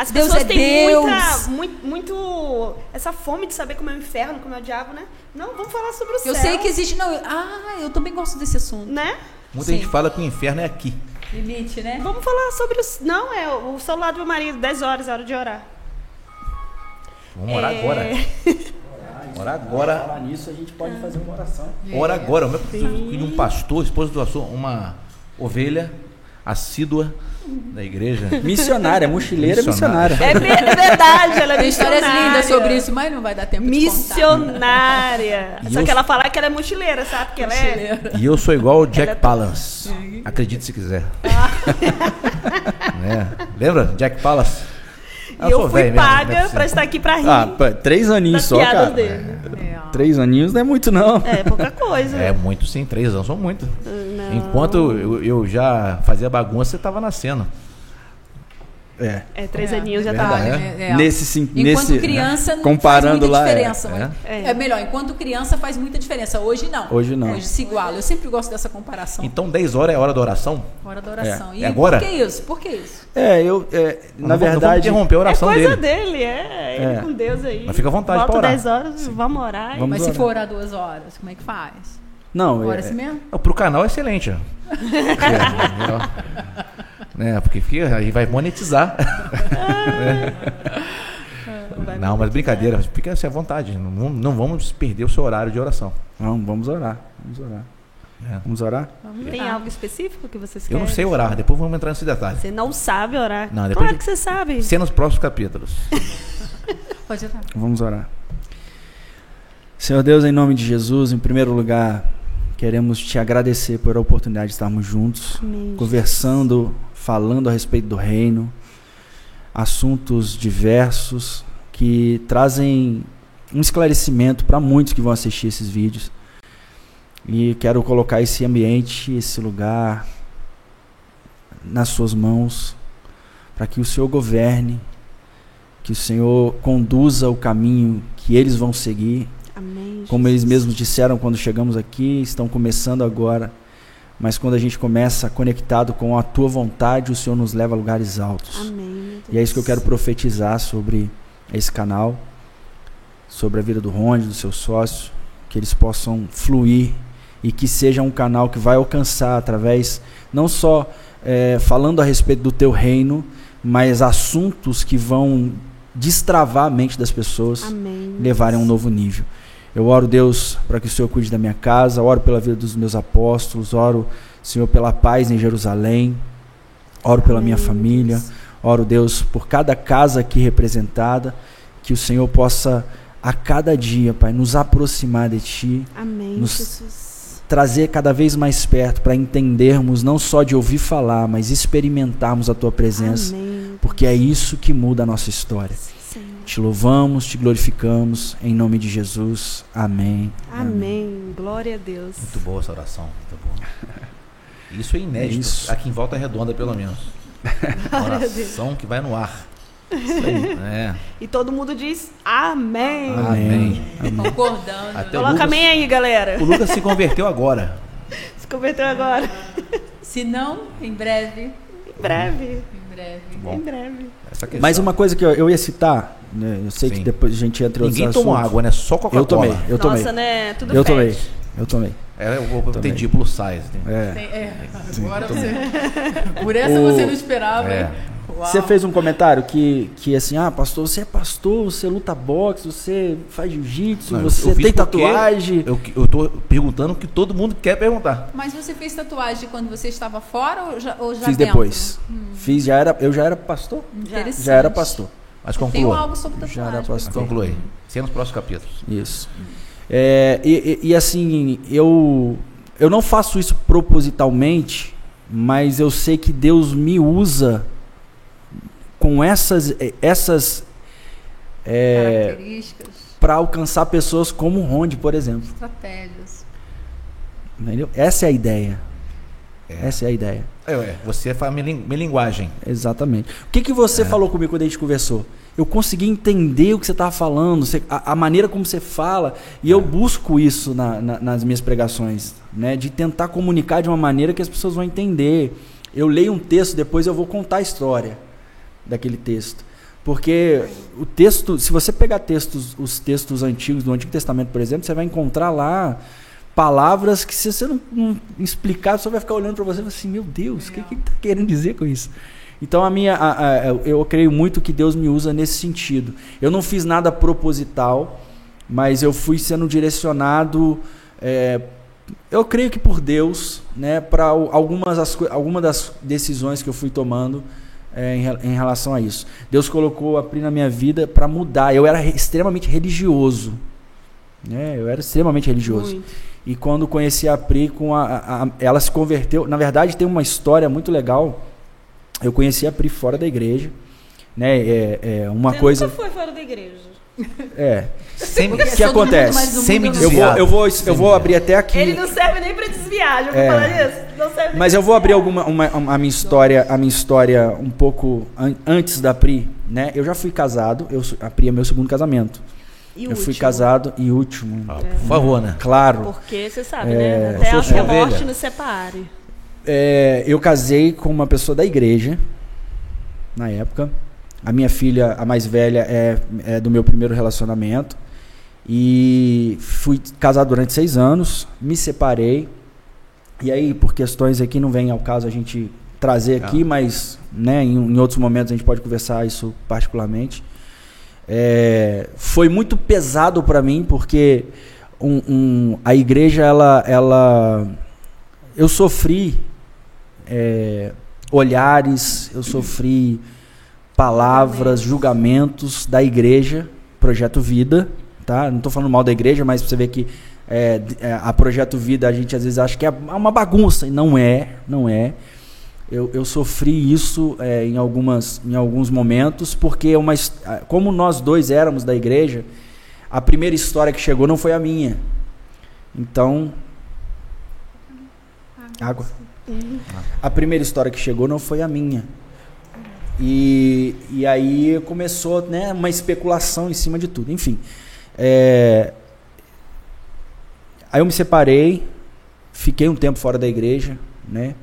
S4: As
S3: Deus
S4: pessoas
S3: é
S4: têm
S3: Deus.
S4: muita, muito, muito essa fome de saber como é o inferno, como é o diabo, né? Não, vamos falar sobre o céu.
S3: Eu sei que existe. Não, eu- ah, eu também gosto desse assunto.
S4: Né?
S1: Muita
S3: Sim.
S1: gente fala que o inferno é aqui.
S3: Limite, né?
S4: Vamos falar sobre os. Não, é o celular do meu marido, 10 horas, é hora de orar.
S1: Vamos orar
S4: É.
S1: agora. Orar agora.
S2: falar nisso, a gente pode
S4: É.
S2: fazer uma oração.
S1: Ora agora. O meu filho, um pastor, esposa do açougue, uma ovelha assídua da
S4: (laughs)
S1: igreja.
S2: Missionária, mochileira
S1: Missionária.
S2: missionária.
S4: É, ver- é verdade, ela é
S3: Tem histórias
S4: missionária. é
S3: lindas sobre isso, mas não vai dar tempo de
S4: Missionária.
S1: E
S4: Só
S1: eu-
S4: que ela fala que ela é mochileira, sabe? Porque ela
S3: contar.
S4: é.
S3: Missionária.
S1: E eu sou igual o Jack
S4: tá-
S1: Palance. Acredite se quiser. (laughs) Né? Lembra? Jack Palance.
S4: Ah.
S1: Ah,
S4: E eu fui
S1: né? é
S4: paga pra
S1: para
S4: estar aqui pra rir.
S2: Ah, pá, três aninhos
S4: das
S2: só,
S4: piadas
S2: cara.
S4: dele.
S2: Três aninhos não é muito, não.
S4: É, pouca coisa.
S1: É muito sim, três anos são muito.
S4: Não.
S1: Enquanto eu, eu já fazia bagunça, você tava nascendo.
S2: É.
S4: É, três
S3: É,
S4: aninhos já
S1: verdade.
S4: tá.
S1: É.
S3: né?
S2: Nesse sim-
S3: Enquanto
S2: nesse- né?
S3: criança, não
S2: comparando
S3: faz
S2: lá,
S3: muita
S2: é,
S3: diferença. mas-
S4: é.
S3: é melhor, enquanto criança faz muita diferença. Hoje não.
S2: Hoje não.
S3: Hoje se iguala. Eu sempre gosto dessa comparação.
S1: Então 10 horas é hora da oração?
S3: Hora da oração.
S1: É.
S3: E
S1: É agora?
S3: por que isso? Por que isso?
S2: É, eu. é,
S1: Não
S2: na
S1: vamos- não Vamos
S2: verdade.
S1: interromper a
S4: É
S1: oração
S4: coisa
S1: dele.
S4: dele, é. Ele
S2: É.
S4: com Deus aí.
S1: Mas fica à vontade
S4: Volta
S1: pra orar.
S4: 10 horas, vamos orar. e-
S2: Vamos
S3: Mas se
S2: orar.
S3: for orar duas horas, como é que faz?
S2: Não, é,
S3: Ora-se mesmo?
S1: Não, Pro canal é excelente. ó. é,
S4: (laughs)
S1: melhor. Né, porque fica, aí vai monetizar. Né? (laughs) Não, mas brincadeira, fica-se à vontade. Não, vamos- não vamos perder o seu horário de oração.
S2: não, vamos orar. Vamos orar.
S1: É.
S2: Vamos orar?
S3: Vamos
S4: Tem
S3: orar.
S4: algo específico que vocês
S1: Eu
S4: querem?
S1: não sei orar, depois vamos entrar nesse detalhe.
S4: Você não sabe orar.
S1: Não, depois
S4: claro
S1: de-
S4: que você sabe.
S1: Ser nos próximos capítulos.
S3: Pode orar.
S2: Vamos orar. Senhor Deus, em nome de Jesus, em primeiro lugar, queremos te agradecer por a oportunidade de estarmos juntos.
S4: Amém.
S2: conversando, falando a respeito do reino, assuntos diversos que trazem um esclarecimento para muitos que vão assistir esses vídeos. E quero colocar esse ambiente, esse lugar nas suas mãos, para que o Senhor governe, que o Senhor conduza o caminho que eles vão seguir
S4: Amém.
S2: como eles mesmos disseram quando chegamos aqui, estão começando agora. Mas quando a gente começa conectado com a tua vontade, o Senhor nos leva a lugares altos.
S4: Amém. meu Deus.
S2: E é isso que eu quero profetizar sobre esse canal, sobre a vida do Ronde, do seu sócio, que eles possam fluir e que seja um canal que vai alcançar através, não só eh, falando a respeito do teu reino, mas assuntos que vão destravar a mente das pessoas
S4: Amém.
S2: levarem a um novo nível. Eu oro, Deus, para que o Senhor cuide da minha casa, oro pela vida dos meus apóstolos, oro, Senhor, pela paz em Jerusalém, oro pela minha família, oro, Deus, por cada casa aqui representada, que o Senhor possa a cada dia, Pai, nos aproximar de Ti,
S4: Amém,
S2: Nos-
S4: Jesus.
S2: trazer cada vez mais perto para entendermos, não só de ouvir falar, mas experimentarmos a tua presença,
S4: Amém.
S2: porque é isso que muda a nossa história.
S4: Senhor.
S2: Te louvamos, te glorificamos, em nome de Jesus. Amém.
S4: Amém. Glória a Deus.
S1: Muito boa essa oração. Muito boa. Isso é inédito.
S2: Isso.
S1: Aqui em Volta é Redonda, pelo
S2: (laughs)
S1: menos. Uma oração que vai no ar. É.
S4: E todo mundo diz amém.
S2: Ah,
S1: Amém.
S3: Concordando.
S1: Até o
S4: Coloca
S1: Lucas,
S4: amém aí, galera.
S1: o Lucas se converteu agora.
S4: Se converteu agora.
S3: Se não, em breve.
S4: Em breve.
S3: Em breve.
S1: Bom,
S4: Em breve.
S1: essa questão.
S2: Mas uma coisa que eu, eu ia citar, né, eu sei
S1: Sim.
S2: que depois a gente entra em outros
S1: Ninguém tomou
S2: assuntos.
S1: água, né? Só
S2: Eu
S1: Coca-Cola.
S2: tomei, eu tomei.
S4: Nossa, né? Tudo
S2: eu
S4: fede.
S2: tomei, eu tomei.
S1: É, eu vou- eu entendi plus size. né?
S2: É.
S3: Tem- é, agora você. (laughs) Por essa
S2: O-
S3: você não esperava.
S1: É.
S3: hein? Uau.
S2: Você fez um comentário que, que assim, ah, pastor, você é pastor, você luta boxe, você faz jiu-jitsu,
S1: Não, eu-
S2: você
S1: eu fiz
S2: tem
S1: porque
S2: tatuagem.
S1: Eu, eu tô perguntando o que todo mundo quer perguntar.
S3: Mas você fez tatuagem quando você estava fora ou já, ou já né?
S2: Fiz
S3: dentro?
S2: depois.
S3: Hum.
S2: Fiz, já era, eu já era pastor?
S3: Interessante.
S2: Já era pastor.
S1: Mas
S3: Tem
S1: conclua.
S3: algo sobre tatuagem.
S2: Já era
S1: Mas
S2: pastor.
S1: conclua aí. Se é nos próximos capítulos.
S2: Isso. É, e, e- e assim, eu, eu não faço isso propositalmente, mas eu sei que Deus me usa com essas, eh, essas é,
S3: né? Características,
S2: para alcançar pessoas como o Ronde, por exemplo.
S3: estratégias.
S2: Entendeu? Essa é a ideia.
S1: É.
S2: Essa é a ideia.
S1: É, ué, você fala minha, lin- minha linguagem.
S2: Exatamente. O que, que você falou comigo quando a gente conversou? Eu consegui entender o que você estava falando, você- a, a maneira como você fala, e eu busco isso na- na- nas minhas pregações, né? De tentar comunicar de uma maneira que as pessoas vão entender. Eu leio um texto, depois eu vou contar a história daquele texto. Porque o texto, se você pegar textos, os textos antigos do Antigo Testamento, por exemplo, você vai encontrar lá palavras que se você não, não explicar, você vai ficar olhando para você e vai assim, meu Deus, o que que ele está querendo dizer com isso? Então a minha, a- a- eu- eu creio muito que Deus me usa nesse sentido. Eu não fiz nada proposital, mas eu fui sendo direcionado, é, eu creio que por Deus, né, para algumas das, coi- alguma das decisões que eu fui tomando é, em, re- em relação a isso. Deus colocou a Pri na minha vida para mudar. Eu era re- extremamente religioso, né? Eu era extremamente religioso.
S4: Muito.
S2: E quando conheci a Pri, com a, a- a- ela se converteu. Na verdade, tem uma história muito legal. Eu conheci a Pri fora da igreja. Né? É, é uma
S4: Você
S2: coisa.
S4: nunca foi fora da igreja.
S2: É.
S1: Sem,
S2: O que acontece? Eu vou, eu vou, eu vou abrir até aqui.
S4: Ele não serve nem pra desviar, já vou
S2: É.
S4: falar isso? Não serve
S2: Mas
S4: nem
S2: eu vou abrir alguma uma, uma- a minha história, a minha história um pouco an- antes da Pri, né? Eu já fui casado, eu sou- a Pri é meu segundo casamento.
S4: E
S2: eu
S4: o
S2: fui
S4: último?
S2: casado e último.
S1: Ah, por favor, né?
S2: Claro.
S4: Porque você sabe,
S2: É,
S4: né?
S1: eu
S4: Até
S1: sou
S4: a que a
S1: ovelha.
S4: morte nos separe.
S2: É, eu casei com uma pessoa da igreja na época. A minha filha, a mais velha, é, é do meu primeiro relacionamento. E fui casado durante seis anos, me separei. E aí, por questões aqui, não vem ao caso a gente trazer aqui, mas né, em, em outros momentos a gente pode conversar isso particularmente. É, foi muito pesado para mim, porque um- um- a igreja, ela, ela eu sofri é, olhares, eu sofri palavras, julgamentos da igreja, Projeto Vida, tá? Não tô falando mal da igreja, mas pra você ver que é, d- é, a Projeto Vida a gente às vezes acha que é uma bagunça, e não é, não é. Eu, eu sofri isso é, em, algumas, em alguns momentos, porque uma, his- ah, como nós dois éramos da igreja, a primeira história que chegou não foi a minha. Então. Água. A primeira história que chegou não foi a minha. E, e aí começou né, uma especulação em cima de tudo. Enfim. é, Aí eu me separei, fiquei um tempo fora da igreja, né?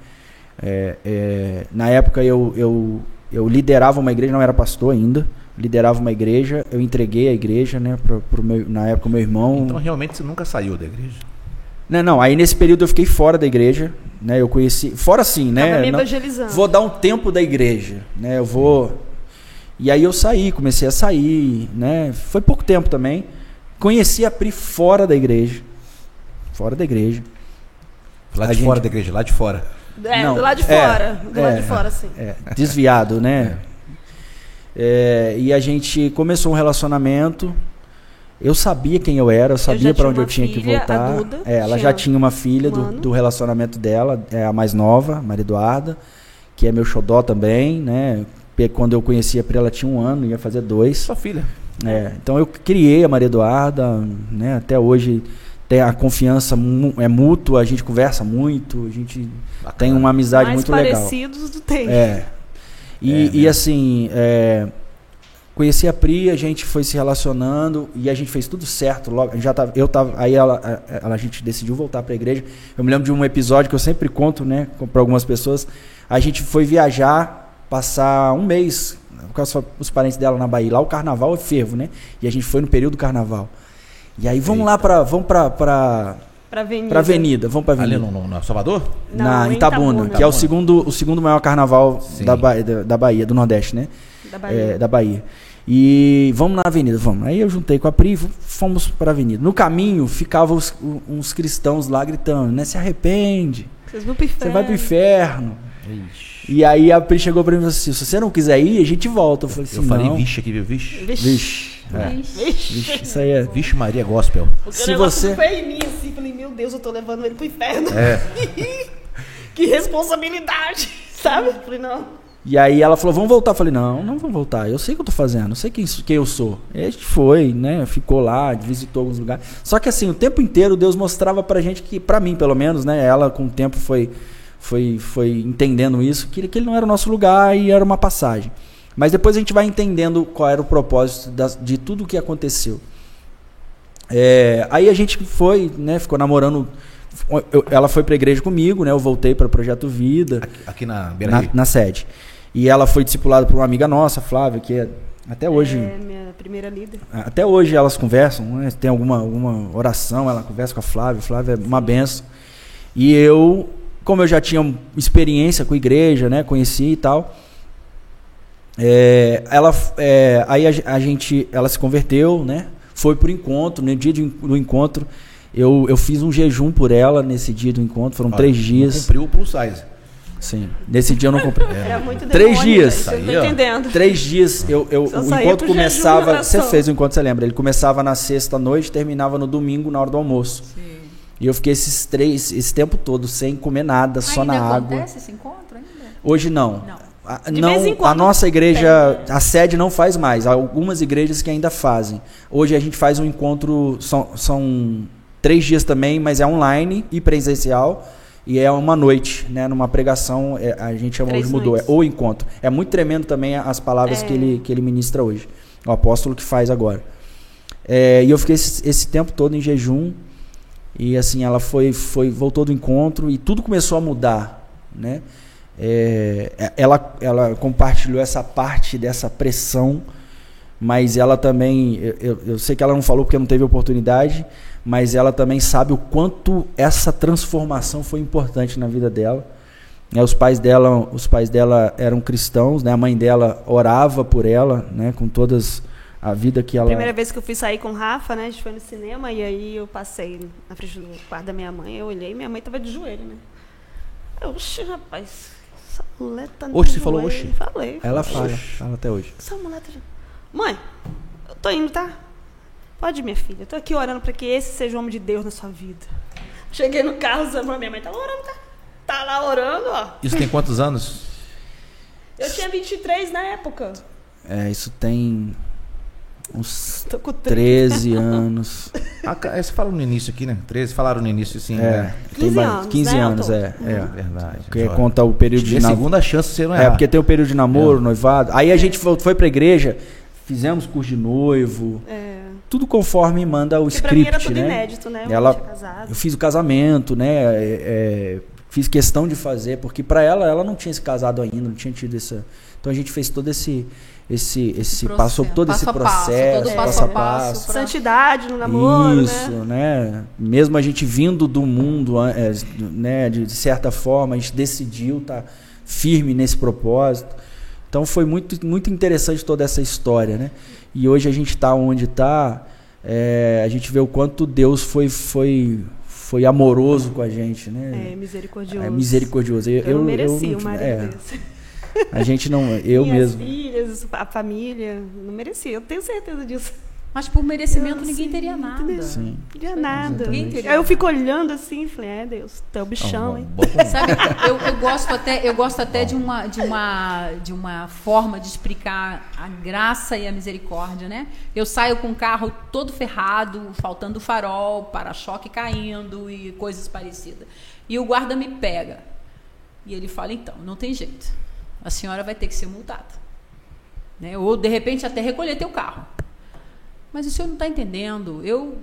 S2: É, é, na época eu, eu, eu liderava uma igreja, não era pastor ainda, liderava uma igreja, eu entreguei a igreja, né, pro, pro meu, na época meu irmão.
S1: Então realmente você nunca saiu da igreja.
S2: Não, não, aí nesse período eu fiquei fora da igreja, né? Eu conheci, fora sim,
S4: Tava me
S2: né? não-
S4: evangelizando.
S2: vou dar um tempo da igreja, né? Eu vou E aí eu saí, comecei a sair, né? Foi pouco tempo também. Conheci a Pri fora da igreja. Fora da igreja.
S1: Lá
S2: A
S1: de
S2: gente-
S1: fora da igreja, lá de fora.
S4: É,
S2: Não,
S4: do lado de
S2: é,
S4: fora. do lado
S2: é.
S4: de fora, assim. sim.
S2: É, desviado, né? É, e a gente começou um relacionamento. Eu sabia quem eu era, eu sabia para
S4: tinha
S2: onde eu
S4: uma
S2: tinha que
S4: filha, a
S2: voltar.
S4: Duda,
S2: É, ela
S4: tinha
S2: já tinha uma filha
S4: um
S2: do,
S4: ano.
S2: do relacionamento dela, é a mais nova, Maria Eduarda, que é meu xodó também, né? Pe- Quando eu conheci a Pri, ela tinha um ano, ia fazer dois.
S1: Sua filha.
S2: É, então eu criei a Maria Eduarda, né? Até hoje tem a confiança mu- é mútua, a gente conversa muito, a gente tem uma amizade
S4: mais
S2: muito legal.
S4: parecidos do tempo.
S2: É. E,
S1: É, né?
S2: e assim, é, conheci a Pri, a gente foi se relacionando e a gente fez tudo certo. Logo, já tava, eu tava, aí ela, a- ela- a gente decidiu voltar para a igreja. Eu me lembro de um episódio que eu sempre conto, né, para algumas pessoas. A gente foi viajar, passar um mês com as fa- os parentes dela na Bahia. Lá o carnaval é fervo, né? E a gente foi no período do carnaval. E aí vamos lá para vamos para para
S4: Pra avenida.
S2: para avenida, vamos para
S1: Ali
S2: avenida
S1: no, no- no Salvador?
S4: Não,
S2: na
S4: em
S2: Itabuna,
S4: Itabuna.
S2: que é o segundo, o segundo maior carnaval
S1: Sim.
S2: da, Ba- da, da Bahia, do Nordeste, né?
S4: Da Bahia.
S2: É, da Bahia. E vamos na avenida, vamos. Aí eu juntei com a Pri, f- fomos para a avenida. No caminho ficavam os- u- uns cristãos lá gritando, né? Se arrepende,
S4: Vocês vão pro
S2: você vai pro inferno. E aí a Pri chegou para mim e falou assim: se você não quiser ir, a gente volta. Eu falei assim:
S1: Eu falei
S2: não.
S1: vixe aqui, viu? Vixe.
S4: Vixe.
S2: Vixe, é, vixe, isso aí é.
S1: Vixe Maria Gospel.
S2: Se você.
S5: Foi em mim assim, falei, meu Deus, eu tô levando ele pro inferno.
S4: (laughs)
S1: É.
S5: Que responsabilidade, sabe? Falei, não.
S2: E aí ela falou, vamos voltar. Eu falei, não, não vamos voltar. Eu sei o que eu tô fazendo, eu sei quem, sou- quem eu sou. E a gente foi, né? Ficou lá, visitou alguns lugares. Só que assim, o tempo inteiro Deus mostrava pra gente que, pra mim pelo menos, né? Ela com o tempo foi, foi, foi entendendo isso, que aquele não era o nosso lugar e era uma passagem. Mas depois a gente vai entendendo qual era o propósito das- de tudo o que aconteceu. É, aí a gente foi, né? Ficou namorando. eu- ela foi pra igreja comigo, né? Eu voltei pra Projeto Vida
S1: Aqui, aqui na Beira
S2: na,
S1: Rio.
S2: na sede. E ela foi discipulada por uma amiga nossa, Flávia, que é- até hoje,
S4: É minha primeira líder.
S2: até hoje elas conversam, né? tem alguma, alguma oração, ela conversa com a Flávia, Flávia é uma benção. E eu, como eu já tinha experiência com igreja, né, conheci e tal, é, ela, é, aí a, ge- a gente, ela se converteu, né, foi pro encontro, no dia de en- do encontro, eu, eu fiz um jejum por ela nesse dia do encontro, foram
S1: Olha,
S2: três
S1: não
S2: dias.
S1: Cumpriu o plus size. É.
S2: Sim, nesse dia eu não comprei.
S4: Era muito
S2: É. Três
S4: demônio,
S2: dias.
S1: Isso
S4: velho, Você não
S1: aí,
S4: tá
S1: ó.
S4: entendendo.
S2: Três dias, eu, eu,
S4: Só
S2: o
S4: saía
S2: encontro
S4: pro jejum e
S2: começava. Você
S4: oração.
S2: fez o encontro, você lembra? Ele começava na sexta à noite, terminava no domingo, na hora do almoço. E eu fiquei esses três, esse tempo todo, sem comer nada, só
S3: ainda
S2: na água.
S3: acontece esse encontro ainda?
S2: Hoje não.
S3: Não.
S2: A,
S4: De
S2: não,
S4: vez em
S2: a
S4: quando
S2: nossa igreja, a sede não faz mais. Há algumas igrejas que ainda fazem. Hoje a gente faz um encontro, são, são três dias também, mas é online e presencial. E é uma noite, né? Numa pregação, é, a gente chama
S4: Três
S2: hoje mudou, é
S4: noites. É.
S2: o encontro. É muito tremendo também as palavras que, ele, que ele ministra hoje. O apóstolo que faz agora. É, e eu fiquei esse, esse tempo todo em jejum. E assim, ela foi, foi voltou do encontro e tudo começou a mudar, né? É, é- ela, ela compartilhou essa parte dessa pressão, mas ela também, eu- eu, eu sei que ela não falou porque não teve oportunidade, mas ela também sabe o quanto essa transformação foi importante na vida dela. Né, os pais dela, os pais dela eram cristãos, né? A mãe dela orava por ela, né? Com todas a vida que ela
S4: Primeira vez que eu fui sair com o Rafa, né? A gente foi no cinema e aí eu passei na frente do quarto da minha mãe, eu olhei minha mãe tava de joelho, né? Eu, oxe, rapaz, essa mulher tá no
S1: Oxe, você falou
S4: joelho."
S1: oxe?
S4: Falei.
S2: Ela fala, fala até hoje.
S4: Essa mulher tá... de- Mãe, eu tô indo, tá? Pode, ir, minha filha. Eu tô aqui orando pra que esse seja o homem de Deus na sua vida.
S5: Cheguei no carro, Zambra, minha mãe tava orando, tá? Tá lá orando, ó.
S1: Isso tem quantos anos?
S5: Eu tinha 23 na época.
S2: É, isso tem uns
S4: Tô com tre-
S2: 13 anos.
S1: Ah, ca- você falou no início aqui, né? 13, falaram no início, sim.
S2: É,
S1: né?
S2: tem
S4: 15
S2: mais-
S4: anos,
S2: 15
S4: né,
S2: anos,
S4: Elton?
S2: é. é.
S1: Verdade.
S2: Porque
S1: Joia.
S2: conta o período de
S1: É
S2: namoro.
S1: segunda chance de você não errar.
S2: É, porque tem o período de namoro, noivado. Aí a gente fo- foi pra igreja, fizemos curso de noivo,
S4: É.
S2: tudo conforme manda o
S4: Porque pra mim
S2: script,
S4: era tudo
S2: né?
S4: inédito, né? Eu
S2: Ela-
S4: não tinha casado.
S2: Eu fiz o casamento, né? é, é, fiz questão de fazer, porque pra ela, ela não tinha se casado ainda, não tinha tido essa. Então a gente fez todo esse. esse, esse
S3: Processo.
S2: passou todo esse
S3: Passo a passo,
S2: processo,
S3: todo
S2: passo a
S3: passo a passo.
S2: passo.
S3: pra-
S4: Santidade no namoro,
S2: Isso,
S4: né?
S2: né? Mesmo a gente vindo do mundo, an- é, né, de, de certa forma, a gente decidiu estar firme nesse propósito. Então foi muito, muito interessante toda essa história, né? E hoje a gente está onde está, a gente vê o quanto Deus foi, foi, foi amoroso com a gente, né?
S4: É, misericordioso.
S2: É misericordioso. Eu,
S4: Eu, não merecia
S2: eu
S4: o
S2: não-
S4: marido
S2: é,
S4: desse.
S2: A gente não, eu
S4: Minhas
S2: mesmo.
S4: filhas, a família, não merecia. Eu tenho certeza disso.
S3: Mas por merecimento
S4: Eu
S3: ninguém
S4: sei,
S3: teria
S4: não
S3: nada.
S4: teria
S2: Sim.
S4: Não
S3: Ninguém
S4: nada.
S2: Exatamente.
S3: teria
S4: Aí eu
S3: nada.
S4: fico olhando assim e falei, é Deus, tu é o
S1: Então,
S4: bichão, hein?
S1: bom- bom-
S3: (laughs) Sabe, eu, eu gosto até, eu gosto até de, uma, de, uma, de uma forma de explicar a graça e a misericórdia, né? Eu saio com o carro todo ferrado, faltando farol, para-choque caindo e coisas parecidas. E o guarda me pega. E ele fala, então, não tem jeito. A senhora vai ter que ser multada. Né? Ou, de repente, até recolher teu carro. Mas o senhor não está entendendo. Eu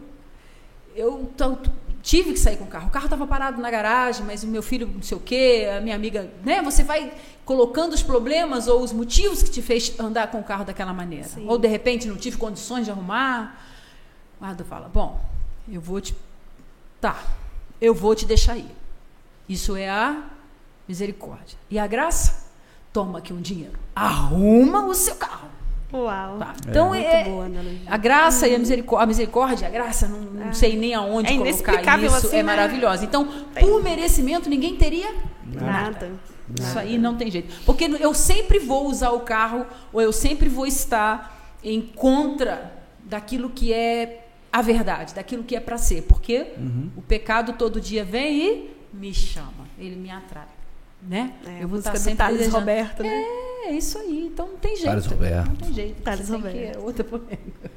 S3: eu então, tive que sair com o carro. O carro estava parado na garagem, mas o meu filho não sei o quê, a minha amiga, né? Você vai colocando os problemas ou os motivos que te fez andar com o carro daquela maneira.
S4: Sim.
S3: Ou de repente não tive condições de arrumar. O guarda fala: "Bom, eu vou te tá, eu vou te deixar ir. Isso é a misericórdia. E a graça? Toma aqui um dinheiro. Arruma o seu carro.
S4: Uau.
S3: Tá. Então
S4: Muito
S3: é,
S4: boa analogia.
S3: a graça e a misericórdia, a misericórdia, a graça, não, não sei nem aonde
S4: É
S3: colocar
S4: inexplicável
S3: isso,
S4: assim,
S3: é
S4: né?
S3: maravilhosa. Então, por merecimento, ninguém teria nada.
S4: Nada.
S3: Isso aí não tem jeito. Porque eu sempre vou usar o carro, ou eu sempre vou estar em contra daquilo que é a verdade, daquilo que é para ser. Porque
S1: Uhum.
S3: o pecado todo dia vem e me chama, ele me atrai. Né?
S4: É,
S3: eu
S4: a
S3: vou estar
S4: música do
S3: sempre
S4: Thales
S3: desejando.
S4: Roberto, né?
S3: É, é isso aí. Então não tem jeito.
S1: Thales Roberto.
S3: Não tem jeito.
S4: Thales
S3: Você tem
S4: Roberto.
S3: Que, é outra polêmica.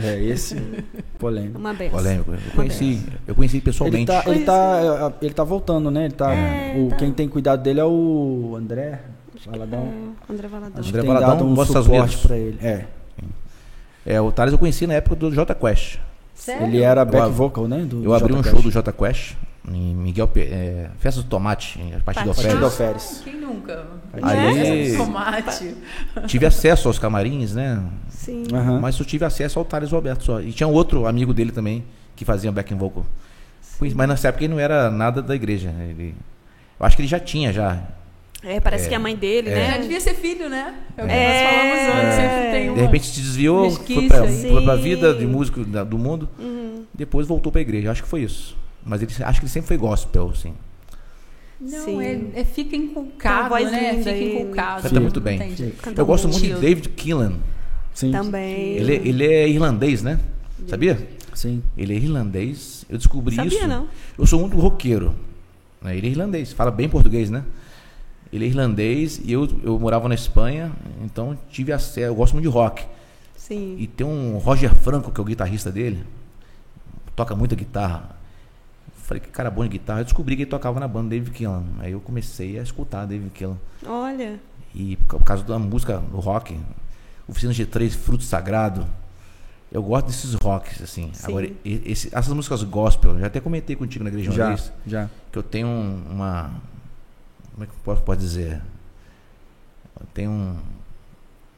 S2: É,
S4: (laughs)
S2: esse polêmico.
S4: Uma benção.
S1: Polêmico. Eu conheci, eu conheci
S2: Ele
S1: pessoalmente.
S2: tá, ele,
S4: Pois é.
S2: tá, ele tá voltando, né? Ele tá, o, Quem tem cuidado dele é o André Valadão.
S4: É, André Valadão.
S2: Acho
S1: André
S2: que tem
S1: Valadão,
S2: dado um
S1: Vossas
S2: suporte
S1: Vidas.
S2: pra ele. É.
S1: É, o Thales eu conheci na época do J Quest.
S3: Sério?
S2: É. Ele era back
S1: ab-
S2: vocal, né? Do,
S1: Eu
S2: do
S1: abri um
S2: JQuest.
S1: show do J Quest em Miguel Pe- é, Festa do Tomate, em Partido
S4: Partido
S2: Partido
S1: Ofélia.
S2: Alferes.
S3: Quem nunca?
S1: Aí-
S3: Essa
S1: é.
S3: Tomate.
S1: Tive acesso aos camarins, né?
S4: Sim.
S2: Aham.
S1: Mas eu tive acesso ao Thales Roberto só. E tinha um outro amigo dele também que fazia back and vocal. Pois, Mas nessa época ele não era nada da igreja. né? Ele, eu acho que ele já tinha já.
S4: É, parece que é a mãe dele,
S3: Já
S4: né?
S3: devia ser filho, né? É o que
S4: É.
S3: nós falamos antes,
S4: É.
S3: sempre tem uma.
S1: De repente se desviou, foi
S3: Resquício
S1: pra,
S3: aí.
S1: foi pra
S4: Sim.
S1: vida de músico da- do mundo. Depois voltou pra igreja. Acho que foi isso. Mas ele, acho que ele sempre foi gospel, assim.
S3: Não,
S4: Sim.
S3: É, é- fica
S4: Uma
S3: inculcado,
S4: voz
S3: né?
S4: linda
S3: Fica
S4: aí.
S3: inculcado.
S1: Canta tá muito
S3: não
S1: bem.
S3: tem jeito.
S4: Canta
S1: Eu gosto muito de
S3: Shield.
S1: David Keelan.
S2: Sim,
S4: Também.
S1: Ele, ele é irlandês, né? Sabia?
S2: sim.
S1: Ele é irlandês. Eu descobri
S4: Sabia,
S1: isso.
S4: não.
S1: Eu sou muito roqueiro. né? Ele é irlandês. Fala bem português, né? Ele é irlandês e eu, eu morava na Espanha, então tive acesso. Eu gosto muito de rock.
S4: Sim.
S1: E tem um Roger Franco, que é o guitarrista dele, toca muita guitarra. Eu Falei, que cara bom de guitarra. Eu descobri que ele tocava na banda David Keelan. Aí eu comecei a escutar David Keelan.
S4: Olha.
S1: E por causa da música, do rock, Oficina G3, Fruto Sagrado. Eu gosto desses rocks, assim.
S4: Sim.
S1: Agora, e- esse- essas músicas gospel, eu já até comentei contigo na igreja uma
S2: Já,
S1: vez,
S2: já.
S1: que eu tenho um- uma. Como é que eu posso, posso dizer? Eu tenho um.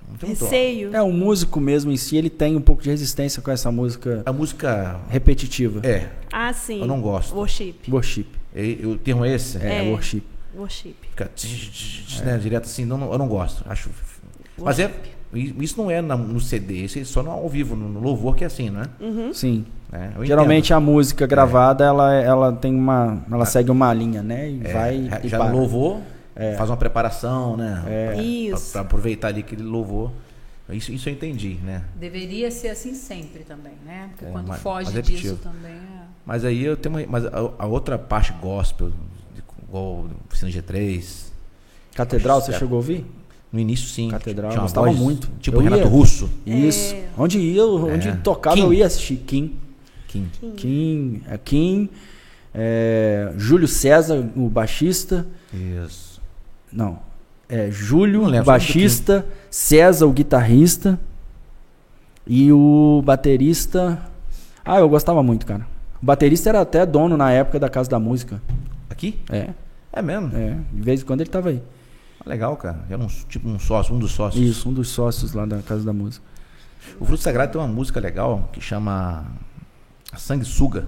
S1: não tenho um to-
S4: Receio.
S2: É, o músico mesmo em si, ele tem um pouco de resistência com essa música
S1: A música.
S2: repetitiva.
S1: É,
S4: Ah, sim.
S1: eu não gosto.
S4: Worship.
S2: Worship.
S1: E- O termo é esse?
S2: É,
S4: É.
S2: worship.
S4: Worship.
S1: Fica tch, tch, tch, né, direto assim, não, não- eu não gosto. Acho. Mas é. Isso não é na- no CD, isso é só no, ao vivo, no, no louvor que é assim, né?
S4: Hum?
S2: Sim.
S1: É, eu entendo. É. Ah.
S2: Geralmente a música gravada, ela, é, ela tem uma. Ela segue uma linha, né? E
S1: É,
S2: vai.
S1: já-
S2: e
S1: já
S2: para. É.
S1: no louvor, faz uma preparação, né? Pra-
S4: Isso.
S1: Pra, pra aproveitar ali aquele louvor. Isso, isso eu entendi, né?
S3: Deveria ser assim sempre também, né? Porque
S1: É,
S3: quando
S1: mas-
S3: foge
S1: mas é
S3: disso
S1: repetitivo.
S3: também. é.
S1: Mas aí eu tenho uma, mas a, a outra parte gospel, de- igual do Oficina G3,
S2: Catedral, você
S1: É.
S2: chegou a ouvir?
S1: no início sim.
S2: Catedral,
S1: tinha uma
S2: gostava
S1: voz
S2: muito.
S1: Tipo
S2: Eu
S1: Renato
S2: ia.
S1: Russo.
S2: Isso. Onde ia, onde
S1: É.
S2: tocava,
S1: Kim.
S2: eu ia assistir. Kim.
S1: Kim.
S2: Kim. É Kim. é, Júlio César, o baixista.
S1: Isso.
S2: Não. É Júlio,
S1: Não
S2: o
S1: lembro, só
S2: baixista. César, o guitarrista. E o baterista. Ah, eu gostava muito, cara. O baterista era até dono na época da Casa da Música.
S1: Aqui?
S2: É,
S1: É mesmo?
S2: é. De vez em quando ele tava aí.
S1: Legal, cara. Era um, tipo um sócio, um dos sócios.
S2: Isso, um dos sócios lá da Casa da Música.
S1: O Fruto Sagrado tem uma música legal que chama Sanguessuga.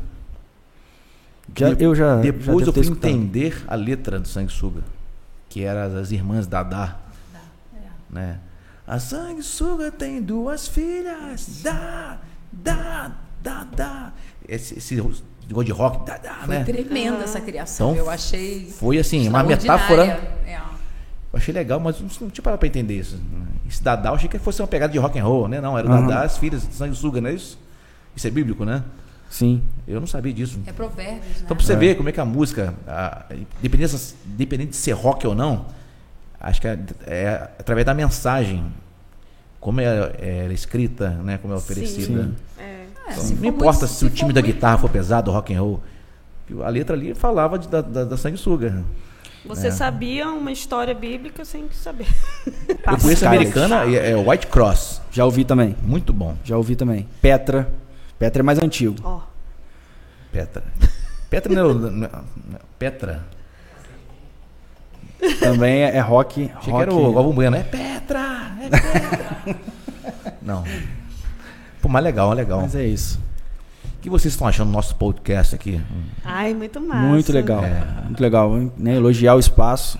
S2: Já-
S1: De-
S2: eu Ah, já. já devo
S1: Depois
S2: ter
S1: eu fui
S2: escutado.
S1: entender a letra do Sanguessuga, que era das irmãs Dadá.
S3: é.
S1: Né? A Sanguessuga tem duas filhas. Dá, dá, dá, dá. Esse, esse negócio de rock, dá, dá,
S3: Foi
S1: né?
S3: Ah. tremenda essa criação.
S1: Então,
S3: eu achei.
S1: foi assim, uma
S3: extraordinária.
S1: metáfora.
S3: É.
S1: Eu achei legal, mas não, não tinha parado pra entender isso. Esse Dadá, eu achei que fosse uma pegada de rock and roll, né? Não, era o
S2: Aham.
S1: Dadá, as filhas de sanguessuga, não é isso? Isso é bíblico, né?
S2: Sim.
S1: Eu não sabia disso.
S3: É provérbios, né?
S1: Então pra você
S2: É.
S1: ver como é que a música, a, independente, se- independente de ser rock ou não, acho que é, é através da mensagem, como é, é escrita, né, como é oferecida.
S2: Sim.
S4: É.
S3: É,
S1: Então,
S3: se for
S1: não importa
S3: muito-
S1: se, o
S3: for
S1: time da
S3: muito-
S1: guitarra for pesado, rock and roll. A letra ali falava de- da, da, da sanguessuga.
S4: Você
S1: É.
S4: sabia uma história bíblica sem saber.
S1: Eu conheço a
S2: Pascal.
S1: americana, é, é White Cross.
S2: Já ouvi também.
S1: Muito bom,
S2: Já ouvi também. Petra. Petra é mais antigo.
S4: Ó,
S1: Petra. Petra não, não- não- é, Petra.
S2: Também é, é rock.
S1: Achei
S2: rock
S1: que era o Galvão Bueno. É Petra! É Petra!
S2: (laughs)
S1: não. Pô, mas legal, legal.
S2: Mas é isso.
S1: O que vocês estão achando do nosso podcast aqui?
S4: ai, muito massa.
S2: Muito legal.
S1: É.
S2: Muito legal. Né? Elogiar o espaço.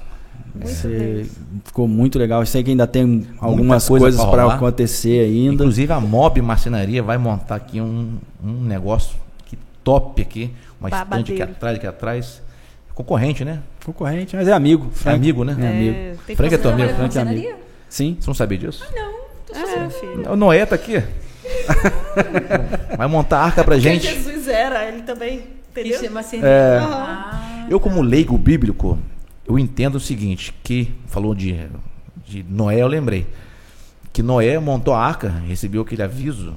S2: Você- Ficou muito legal. Eu sei que ainda tem algumas
S1: coisa
S2: coisas
S1: pra
S2: para
S1: rolar.
S2: acontecer ainda.
S1: Inclusive a Mob Marcenaria vai montar aqui um, um negócio que top aqui. Uma estante aqui
S4: Babadeiro.
S1: atrás, aqui atrás. Concorrente, né?
S2: Concorrente, mas é amigo.
S1: É
S2: Frank.
S1: amigo, né?
S2: É amigo.
S4: É, tem
S1: Frank é
S4: que
S1: teu amigo?
S3: Trabalha com
S2: Frank é amigo.
S3: marcenaria?
S2: Sim.
S1: Você não sabia disso?
S3: Não, tô só
S4: É, filho.
S1: O Noé tá aqui. (laughs) Vai montar arca pra
S4: Porque
S1: gente.
S4: Jesus era, ele também,
S3: que
S4: entendeu?
S3: chama assim,
S2: É.
S3: Ah,
S1: Eu, como leigo bíblico, eu entendo o seguinte, que falou de, de Noé, eu lembrei. Que Noé montou a arca, recebeu aquele aviso,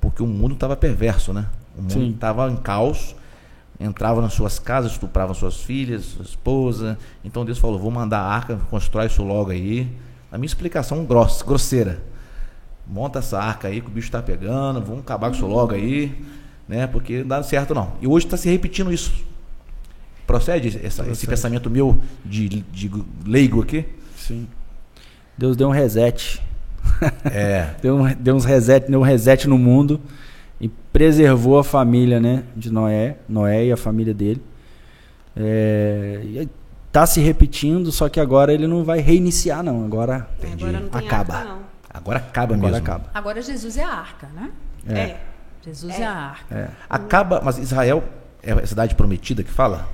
S1: porque o mundo estava perverso, né? O mundo
S2: Sim.
S1: estava em caos, entrava nas suas casas, estuprava suas filhas, sua esposa. Então Deus falou, vou mandar a arca, constrói isso logo aí. A minha explicação grossa, grosseira. Monta essa arca aí que o bicho tá pegando, vamos acabar com isso logo aí, né? Porque não dá certo não. E hoje está se repetindo isso. Procede essa- esse pensamento meu de, de leigo aqui?
S2: Sim. Deus deu um reset. (laughs)
S1: É.
S2: Deu, um, deu uns reset, deu um reset no mundo e preservou a família, né, de Noé, Noé e a família dele. É, e aí tá se repetindo, só que agora ele não vai reiniciar não, agora
S4: Agora não tem
S2: acaba.
S4: arca, não.
S1: Agora acaba
S2: Agora
S1: mesmo.
S2: acaba.
S3: Agora Jesus é a arca, né?
S4: É.
S3: Jesus é, a arca.
S1: Acaba, mas Israel é a cidade prometida que fala?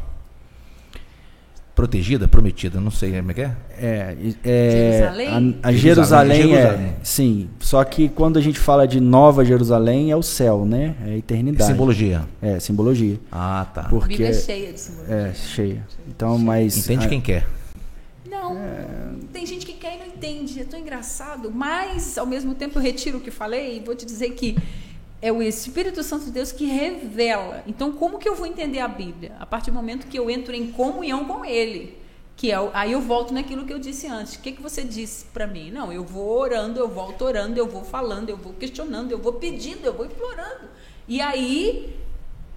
S1: Protegida, prometida, não sei como é que é.
S2: É, e- é,
S3: Jerusalém?
S2: A, a Jerusalém,
S1: Jerusalém,
S2: é,
S1: Jerusalém.
S2: sim. Só que quando a gente fala de Nova Jerusalém é o céu, né? É a eternidade.
S1: Simbologia.
S2: É simbologia.
S1: Ah, tá.
S3: A
S2: Porque
S3: Bíblia é cheia de simbologia.
S2: é cheia. Então, mas
S1: Entende
S2: a-
S1: quem quer.
S3: Não, tem gente que quer e não entende. É tão engraçado. Mas, ao mesmo tempo, eu retiro o que falei e vou te dizer que é o Espírito Santo de Deus que revela. Então, como que eu vou entender a Bíblia? A partir do momento que eu entro em comunhão com Ele. Que é, o- aí eu volto naquilo que eu disse antes. O que, que você disse para mim? Não, eu vou orando, eu volto orando, eu vou falando, eu vou questionando, eu vou pedindo, eu vou implorando. E aí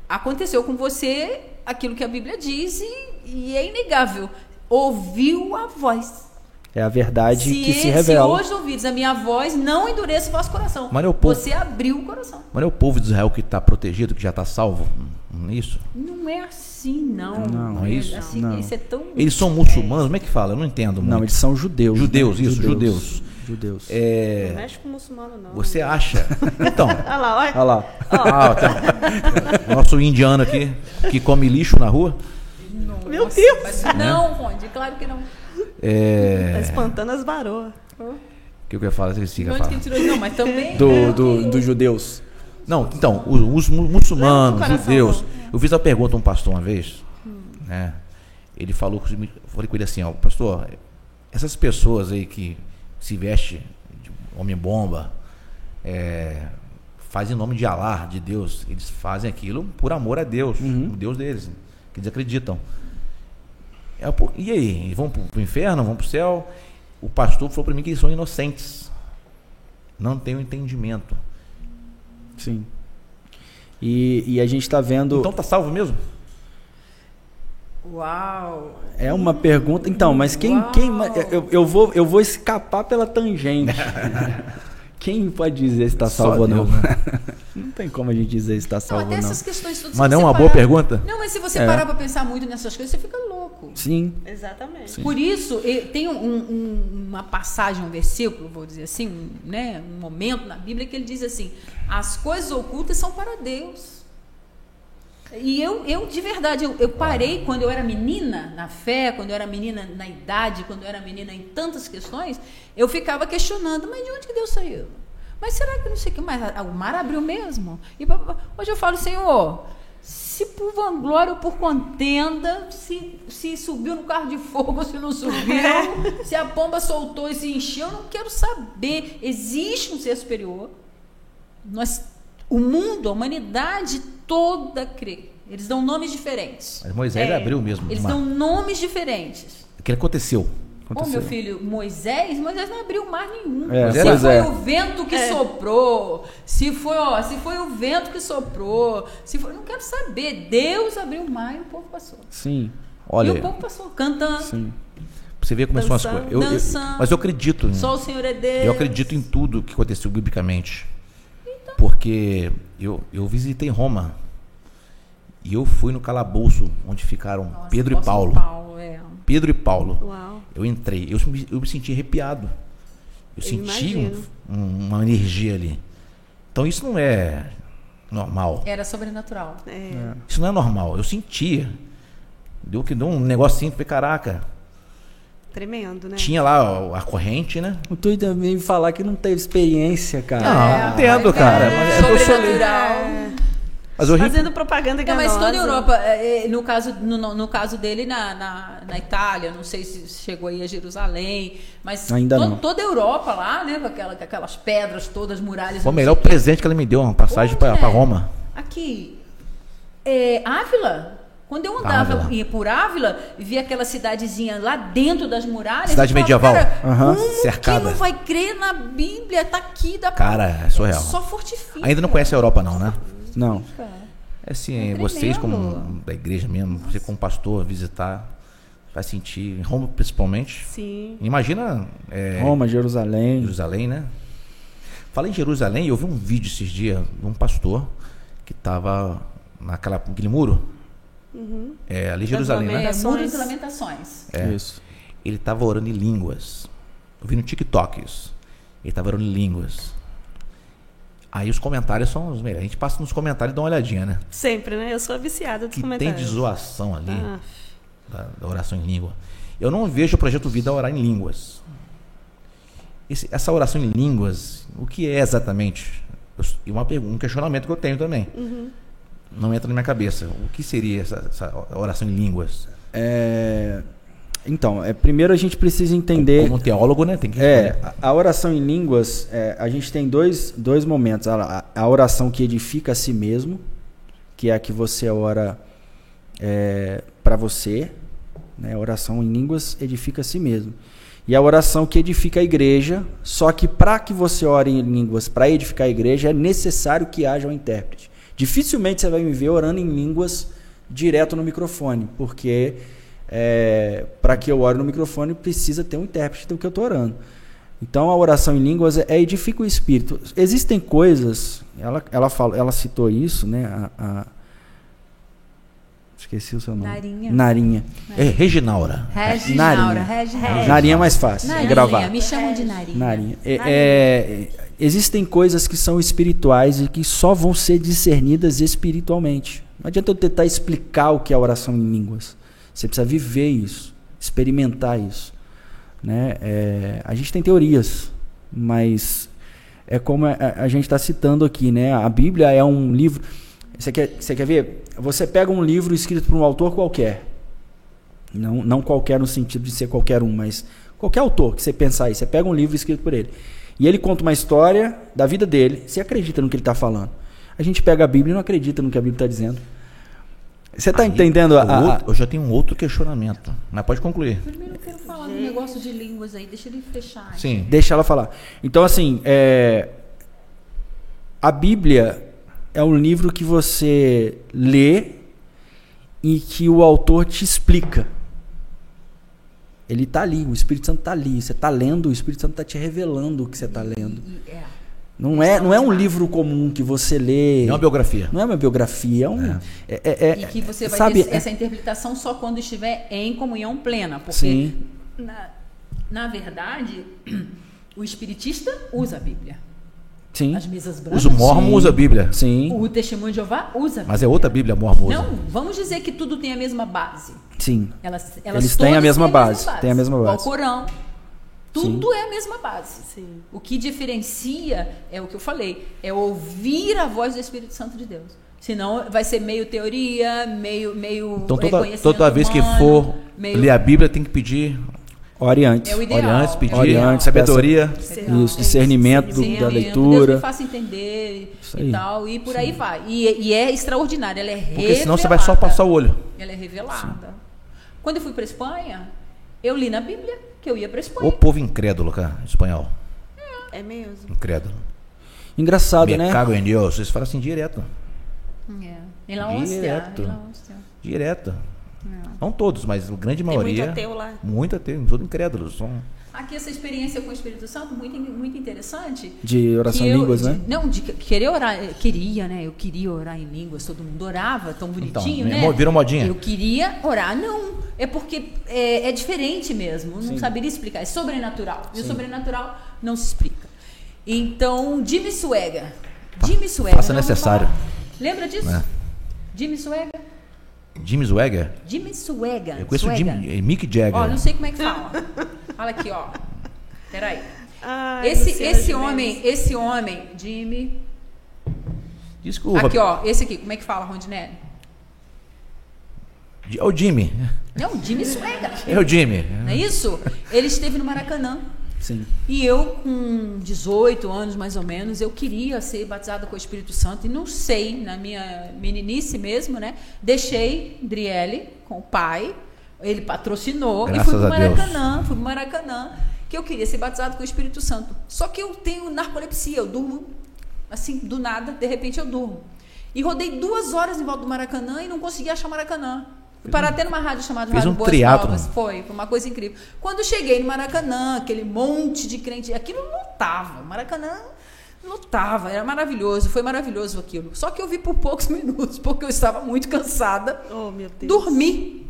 S3: aconteceu com você aquilo que a Bíblia diz e, e é inegável. Ouviu a voz.
S2: é a verdade que se
S3: e-
S2: revela.
S3: hoje ouvires a minha voz, não endureça o vosso coração.
S1: Mas é o povo.
S3: Você abriu o coração.
S1: Mas não é o povo de Israel que está protegido, que já está salvo? Não é Isso?
S3: Não é assim, não.
S2: Não,
S1: é isso?
S3: Assim,
S2: Não.
S3: Isso é tão.
S1: Eles são muçulmanos? Como é que fala? Eu não entendo muito.
S2: Não, eles são judeus. né?
S1: Judeus, isso,
S2: Judeus. judeus.
S1: É,
S4: Não mexe com muçulmano, não.
S1: você é acha...
S4: (laughs)
S1: Então,
S4: Olha lá, olha.
S2: Olha lá.
S1: Ah,
S4: (laughs)
S1: tá. O nosso indiano aqui, que come lixo na rua.
S4: Meu Deus!
S1: Né?
S3: Não, Ronde, claro que não.
S1: É...
S4: Tá espantando as varoas.
S1: O que eu ia falar? Esqueci o que eu ia
S3: Onde
S1: falar.
S3: que ele tirou isso? Não, mas também.
S2: Do, do, dos judeus.
S1: Não, então, os, os mu- muçulmanos,
S4: Leva no coração,
S1: judeus. Eu fiz uma pergunta a um pastor uma vez, né? Ele falou que eu falei com ele assim, ó, pastor, essas pessoas aí que se vestem de homem bomba, é, fazem em nome de Alá, de Deus, eles fazem aquilo por amor a Deus,
S2: Uhum.
S1: o Deus deles, que eles acreditam. É, pô, e aí, vão pro, pro inferno, vão pro céu? O pastor falou para mim que eles são inocentes. Não tem o entendimento.
S2: Sim. E, e a gente está vendo.
S1: Então tá salvo mesmo?
S3: Uau!
S2: é uma pergunta. Então, mas quem.
S3: Uau.
S2: quem ma- eu, eu, vou, eu vou escapar
S1: (laughs)
S2: pela tangente. quem pode dizer se está
S1: Só
S2: Tá salvo ou não?
S1: Deus, né?
S2: não tem como a gente dizer se está
S3: Não,
S2: salvo
S3: até
S2: ou não.
S3: essas questões todas. se
S1: Mas não é
S3: você
S1: uma boa
S3: parar-
S1: pergunta?
S3: Não, mas se você
S2: É.
S3: parar pra pensar muito nessas coisas, você fica louco.
S2: Sim.
S4: Exatamente.
S3: Por isso, eh, tem um- um- uma passagem, um versículo, vou dizer assim, um, né, um momento na Bíblia que ele diz assim: as coisas ocultas são para Deus. E eu, eu de verdade, eu, eu parei quando eu era menina na fé, quando eu era menina na idade, quando eu era menina em tantas questões, eu ficava questionando, mas de onde que Deus saiu? Mas será que não sei o que mais? ah, O mar abriu mesmo? E pá, pá, pá. hoje eu falo, Senhor, se por vanglória ou por contenda, se, se subiu no carro de fogo ou se não subiu, se a bomba soltou e se encheu, eu não quero saber. Existe um ser superior. Nós, o mundo, a humanidade toda crê. Eles dão nomes diferentes.
S1: Mas Moisés
S4: É,
S1: abriu mesmo.
S3: Eles
S1: o mar.
S3: dão nomes diferentes.
S1: O que aconteceu?
S3: Ô,
S1: aconteceu.
S3: meu filho, Moisés, Moisés não abriu mar nenhum.
S2: É,
S3: se
S2: pois
S3: foi
S2: é.
S3: o vento que soprou, se foi, ó, se foi o vento que soprou, se foi, não quero saber. Deus abriu o mar e o povo passou.
S2: Sim,
S3: e o
S1: Olha,
S3: povo passou cantando.
S2: sim.
S1: pra você ver como são as
S3: Dançando,
S1: coisas. Eu- eu-
S3: dançando.
S1: mas eu acredito. em-
S3: Só o Senhor é Deus.
S1: Eu acredito em tudo que aconteceu biblicamente.
S3: Então.
S1: Porque eu, eu visitei Roma. E eu fui no calabouço onde ficaram
S3: Nossa,
S1: Pedro e
S3: apóstolo
S1: Paulo.
S3: Paulo é.
S1: Pedro e Paulo.
S4: Uau.
S1: Eu entrei. Eu me, eu me senti arrepiado. Eu
S4: Eu
S1: senti um-
S4: imagino.
S1: um- uma energia ali. Então isso não é normal.
S3: Era sobrenatural.
S4: É.
S1: Isso não é normal. Eu sentia. Deu que deu um negocinho. Falei, caraca.
S4: Tremendo, né?
S1: Tinha lá ó, a corrente, né?
S2: O Tu também me falar que não teve experiência, cara.
S1: Ah, entendo,
S3: mas
S1: cara.
S3: é
S1: Mas eu sou-
S3: sobrenatural.
S1: mas eu ri-
S4: né? É. Fazendo propaganda
S3: Não,
S4: enganosa.
S3: mas toda a Europa, é, é, no caso, no, no- no caso dele na, na, na Itália, não sei se chegou aí a Jerusalém, mas
S2: Ainda não.
S3: toda a Europa lá, né? Com, aquela- com aquelas pedras todas, muralhas.
S1: Foi o
S3: não sei
S1: melhor
S3: o quê.
S1: presente que ela me deu, uma passagem
S3: Pois
S1: pra,
S3: é.
S1: pra Roma.
S3: Aqui, é, Ávila. Quando eu andava
S1: Ávila.
S3: ia por Ávila, via aquela cidadezinha lá dentro das muralhas.
S1: Cidade
S3: eu
S1: medieval.
S3: Cara,
S2: Aham.
S3: Como
S1: Cercada.
S3: um que não vai crer na Bíblia? Tá aqui, da
S1: Cara, é surreal.
S3: Só fortifica.
S1: Ainda não conhece a Europa, não, né?
S2: Não.
S3: Cara.
S1: É assim,
S3: É
S1: vocês como
S3: tremendo.
S1: da igreja mesmo, você como pastor, visitar, vai sentir, em Roma principalmente.
S4: Sim.
S1: Imagina é,
S2: Roma, Jerusalém.
S1: Jerusalém, né? Fala em Jerusalém, eu vi um vídeo esses dias de um pastor que estava naquela, naquele muro,
S4: Uhum.
S1: é, ali em Jerusalém, né?
S3: É, Muro
S4: Lamentações.
S3: de Lamentações.
S1: é.
S2: Isso.
S1: Ele estava orando em línguas. Eu vi no TikTok isso. Ele estava orando em línguas. Aí os comentários são os melhores. A gente passa nos comentários e dá uma olhadinha, né?
S4: Sempre, né? Eu sou viciada dos
S1: Que tem de né?
S4: comentários.
S1: zoação ali,
S4: Ah,
S1: da, da oração em língua. Eu não vejo o Projeto Vida orar em línguas. Esse- essa oração em línguas, o que é exatamente? Eu s- E uma pergunta, um questionamento que eu tenho também.
S3: Uhum.
S1: Não entra na minha cabeça. O que seria essa, essa oração em línguas?
S2: É, Então, é, primeiro a gente precisa entender.
S1: Como um teólogo, né? Tem que
S2: É, a- a oração em línguas, é, a gente tem dois, dois momentos. A, a- a oração que edifica a si mesmo, que é a que você ora é, para você. Né? A oração em línguas edifica a si mesmo. E a oração que edifica a igreja, só que para que você ore em línguas, para edificar a igreja, é necessário que haja um intérprete. Dificilmente você vai me ver orando em línguas direto no microfone, porque para que eu ore no microfone precisa ter um intérprete do que eu estou orando. Então a oração em línguas é, é edifica o espírito. Existem coisas, ela, ela, fala, ela citou isso, né? A, a- esqueci o seu nome.
S3: Narinha.
S2: Narinha.
S1: É, Reginaura.
S3: Reginaura.
S2: Narinha.
S3: Reginaura.
S2: Narinha é mais fácil de
S3: Narinha,
S2: gravar.
S3: me chamam de Narinha.
S2: Narinha. É- é- existem coisas que são espirituais e que só vão ser discernidas espiritualmente. Não adianta eu tentar explicar o que é oração em línguas. Você precisa viver isso, experimentar isso. Né? É, a gente tem teorias, mas é como a, a- a gente está citando aqui, né? A Bíblia é um livro. Você quer, você quer ver? Você pega um livro escrito por um autor qualquer. Não, não qualquer no sentido de ser qualquer um, mas qualquer autor que você pensar aí, você pega um livro escrito por ele. E ele conta uma história da vida dele. Você acredita no que ele está falando? A gente pega a Bíblia e não acredita no que a Bíblia está dizendo. Você está
S1: Aí,
S2: tá entendendo a,
S1: o
S2: a-
S1: outro- eu já tenho um outro questionamento, mas pode concluir.
S3: Primeiro eu quero falar do negócio de línguas aí, deixa ele fechar.
S1: Sim.
S2: Deixa ela falar. Então, assim, é, a Bíblia é um livro que você lê e que o autor te explica. Ele está ali, o Espírito Santo está ali. Você está lendo, o Espírito Santo está te revelando o que você está lendo.
S3: E- é.
S2: Não é, não é um livro comum que você lê.
S1: Não é uma biografia.
S2: Não é uma biografia, é um. é- é- é-
S3: E que você vai
S2: sabe,
S3: ter essa interpretação só quando estiver em comunhão plena. Porque,
S2: Sim.
S3: (clears throat) Na, na verdade, o espiritista usa a Bíblia.
S2: Sim.
S3: As mesas brancas.
S1: Os mormons
S2: Ah, Sim.
S1: usam a Bíblia.
S2: Sim.
S3: O testemunho de Jeová usa.
S1: Mas é outra Bíblia mormon. usa.
S3: Não, vamos dizer que tudo tem a mesma base.
S2: Sim.
S3: Elas, elas
S2: Eles
S3: todas
S2: têm a mesma base, têm a mesma
S3: Igual
S2: base.
S3: O Corão. Tudo é a mesma base. O que diferencia é o que eu falei, é ouvir a voz do Espírito Santo de Deus. Senão vai ser meio teoria, meio meio
S1: Então toda,
S3: reconhecimento
S1: toda vez que
S3: humano,
S1: for
S3: meio-
S1: ler a Bíblia, tem que pedir
S2: Ore antes.
S3: É o ideal.
S1: olha antes, pedir
S3: Ore antes,
S1: sabedoria.
S3: Será?
S2: Isso, discernimento do- da
S3: Discernimento,
S2: leitura.
S3: Deus me faça entender
S2: Isso
S3: e
S2: aí.
S3: tal, e por aí vai. E, e é extraordinário, ela é revelada.
S1: Porque senão você vai só passar o olho.
S3: Ela é revelada. Quando eu fui para Espanha, eu li na Bíblia que eu ia para Espanha.
S1: O povo incrédulo, cara, espanhol.
S4: É mesmo.
S1: Incrédulo.
S2: Engraçado,
S1: Me
S2: né?
S1: cago em Deus. Eles falam assim direto.
S3: É. Em La Hostia,
S1: Direto.
S3: em La Hostia. É.
S1: Direto. Não todos, mas a grande
S4: muito
S1: maioria.
S4: ateu lá.
S1: Muito ateu, todos incrédulos. São...
S3: Aqui essa experiência com o Espírito Santo muito in- muito interessante.
S2: De oração
S3: Que
S2: em
S3: eu-
S2: línguas,
S3: de-
S2: né?
S3: Não, de que- querer orar, eh, queria, né? Eu queria orar em línguas, todo mundo orava, tão bonitinho,
S1: né,
S3: né?
S1: mo- virou modinha.
S3: Eu queria orar, não. É porque é, é diferente mesmo, não saberia explicar, é sobrenatural. E o sobrenatural não se explica. Então, Jimmy Suega. Jimmy Suega.
S1: faça
S3: não vou
S1: necessário.
S3: falar. Lembra disso?
S1: É.
S3: Jimmy Suega?
S1: Jimmy Swagger?
S3: Jimmy Suega.
S1: Eu conheço o
S3: Suega.
S1: Jimmy, eh, Mick Jagger.
S3: Ó, não sei como é que fala. fala aqui, ó. Peraí.
S4: Ai,
S3: Esse,
S4: Luciana
S3: esse
S4: Gimenez.
S3: homem, esse homem, Jimmy.
S1: Desculpa.
S3: Aqui, ó, esse aqui, como é que fala, Rondinelli?
S1: Di- É o Jimmy.
S3: Não, Jimmy Suega.
S1: É o Jimmy.
S3: Não é isso? Ele esteve no Maracanã.
S2: Sim.
S3: E eu, com 18 anos mais ou menos, eu queria ser batizada com o Espírito Santo e não sei, na minha meninice mesmo, né? Deixei Driele com o pai, ele patrocinou
S1: Graças
S3: e fui pro
S1: a Deus.
S3: Maracanã, fui pro Maracanã, que eu queria ser batizada com o Espírito Santo. Só que eu tenho narcolepsia, eu durmo assim, do nada, de repente eu durmo. E rodei duas horas em volta do Maracanã e não consegui achar o Maracanã. Fui parar até numa rádio
S1: um
S3: chamada
S1: Fez
S3: Rádio
S1: um
S3: Boas
S1: triatlon.
S3: Novas. Foi, foi uma coisa incrível. Quando eu cheguei no Maracanã, aquele monte de crente, aquilo lotava. O Maracanã lotava, era maravilhoso, foi maravilhoso aquilo. Só que eu vi por poucos (laughs) minutos, porque eu estava muito cansada,
S4: Oh, meu Deus.
S3: dormi.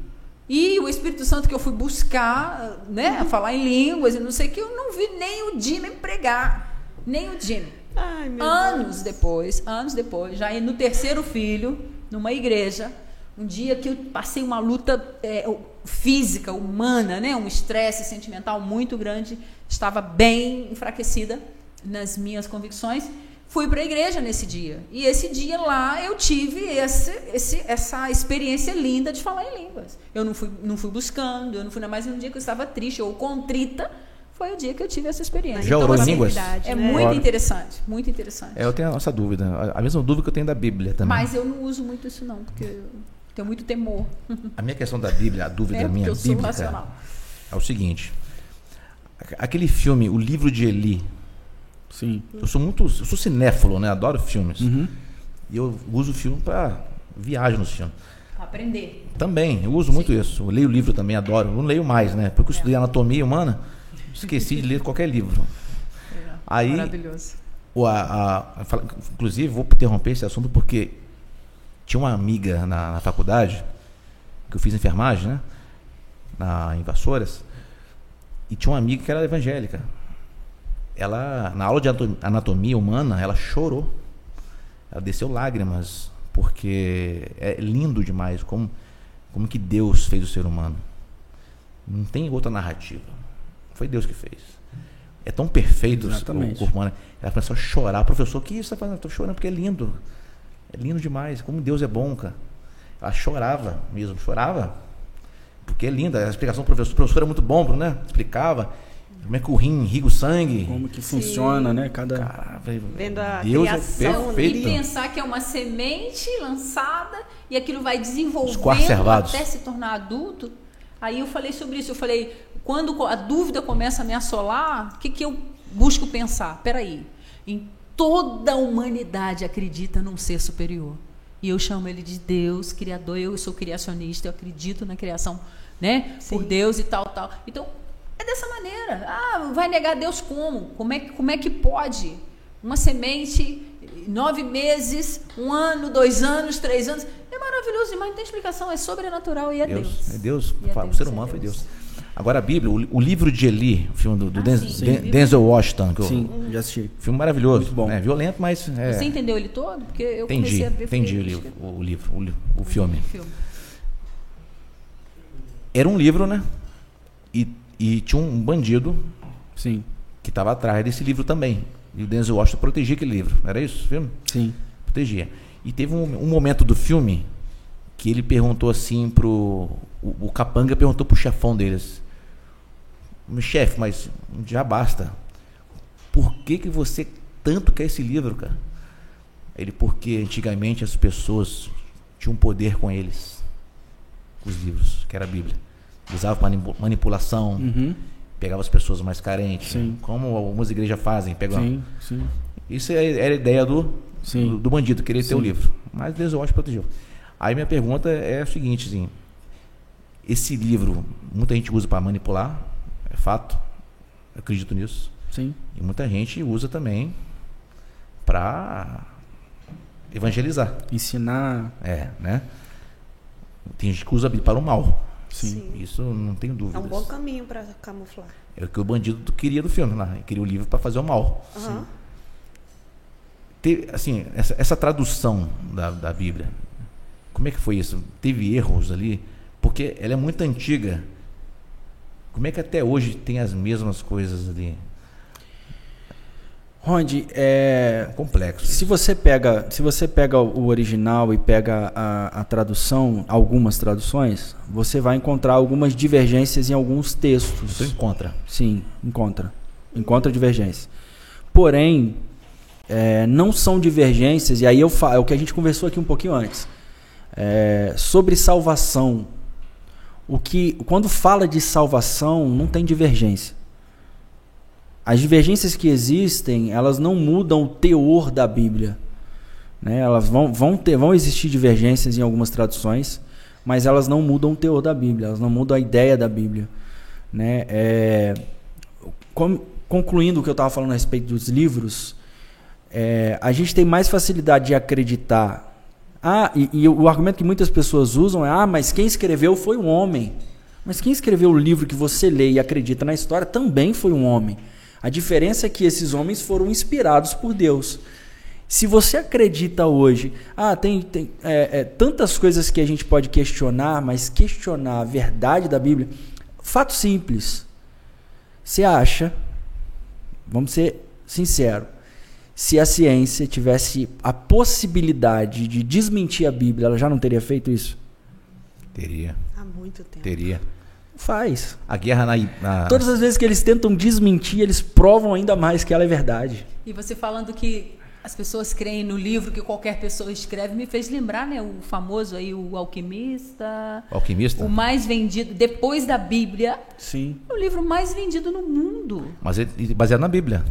S3: E o Espírito Santo que eu fui buscar, né, falar em línguas e não sei o que, eu não vi nem o Jimmy pregar, nem o Jimmy.
S4: Ai, meu
S3: Anos depois, anos depois, já no terceiro filho, numa igreja, um dia que eu passei uma luta é, física, humana, né? um estresse sentimental muito grande, estava bem enfraquecida nas minhas convicções. Fui para a igreja nesse dia. E esse dia lá eu tive esse, esse- essa experiência linda de falar em línguas. Eu não fui, não fui buscando, eu não fui, mas um dia que eu estava triste ou contrita, foi o dia que eu tive essa experiência.
S1: Já orou em línguas?
S3: É
S4: né?
S3: muito
S1: Claro.
S3: interessante, muito interessante.
S1: É, eu tenho essa dúvida. A- A mesma dúvida que eu tenho da Bíblia também.
S3: Mas eu não uso muito isso não, porque eu tenho muito temor.
S1: A minha questão da Bíblia, a dúvida
S3: É,
S1: minha
S3: porque eu sou
S1: bíblica
S3: racional.
S1: é o seguinte. A- Aquele filme, O Livro de Eli.
S2: Sim.
S1: Eu sou muito. Eu sou cinéfilo, né? Adoro filmes.
S2: Hum. Uhum.
S1: E eu uso o filme pra viagem nos filmes.
S3: Pra Aprender.
S1: Também, eu uso muito isso. Eu leio livro também, adoro. Eu não leio mais, né? Porque eu estudei anatomia humana, esqueci de ler qualquer livro. Aí,
S3: Maravilhoso.
S1: o, a, a- a fala- inclusive, vou interromper esse assunto porque tinha uma amiga na, na faculdade, que eu fiz enfermagem, né? Na, em Vassouras, e tinha uma amiga que era evangélica. Ela, na aula de anato- anatomia humana, ela chorou. Ela desceu lágrimas, porque é lindo demais como, como que Deus fez o ser humano. Não tem outra narrativa. Foi Deus que fez. É tão perfeito o
S2: Exatamente.
S1: corpo humano. Ela começou a chorar. Professor, o que isso está fazendo? Estou chorando porque é lindo. É lindo demais. Como Deus é bom, cara. Ela chorava mesmo, chorava. Porque é linda. A explicação do professor, o professor é muito bom, né? Explicava como é que o rim irriga o sangue.
S2: Como que funciona, né? Cada.
S1: Ah, velho,
S4: Vendo a
S1: Deus
S4: criação,
S1: é
S4: né?
S3: E
S1: perfeito.
S3: pensar que é uma semente lançada e aquilo vai desenvolvendo
S1: Esquarcervados.
S3: até se tornar adulto. Aí eu falei sobre isso, eu falei, quando co- a dúvida começa a me assolar, o que, que eu busco pensar? Peraí, em toda a humanidade acredita num ser superior. E eu chamo ele de Deus, criador, eu sou criacionista, eu acredito na criação, né? Por Deus e tal, tal. Então, é dessa maneira. Ah, vai negar Deus como? Como é, que- como é que pode? Uma semente, nove meses, um ano, dois anos, três anos. É maravilhoso demais, não tem explicação, é sobrenatural e é Deus.
S1: Deus. É Deus.
S3: E é
S1: Fala, o
S3: Deus,
S1: ser
S3: é
S1: humano foi Deus.
S3: Deus.
S1: Agora a Bíblia, o, o livro de Eli, o filme do, do
S5: Ah,
S1: Den-
S5: sim.
S1: Den-
S5: Sim.
S1: Denzel Washington, que eu-
S2: Sim, Uhum. já assisti.
S1: filme maravilhoso,
S2: Muito bom.
S1: né? violento, mas é,
S3: Você entendeu ele todo? Porque eu
S1: entendi,
S3: comecei a ver falei,
S1: entendi o
S3: "Gente,
S1: livro, o livro, o, li- o filme.
S3: que filme.
S1: Era um livro, né? E, e tinha um bandido
S2: Sim,
S1: que estava atrás desse livro também. E o Denzel Washington protegia aquele livro. Era isso, o filme?
S2: sim.
S1: protegia. E teve um, um momento do filme que ele perguntou assim pro. O, o capanga perguntou pro chefão deles: Chefe, mas já basta. Por que, que você tanto quer esse livro, cara? Ele, porque antigamente as pessoas tinham poder com eles, com os livros, que era a Bíblia. Usavam manipu- manipulação,
S2: Uhum.
S1: pegavam as pessoas mais carentes, né?
S2: Sim.
S1: como algumas igrejas fazem, pegam
S2: Sim, sim.
S1: isso é- era a ideia do,
S2: Sim.
S1: do, do bandido, querer ter o
S2: Sim.
S1: livro. Mas Deus eu acho que protegeu. Aí minha pergunta é a seguinte, assim, esse livro, muita gente usa para manipular, é fato, eu acredito nisso.
S2: Sim,
S1: E muita gente usa também para evangelizar,
S2: ensinar.
S1: é, né? Tem gente que usa a Bíblia para o mal,
S2: Sim.
S1: isso eu não tenho
S4: É
S1: dúvidas.
S4: um bom caminho para camuflar.
S1: É o que o bandido queria do filme lá, ele queria o livro para fazer o mal.
S4: Aham.
S1: Teve, assim, essa, essa tradução da, da Bíblia, como é que foi isso? Teve erros ali? Porque ela é muito antiga. Como é que até hoje tem as mesmas coisas ali?
S2: Rondi, é,
S1: É complexo.
S2: Se você pega, se você pega o original e pega a, a tradução, algumas traduções, você vai encontrar algumas divergências em alguns
S1: Você
S2: textos.
S1: Então encontra.
S2: Sim, encontra, encontra divergência. Porém, é, não são divergências. E aí eu falo, é o que a gente conversou aqui um pouquinho antes é, sobre salvação. O que, quando fala de salvação, não tem divergência. As divergências que existem, elas não mudam o teor da Bíblia. Né? Elas vão, vão, ter, vão existir divergências em algumas traduções, mas elas não mudam o teor da Bíblia, elas não mudam a ideia da Bíblia. Né? É, com- concluindo o que eu estava falando a respeito dos livros, é, a gente tem mais facilidade de acreditar. Ah, e, e o argumento que muitas pessoas usam é: ah, mas quem escreveu foi um homem. Mas quem escreveu o livro que você lê e acredita na história também foi um homem. A diferença é que esses homens foram inspirados por Deus. Se você acredita hoje, ah, tem, tem é, é, tantas coisas que a gente pode questionar, mas questionar a verdade da Bíblia. Fato simples. Você acha, vamos ser sinceros, se a ciência tivesse a possibilidade de desmentir a Bíblia, ela já não teria feito isso?
S1: Teria,
S4: Há muito tempo.
S1: teria.
S2: Faz.
S1: A guerra na. na
S2: Todas as vezes que eles tentam desmentir, eles provam ainda mais que ela é verdade.
S3: E você falando que as pessoas creem no livro que qualquer pessoa escreve, me fez lembrar, né, o famoso aí, o alquimista,
S1: o alquimista.
S3: o mais vendido, depois da Bíblia,
S2: Sim.
S3: é o livro mais vendido no mundo.
S1: Mas ele, baseado na Bíblia.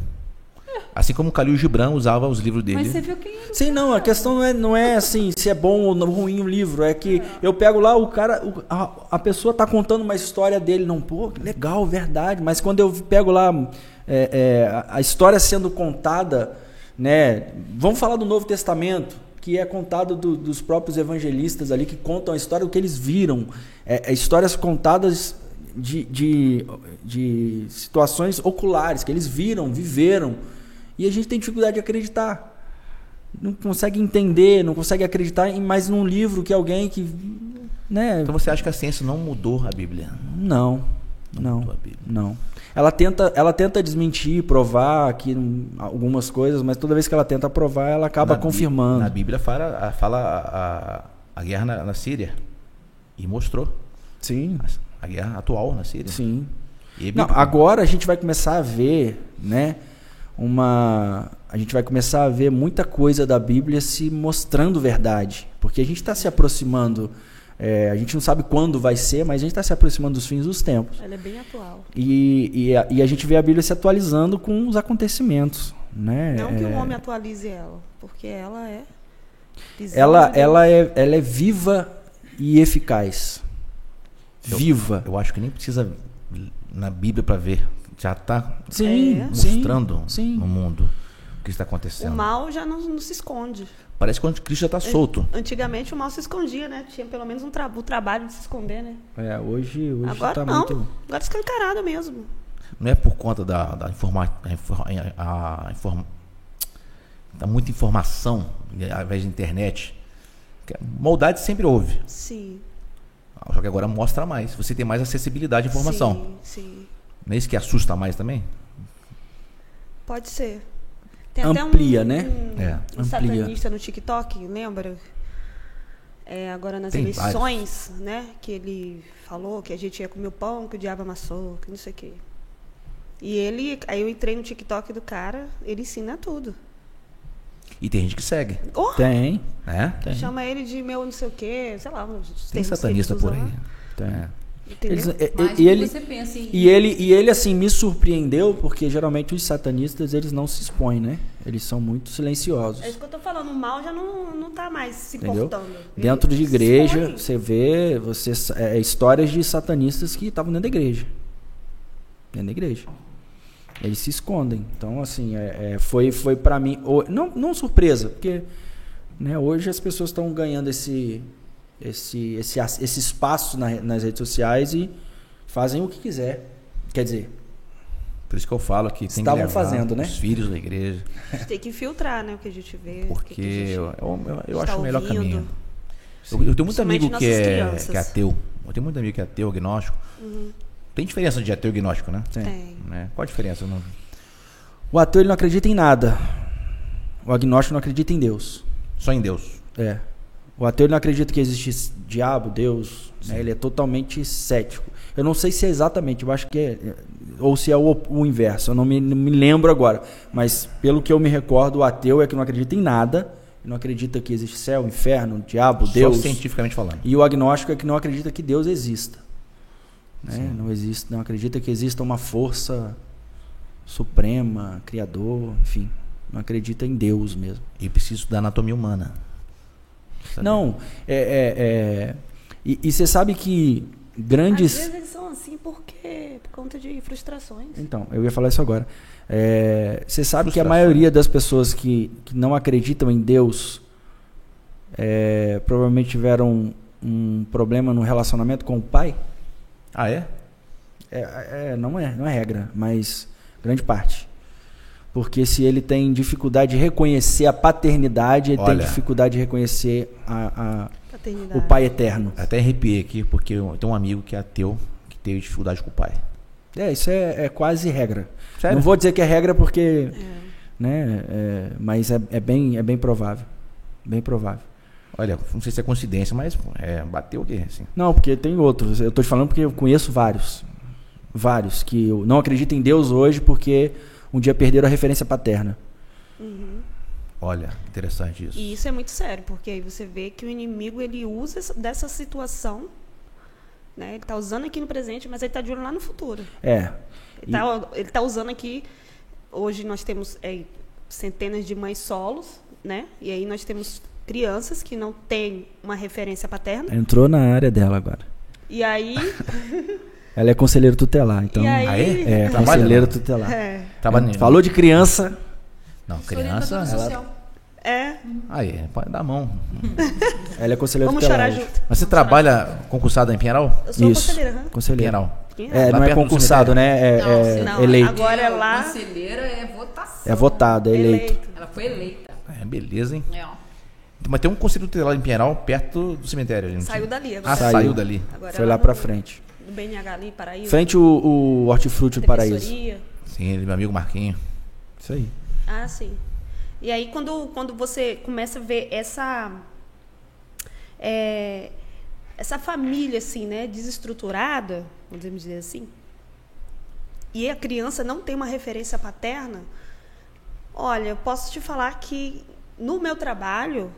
S1: Assim como Calil Gibran usava os livros dele.
S3: Mas você viu quem era?
S2: Sim, não, a questão não é, não é assim se é bom ou não- ruim o livro. É que eu pego lá, o cara. o- a, a pessoa tá contando uma história dele. Não, pô, que legal, verdade. Mas quando eu pego lá é, é, a- a história sendo contada, né? Vamos falar do Novo Testamento, que é contado do- dos próprios evangelistas ali, que contam a história do que eles viram. É- é histórias contadas de, de, de situações oculares, que eles viram, viveram. E a gente tem dificuldade de acreditar não consegue entender, não consegue acreditar em mais num livro que alguém que, né?
S1: Então você acha que a ciência não mudou a Bíblia?
S2: Não,
S1: mudou é a
S2: não,
S1: Bíblia.
S2: não. Ela tenta, ela tenta desmentir, provar que hum, algumas coisas, mas toda vez que ela tenta provar, ela acaba
S1: Na Bí-
S2: confirmando.
S1: Na Bíblia fala, a- fala a, a- a guerra na, na Síria. E mostrou
S2: Sim,
S1: a, a guerra é atual na Síria.
S2: sim.
S1: E é
S2: Não,
S1: bíblico.
S2: agora a gente vai começar a ver, né? Uma, a gente vai começar a ver muita coisa da Bíblia se mostrando verdade, porque a gente está se aproximando. é, a gente não sabe quando vai ser, mas a gente está se aproximando dos fins dos tempos.
S4: Ela é bem atual.
S2: E, e a, e a gente vê a Bíblia se atualizando com os acontecimentos, né?
S4: Não que
S2: É,
S4: o homem atualize ela, porque ela é. visível
S2: ela,
S4: a Deus.
S2: ela, é, ela é viva e eficaz. Viva.
S1: Eu acho que nem precisa na Bíblia para ver. Já está
S2: Sim,
S4: É.
S2: sim,
S1: mostrando
S2: sim.
S1: no mundo. o que está acontecendo.
S4: O mal É. já não, não se esconde.
S1: Parece que o anticristo já está solto.
S4: Antigamente o mal se escondia, né? Tinha pelo menos um tra o trabalho de se esconder, né?
S2: É, hoje, hoje
S4: Agora
S2: tá
S4: não.
S2: muito.
S4: Agora escancarado mesmo.
S1: Não é por conta da, da informa, a infor- a- a inform- da muita informação eh, ao invés da internet. Que é, Maldade sempre houve.
S4: Sim.
S1: Só que agora mostra mais. Você tem mais acessibilidade à informação.
S4: Sim, sim.
S1: Não é isso que assusta mais também?
S4: Pode ser. Tem
S2: Amplia,
S4: até um,
S2: né?
S4: Um,
S1: É,
S4: um
S2: amplia.
S4: satanista no TikTok, lembra? É, agora nas
S1: Tem
S4: eleições, né? Que ele falou que a gente ia comer o pão, que o diabo amassou, que não sei o quê. E ele, aí eu entrei no TikTok do cara, ele ensina tudo.
S1: E tem gente que segue,
S4: Oh,
S2: Tem,
S1: né?
S2: tem.
S4: chama ele de meu não sei o quê, sei lá. os
S1: Tem
S4: termos que
S1: satanista
S4: eles
S1: por
S4: usam
S1: aí.
S4: lá,
S2: tem.
S1: É.
S4: entendeu?
S2: Eles, e-
S3: Mais
S2: e,
S3: do que
S2: ele,
S3: você pensa em-
S2: e, ele, e ele, assim, me surpreendeu porque geralmente os satanistas eles não se expõem, né? Eles são muito silenciosos.
S4: É isso que eu tô falando, o mal já não, não tá mais se
S2: Entendeu?
S4: importando. Ele
S2: Dentro de
S4: se
S2: igreja,
S4: expõe.
S2: você vê você, sa- é, histórias de satanistas que estavam dentro da igreja. Dentro da igreja. Eles se escondem. Então, assim, é, é, foi, foi para mim. o- Não, não surpresa, porque né, hoje as pessoas estão ganhando esse, esse, esse, as- esse espaço na- nas redes sociais e fazem o que quiser. Quer dizer,
S1: Por isso que eu falo que tem
S2: Estavam
S1: que levar
S2: fazendo, né?
S1: os filhos da igreja.
S4: A gente tem que filtrar, né, o que a gente vê. o que
S1: Porque
S4: que a gente-
S1: eu, eu, eu
S4: está
S1: acho o melhor
S4: ouvindo.
S1: caminho. Eu, eu tenho muito
S4: Principalmente
S1: amigo que
S4: nossas
S1: é,
S4: crianças. Uhum.
S1: que é ateu. Eu tenho muito amigo que é ateu, agnóstico. Tem diferença de ateu e agnóstico, né?
S2: tem.
S4: Tem.
S1: Né? Qual a diferença? Não-
S2: o ateu ele não acredita em nada. O agnóstico não acredita em Deus.
S1: Só em Deus.
S2: É. O ateu ele não acredita que existe s- diabo, Deus. né? Ele é totalmente cético. Eu não sei se é exatamente, eu acho que é. Ou se é o, op- o inverso, eu não me, não me lembro agora. Mas pelo que eu me recordo, o ateu é que não acredita em nada. Não acredita que existe céu, inferno, diabo, Deus.
S1: Só cientificamente falando.
S2: E o agnóstico é que não acredita que Deus exista. né? Não, existe, não acredita que exista uma força suprema, criador, enfim. Não acredita em Deus mesmo.
S1: E preciso da anatomia humana. Sabe?
S2: Não, é. é- é- E e você sabe que
S5: Às
S2: grandes.
S5: vezes eles são assim porque por conta de frustrações.
S2: Então, eu ia falar isso agora. É, Você sabe que a
S1: Frustração.
S2: maioria das pessoas que, que não acreditam em Deus é, provavelmente tiveram um problema no relacionamento com o pai?
S1: Ah, é?
S2: É, é, não, é, não é regra, mas grande parte. Porque se ele tem dificuldade de reconhecer a paternidade, ele
S1: Olha.
S2: tem dificuldade de reconhecer a- a-
S4: Paternidade.
S2: o pai eterno.
S1: Até arrepiei aqui, porque eu tenho um amigo que é ateu, que teve dificuldade com o pai.
S2: É, isso é, é quase regra.
S1: Sério?
S2: Não vou dizer que é regra porque,
S4: É.
S2: né, é, mas é, é bem, é bem provável, bem provável.
S1: Olha, não sei se é coincidência, mas pô, é, bateu aqui, assim.
S2: Não, porque tem outros. Eu tô te falando porque eu conheço vários, vários que eu não acredito em Deus hoje porque um dia perderam a referência paterna.
S1: Olha, interessante isso.
S4: E isso é muito sério, porque aí você vê que o inimigo ele usa essa- dessa situação, né? Ele tá usando aqui no presente, mas ele tá de olho lá no futuro.
S2: É,
S4: Ele, tá, ele tá usando aqui. Hoje nós temos é, centenas de mães solos, né? E aí nós temos crianças que não têm uma referência paterna.
S2: entrou na área dela agora.
S4: E aí.
S2: Ela é conselheiro tutelar, então.
S4: e aí. Tá
S1: Ah, é?
S2: É,
S1: Trabalha,
S2: conselheiro
S1: né?
S2: tutelar.
S4: É.
S1: Trabalha-
S2: Falou de criança.
S1: Não,
S3: Sou orientadora
S1: criança. ela-
S3: social.
S4: É.
S2: (laughs)
S1: Aí, pode dar a mão.
S2: Ela é conselheira
S4: Vamos
S2: tutelar.
S4: chorar
S2: hoje.
S4: junto.
S1: Mas você trabalha concursado em Pinheiral?
S4: Eu sou
S2: Isso.
S4: conselheira. né? hã?
S2: Conselheira.
S1: Pinheiral.
S2: É,
S4: Quem
S1: Lá
S2: não é
S1: Tá perto do
S2: concursado,
S1: cemitério.
S2: né? É, é
S4: não,
S2: eleito.
S4: Agora lá-
S3: Conselheira é votação.
S2: É votado, é eleito.
S3: Ela foi eleita.
S1: É, beleza, hein?
S3: É, ó.
S1: Mas tem um conselho tutelar em Pinheiral perto do cemitério. Ali, não
S4: Saiu
S1: tinha?
S4: dali agora.
S1: Ah, saiu,
S2: Saiu.
S1: dali.
S4: Agora
S2: Foi
S4: é
S2: lá
S4: no-
S2: pra frente.
S4: Do BNH ali, Paraíso.
S2: Frente o, o hortifruti do paraíso.
S4: Defensoria.
S1: Sim, ele, meu amigo Marquinho.
S2: Isso aí.
S4: Ah, sim. E aí quando, quando você começa a ver essa é, essa família assim, né, desestruturada, podemos dizer assim, e a criança não tem uma referência paterna, olha, eu posso te falar que no meu trabalho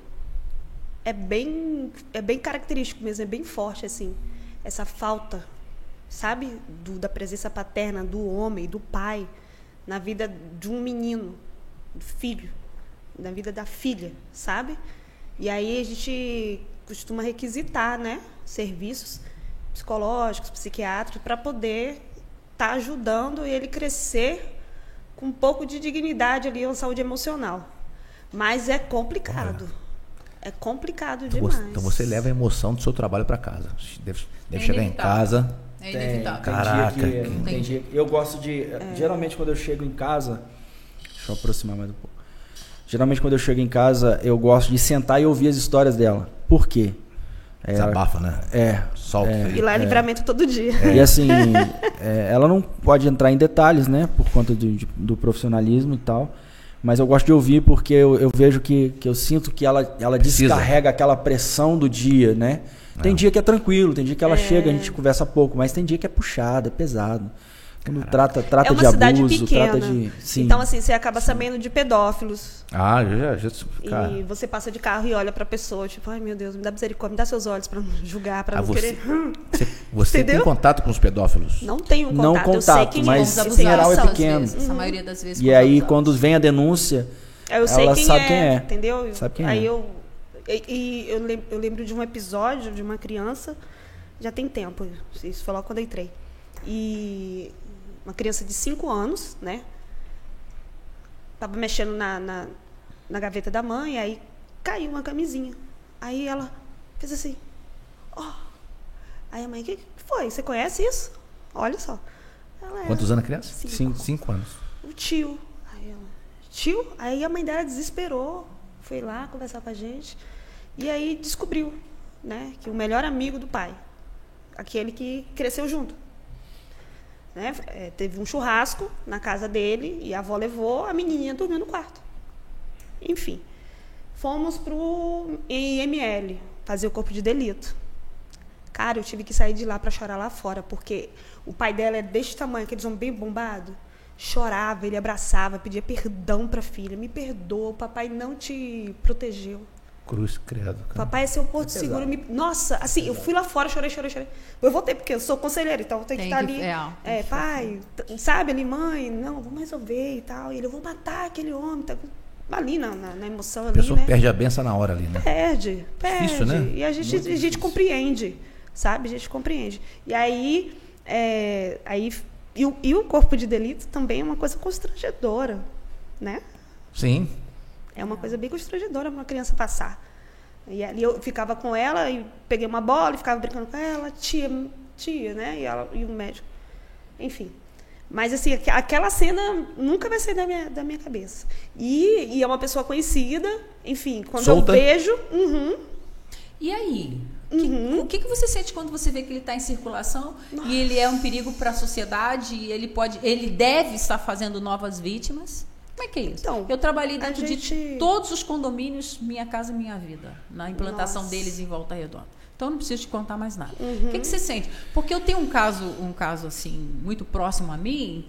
S4: é bem é bem característico mesmo, é bem forte assim essa falta, sabe, do, da presença paterna do homem, do pai na vida de um menino, do filho, na vida da filha, sabe? E aí a gente costuma requisitar, né, serviços psicológicos, psiquiátricos para poder estar ajudando ele tá crescer com com um pouco de dignidade ali, uma saúde emocional. Mas é complicado. É complicado
S1: Então
S4: demais.
S1: você- então você leva a emoção do seu trabalho para casa. Deve, deve
S3: É
S1: chegar em
S3: inevitável.
S1: casa.
S3: É
S2: Tem,
S3: inevitável. É.
S2: tem
S1: Caraca,
S2: dia que-
S1: que-
S2: tem dia- eu gosto de. eh, Geralmente quando eu chego em casa. Deixa eu aproximar mais um pouco. Geralmente quando eu chego em casa, eu gosto de sentar e ouvir as histórias dela. Por quê? É,
S1: Desabafa, né?
S2: é,
S1: Solta.
S4: E lá é livramento todo dia.
S2: E assim, é, ela não pode entrar em detalhes, né? Por conta do, de- do profissionalismo e tal. Mas eu gosto de ouvir porque eu, eu vejo que, que eu sinto que ela, ela
S1: Precisa.
S2: descarrega aquela pressão do dia, né? Tem dia que é tranquilo, tem dia que ela chega, a gente conversa pouco, mas tem dia que é puxado, é pesado. Quando trata, trata
S4: é uma
S2: de
S4: cidade
S2: abuso,
S4: pequena.
S2: trata de. Sim.
S4: Então, assim, você acaba sabendo de pedófilos.
S1: Ah, eu já, já- cara.
S4: E você passa de carro e olha pra pessoa, tipo, ai meu Deus, me dá misericórdia, me dá seus olhos pra não julgar, pra
S1: Ah,
S4: não
S1: você-
S4: querer.
S1: Você, você tem
S4: Entendeu?
S1: contato com os pedófilos?
S4: Não tenho contato,
S2: Não
S4: eu sei
S2: contato,
S4: quem
S2: mas
S3: Vamos
S4: é.
S2: em geral é
S3: abusar, às
S2: pequeno.
S3: vezes, a maioria das vezes.
S2: E aí,
S3: abusar.
S2: quando vem a denúncia,
S4: Eu sei
S2: Ela
S4: quem,
S2: sabe
S4: é,
S2: quem é.
S4: entendeu?
S2: Sabe quem
S4: Aí
S2: é.
S4: eu e, e eu, lem- eu lembro de um episódio de uma criança, já tem tempo, isso foi logo quando eu entrei. E uma criança de 5 anos, né? Tava mexendo na, na, na gaveta da mãe, aí caiu uma camisinha. Aí ela fez assim, ó. Aí a mãe, o que que foi? Você conhece isso? Olha só. Ela é era-
S1: Quantos anos a criança?
S4: Cinco.
S1: Cinco anos.
S4: o tio. Aí ela, tio? Aí a mãe dela desesperou, foi lá conversar com a gente. E aí descobriu, né, que o melhor amigo do pai, aquele que cresceu junto. Né, eh, teve um churrasco na casa dele e a avó levou, a menininha dormiu no quarto. Enfim, fomos pro IML fazer o corpo de delito. Cara, eu tive que sair de lá pra chorar lá fora, porque o pai dela é deste tamanho, aqueles homens bem bombados. Chorava, ele abraçava, pedia perdão pra filha. Me perdoa, o papai não te protegeu.
S1: Cruz, credo.
S4: O
S1: Cara.
S4: papai é seu porto seguro. me- Nossa, assim, eu fui lá fora, chorei, chorei, chorei. Eu voltei, porque eu sou conselheira, então eu tenho que
S3: Tem
S4: estar
S3: que-
S4: ali.
S3: é, ó,
S4: É,
S3: tem que
S4: pai, t- sabe ali, mãe, não, vamos resolver e tal. E ele, eu vou matar aquele homem. Tá ali na, na, na emoção
S1: A
S4: ali,
S1: pessoa
S4: né?
S1: perde a benção na hora ali, né?
S4: Perde, perde.
S1: Difícil, né?
S4: E a gente, a gente compreende, sabe? A gente compreende. E aí, é, aí e, o- e o corpo de delito também é uma coisa constrangedora, né?
S1: Sim.
S4: É uma coisa bem constrangedora para uma criança passar. E ali eu ficava com ela e peguei uma bola e ficava brincando com ela, tia, tia, né? E, ela, e o médico. Enfim. Mas assim, aqu- aquela cena nunca vai sair da minha, da minha cabeça. E, e é uma pessoa conhecida, enfim, quando
S1: Solta.
S4: eu vejo. Uhum,
S3: E aí? Que- o que, que você sente quando você vê que ele está em circulação e ele é um perigo para a sociedade e ele pode, ele deve estar fazendo novas vítimas? Como é que é isso?
S4: Então,
S3: eu trabalhei
S4: a
S3: dentro de
S4: gente-
S3: todos os condomínios Minha Casa Minha Vida, na implantação
S4: Nossa. Uhum.
S3: deles em Volta Redonda. Então eu não preciso te contar mais nada. O que, que você sente? Porque eu tenho um caso, um caso assim muito próximo a mim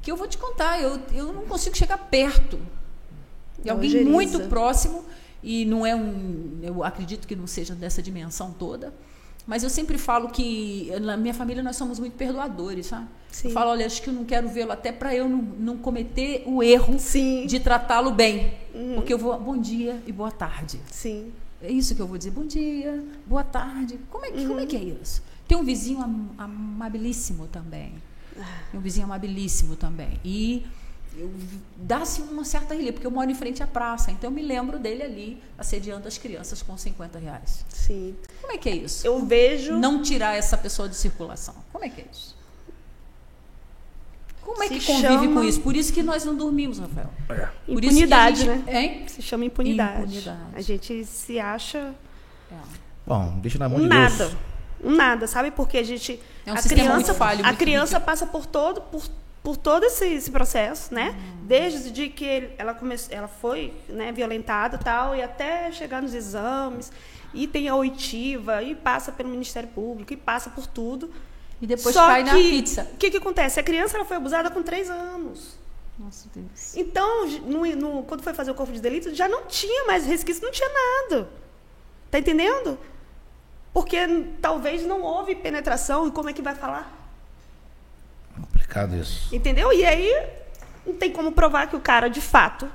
S3: que eu vou te contar. Eu, eu não consigo chegar perto de
S4: Não
S3: alguém
S4: geriza.
S3: muito próximo e não é um, eu acredito que não seja dessa dimensão toda. Mas eu sempre falo que na minha família nós somos muito perdoadores, sabe?
S4: Sim.
S3: Eu falo, olha, acho que eu não quero vê-lo até para eu não, não cometer o erro
S4: Sim. Uhum.
S3: de tratá-lo bem, porque eu vou bom dia e boa tarde.
S4: sim.
S3: É isso que eu vou dizer. Bom dia, boa tarde. Como é que, como é, que é
S4: Uhum.
S3: isso? Tem um vizinho am- amabilíssimo também. Tem um vizinho amabilíssimo também. E eu vi- dá-se uma certa relief, porque eu moro em frente à praça. Então eu me lembro dele ali assediando as crianças com 50 reais.
S4: Sim.
S3: Como é que é isso?
S4: Eu vejo.
S3: Não tirar essa pessoa de circulação. Como é que é isso? Como é
S4: Se
S3: que convive com
S4: chama-
S3: isso? Por isso que nós não dormimos, Rafael. Por isso que a
S4: Impunidade,
S3: gente-
S4: né?
S3: Hein?
S4: Se chama impunidade.
S3: Impunidade.
S4: A gente se acha
S3: É.
S1: Bom, deixa na mão
S4: um
S1: de
S4: nada.
S1: Deus.
S4: Um nada, sabe? Porque a gente.
S3: É um
S4: a
S3: sistema
S4: criança,
S3: muito falho,
S4: a
S3: muito
S4: criança passa por todo, por, por todo esse, esse processo, né?
S3: Uhum.
S4: Desde de que ele- ela, come, ela foi né, violentada e tal, e até chegar nos exames, e tem a oitiva, e passa pelo Ministério Público, e passa por tudo.
S3: E depois
S4: Só
S3: cai na
S4: que-
S3: pizza.
S4: O que, que acontece? A criança ela foi abusada com três anos.
S3: Nossa Deus.
S4: Então, j- no- no- quando foi fazer o corpo de delito, já não tinha mais resquício, não tinha nada. Tá entendendo? Porque n- talvez não houve penetração e como é que vai falar?
S1: É Complicado isso.
S4: Entendeu? E aí não tem como provar que o cara de fato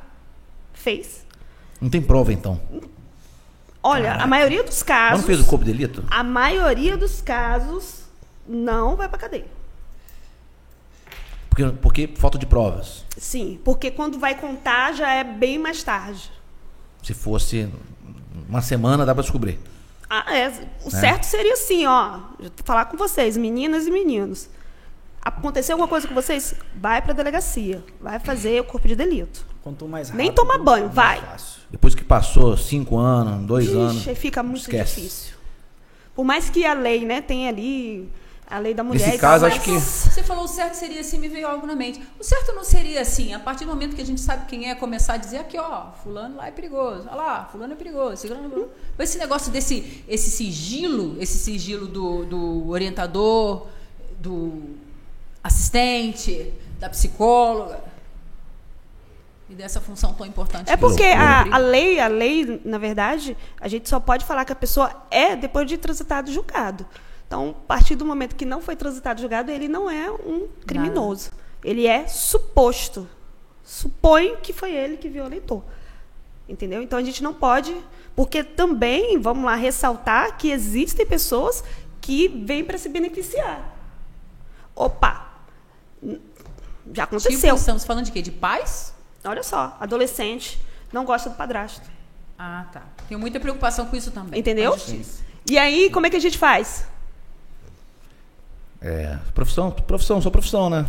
S4: fez.
S1: Não tem prova, então.
S4: Olha, a maioria dos
S1: Mas
S4: casos.
S1: não fez o corpo de delito?
S4: A maioria dos casos não vai pra cadeia.
S1: Porque, porque falta de provas.
S4: Sim, porque quando vai contar já é bem mais tarde.
S1: Se fosse uma semana, dá para descobrir.
S4: Ah, é. O
S1: Né?
S4: certo seria assim, ó. Falar com vocês, meninas e meninos. Aconteceu alguma coisa com vocês? Vai pra delegacia. Vai fazer o corpo de delito.
S2: Quanto mais rápido.
S4: Nem toma banho,
S2: mais
S4: vai.
S2: fácil.
S1: Depois que passou cinco anos, dois anos.
S4: Ixi, aí fica muito
S1: esquece.
S4: difícil. Por mais que a lei, né, tem ali a lei da mulher.
S1: Nesse
S4: e tal,
S1: caso,
S4: mas
S1: acho que-
S3: Você falou o certo seria assim, me veio algo na mente. O certo não seria assim, a partir do momento que a gente sabe quem é, começar a dizer aqui, ó, fulano lá é perigoso, olha lá, fulano é perigoso, segurando. Esse negócio desse esse sigilo, esse sigilo do, do orientador, do assistente, da psicóloga. E dessa função tão importante.
S4: É
S3: que
S4: porque
S3: você
S4: a,
S3: cumpriu.
S4: a lei, a lei, na verdade, a gente só pode falar que a pessoa é depois de transitado e julgado. Então, a partir do momento que não foi transitado e julgado, ele não é um criminoso. Ele é suposto. Supõe que foi ele que violentou. Entendeu? Então a gente não pode, porque também, vamos lá, ressaltar que existem pessoas que vêm para se beneficiar. Opa! n- Já
S3: Tipo,
S4: aconteceu.
S3: estamos falando de quê? De paz?
S4: Olha só, adolescente não gosta do padrasto.
S3: Ah, tá. Tenho muita preocupação com isso também.
S4: Entendeu?
S3: Com a justiça.
S4: E aí, como é que a gente faz? (coughs)
S1: É, profissão, profissão, sua profissão, né?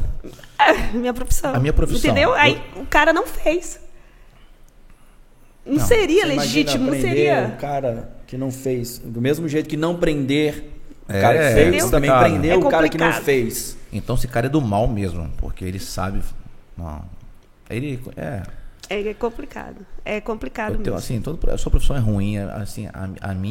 S4: Minha profissão.
S1: A minha profissão.
S4: Entendeu?
S1: Eu-
S4: Aí o cara não fez. Não,
S1: Não,
S4: seria
S2: Você imagina
S4: legítimo, não
S2: prender
S4: seria.
S2: O cara que não fez. Do mesmo jeito que não prender o
S1: É,
S2: cara que
S1: é
S2: fez, também
S1: complicado.
S2: prender
S4: É
S2: o cara que não
S4: complicado.
S2: fez.
S1: Então esse cara é do mal mesmo, porque ele sabe. Não. Ele. É.
S4: É complicado. É complicado
S1: Eu tenho,
S4: mesmo.
S1: assim, todo, a sua profissão é ruim. é, Assim, a, a minha.